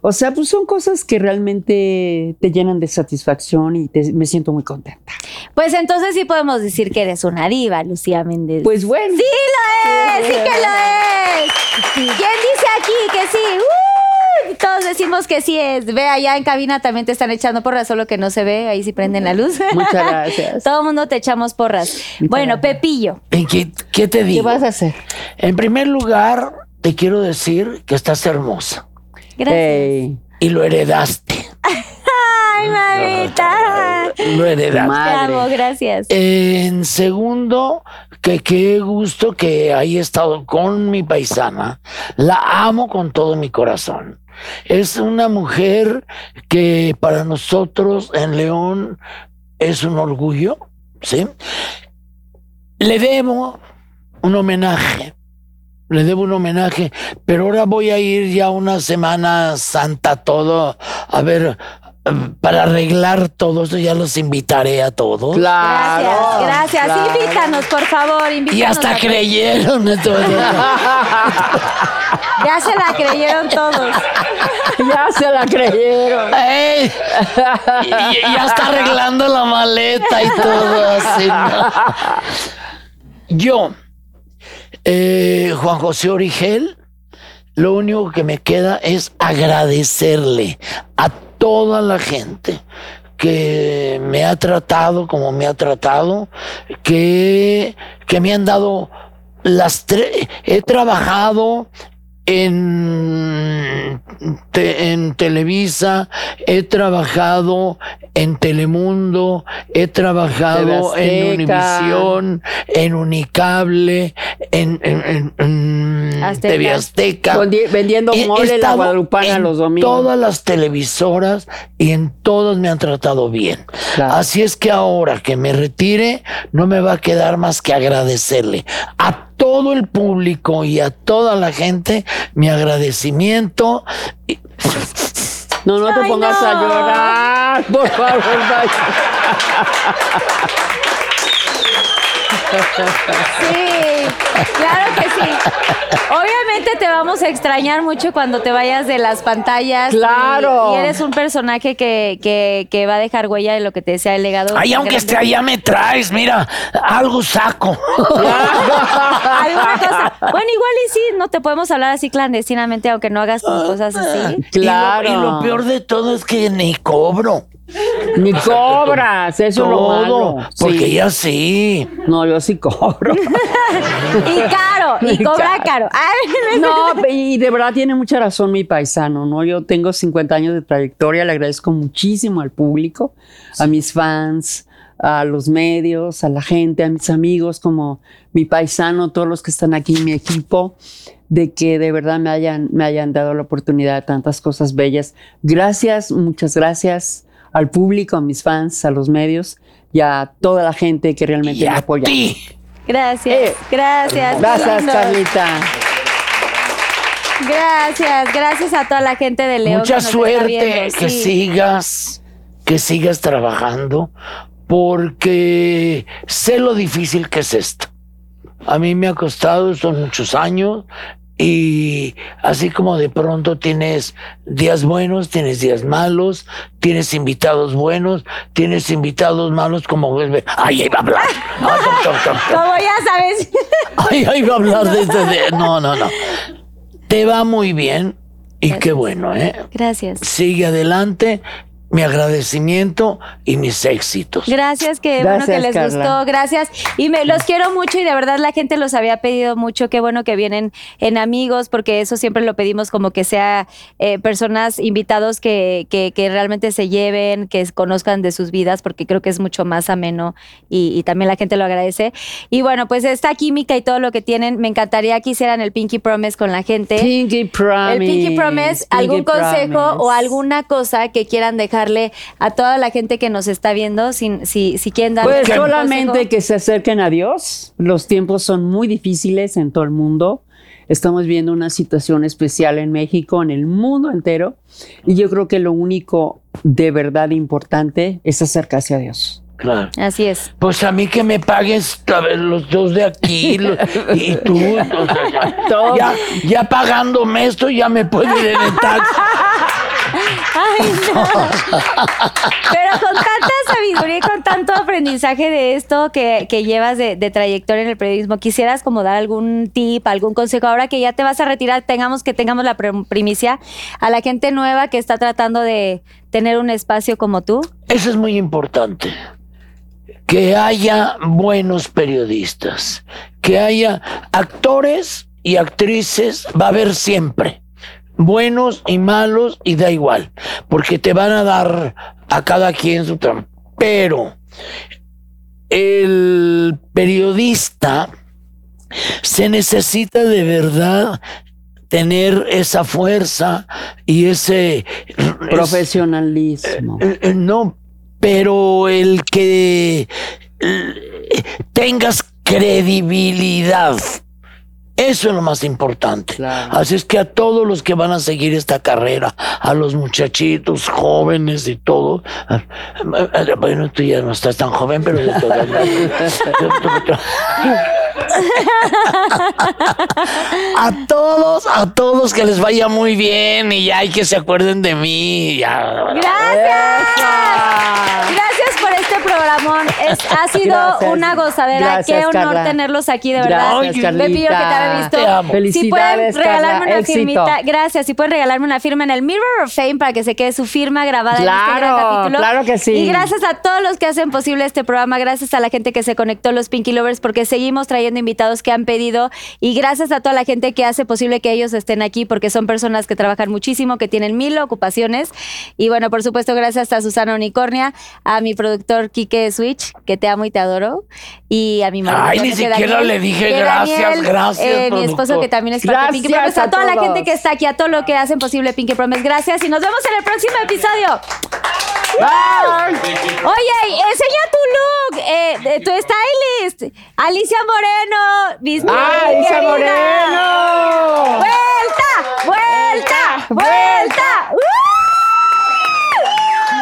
C: O sea, pues son cosas que realmente te llenan de satisfacción y te- me siento muy contenta.
A: Pues entonces sí podemos decir que eres una diva, Lucía Méndez.
C: Pues bueno.
A: Sí lo es, sí que lo es. ¿Quién dice aquí que sí? ¡Uh! Todos decimos que sí es. Ve allá en cabina también te están echando porras, solo que no se ve, ahí sí prenden la luz.
C: Muchas gracias.
A: Todo el mundo te echamos porras. Bueno, Pepillo.
D: ¿En qué, qué te
C: ¿Qué
D: digo?
C: vas a hacer?
D: En primer lugar, te quiero decir que estás hermosa
A: Gracias.
C: Ey.
D: y lo heredaste.
A: Ay, mamita.
D: Lo heredaste.
A: Te amo, gracias.
C: Eh,
D: En segundo, que qué gusto que haya estado con mi paisana. La amo con todo mi corazón. Es una mujer que para nosotros en León es un orgullo, ¿sí? le debo un homenaje. Le debo un homenaje, pero ahora voy a ir ya una semana santa todo, a ver, eh, para arreglar todo esto, ya los invitaré a todos.
C: Claro.
A: Gracias, gracias.
C: claro.
A: Invítanos, por favor, invítanos.
D: y hasta
A: a-
D: creyeron de todo.
A: Ya se la creyeron todos.
C: Ya se la creyeron.
D: ¡Ey! Y, y ya está arreglando la maleta y todo así. ¿no? Yo, eh, Juan José Origel, lo único que me queda es agradecerle a toda la gente que me ha tratado como me ha tratado, que, que me han dado las tres. He trabajado en, te- en Televisa, he trabajado en Telemundo, he trabajado en
C: TV Azteca.
D: Univisión, en Unicable, en, en, en- en
A: Azteca.
D: TV Azteca.
C: Con die- vendiendo
D: He- he
C: mole la
D: estado
C: guadalupana
D: en
C: los domingos.
D: Todas las televisoras y en todas me han tratado bien.
C: Claro.
D: Así es que ahora que me retire, no me va a quedar más que agradecerle a todo el público y a toda la gente mi agradecimiento. Y-
C: No, no te
A: Ay,
C: pongas
A: no.
C: a llorar, por favor. vaya.
A: Sí, claro que sí. Obviamente te vamos a extrañar mucho cuando te vayas de las pantallas. y-
C: Claro.
A: Y, eres un personaje que, que- que va a dejar huella de lo que te decía el legado.
D: Ay, aunque
A: grande.
D: esté allá me traes, mira, algo saco.
C: Pues
A: Alguna cosa. Bueno, igual y sí, no te podemos hablar así clandestinamente, aunque no hagas como cosas así.
D: Y lo-
C: Claro.
D: Y lo, peor de todo es que ni cobro.
C: Ni cobras, eso es lo
D: todo.
C: malo.
D: Porque
C: Sí.
D: ya sí.
C: No, yo sí cobro.
A: Y caro, y cobra caro. Ay,
C: No, y de verdad tiene mucha razón mi paisano, ¿no? Yo tengo 50 años de trayectoria, le agradezco muchísimo al público, a mis fans, a los medios, a la gente, a mis amigos, como mi paisano, todos los que están aquí, mi equipo, de que de verdad me hayan, me hayan dado la oportunidad de tantas cosas bellas. Gracias, muchas gracias al público, a mis fans, a los medios y a toda la gente que realmente
D: Y
C: me
D: a
C: apoya.
D: ti.
A: Gracias,
C: Eh,
A: gracias.
C: Gracias,
A: lindo.
C: Carlita.
A: Gracias, gracias a toda la gente de León. que
D: Mucha
A: nos está
D: suerte
A: viendo,
D: que
A: sí.
D: sigas, que sigas trabajando, porque sé lo difícil que es esto. A mí me ha costado, son muchos años, y así como de pronto tienes días buenos, tienes días malos, tienes invitados buenos, tienes invitados malos, como ay, ahí va a hablar. Ah, tom, tom, tom, tom.
A: Como ya sabes.
D: Ay, ay, va a hablar de este. de- No, no, no. Te va muy bien y qué bueno, ¿eh?
A: Gracias.
D: sigue adelante. Mi agradecimiento y mis éxitos.
A: Gracias, que bueno que
C: Gracias,
A: les
C: Carla.
A: gustó, gracias. Y me los quiero mucho y de verdad la gente los había pedido mucho, qué bueno que vienen en amigos, porque eso siempre lo pedimos como que sea eh, personas, invitados que, que, que realmente se lleven, que conozcan de sus vidas, porque creo que es mucho más ameno y, y también la gente lo agradece. Y bueno, pues esta química y todo lo que tienen, me encantaría que hicieran el Pinky Promise con la gente.
C: Este, Pinky Promise.
A: El Pinky Promise, algún
C: Pinky
A: consejo
C: Promise.
A: o alguna cosa que quieran dejarle a toda la gente que nos está viendo, si, si, si quieren dar
C: Pues
A: algún
C: solamente
A: consejo.
C: que se acerquen a Dios. Los tiempos son muy difíciles en todo el mundo. Estamos viendo una situación especial en México, en el mundo entero. Y yo creo que lo único de verdad importante es acercarse a Dios.
D: Claro.
A: Así es.
D: Pues a mí que me pagues a ver, los dos de aquí lo- y tú. o sea,
C: Todo.
D: ya, ya pagándome esto, ya me puedo ir en el taxi.
A: Ay, no. Pero con tanta sabiduría y con tanto aprendizaje de esto que, que llevas de, de trayectoria en el periodismo, quisieras como dar algún tip, algún consejo, ahora que ya te vas a retirar, tengamos que tengamos la prim- primicia a la gente nueva que está tratando de tener un espacio como tú.
D: Eso es muy importante. Que haya buenos periodistas, que haya actores y actrices, va a haber siempre. Buenos y malos y da igual, porque te van a dar a cada quien su trabajo. Pero el periodista se necesita de verdad tener esa fuerza y ese
C: Profesionalismo.
D: eh, eh, No, pero el que eh, tengas credibilidad. Eso es lo más importante.
C: Claro.
D: Así es que a todos los que van a seguir esta carrera, a los muchachitos jóvenes y todo, ah, ah, ah, bueno, tú ya no estás tan joven, pero de todas maneras, yo- yo- yo- a todos, a todos que les vaya muy bien y ya hay que se acuerden de mí. ya.
A: ¡Gracias! Gracias por este programón. Es, ha sido
C: Gracias.
A: una gozadera.
C: Gracias,
A: Qué honor
C: Carla.
A: tenerlos aquí, de verdad.
C: Gracias, Carlita.
A: Pepillo, que te había visto.
D: Te amo.
A: Si pueden
C: Felicidades,
A: regalarme
C: Carla.
A: una
C: Éxito.
A: firmita, gracias. Si pueden regalarme una firma en el Mirror of Fame para que se quede su firma grabada en este
C: Claro,
A: gran capítulo.
C: claro que sí.
A: Y gracias a todos los que hacen posible este programa, gracias a la gente que se conectó, los Pinky Lovers, porque seguimos trayendo invitados que han pedido. Y gracias a toda la gente que hace posible que ellos estén aquí, porque son personas que trabajan muchísimo, que tienen mil ocupaciones. Y bueno, por supuesto, gracias a Susana Unicornia, a mi productor Quique Switch, que te amo y te adoro. Y a mi marido.
D: Ay, ni
A: que
D: siquiera le dije
A: que
D: gracias, gracias,
A: eh, mi esposo
D: productor.
A: que también es parte de Pinky
C: Gracias
A: Promise, a
C: a
A: toda la
C: todos.
A: gente que está aquí, a todo lo que hacen posible Pinky Promise. Gracias y nos vemos en el próximo episodio. Oye, y eh, enseña tu look, eh, de tu stylist, Alicia Moreno, ¿viste?
C: ¡Ah, Isa Moreno!
A: ¡Vuelta! ¡Vuelta! ¡Vuelta! ¡Uh!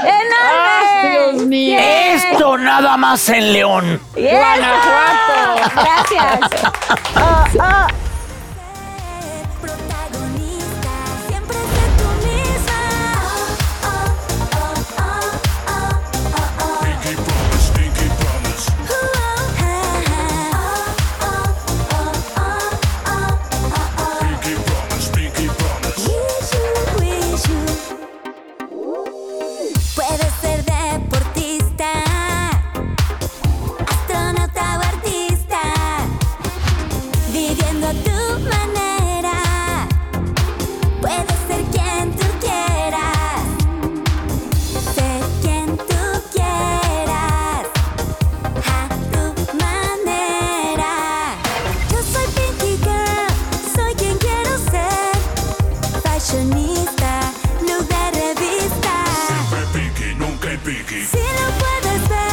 A: ¡Enorme!
C: ¡Ay, Ah, Dios mío!
A: ¡Bien!
D: Esto nada más en León.
A: ¡Eso!
C: Guanajuato.
A: Gracias. Oh, oh,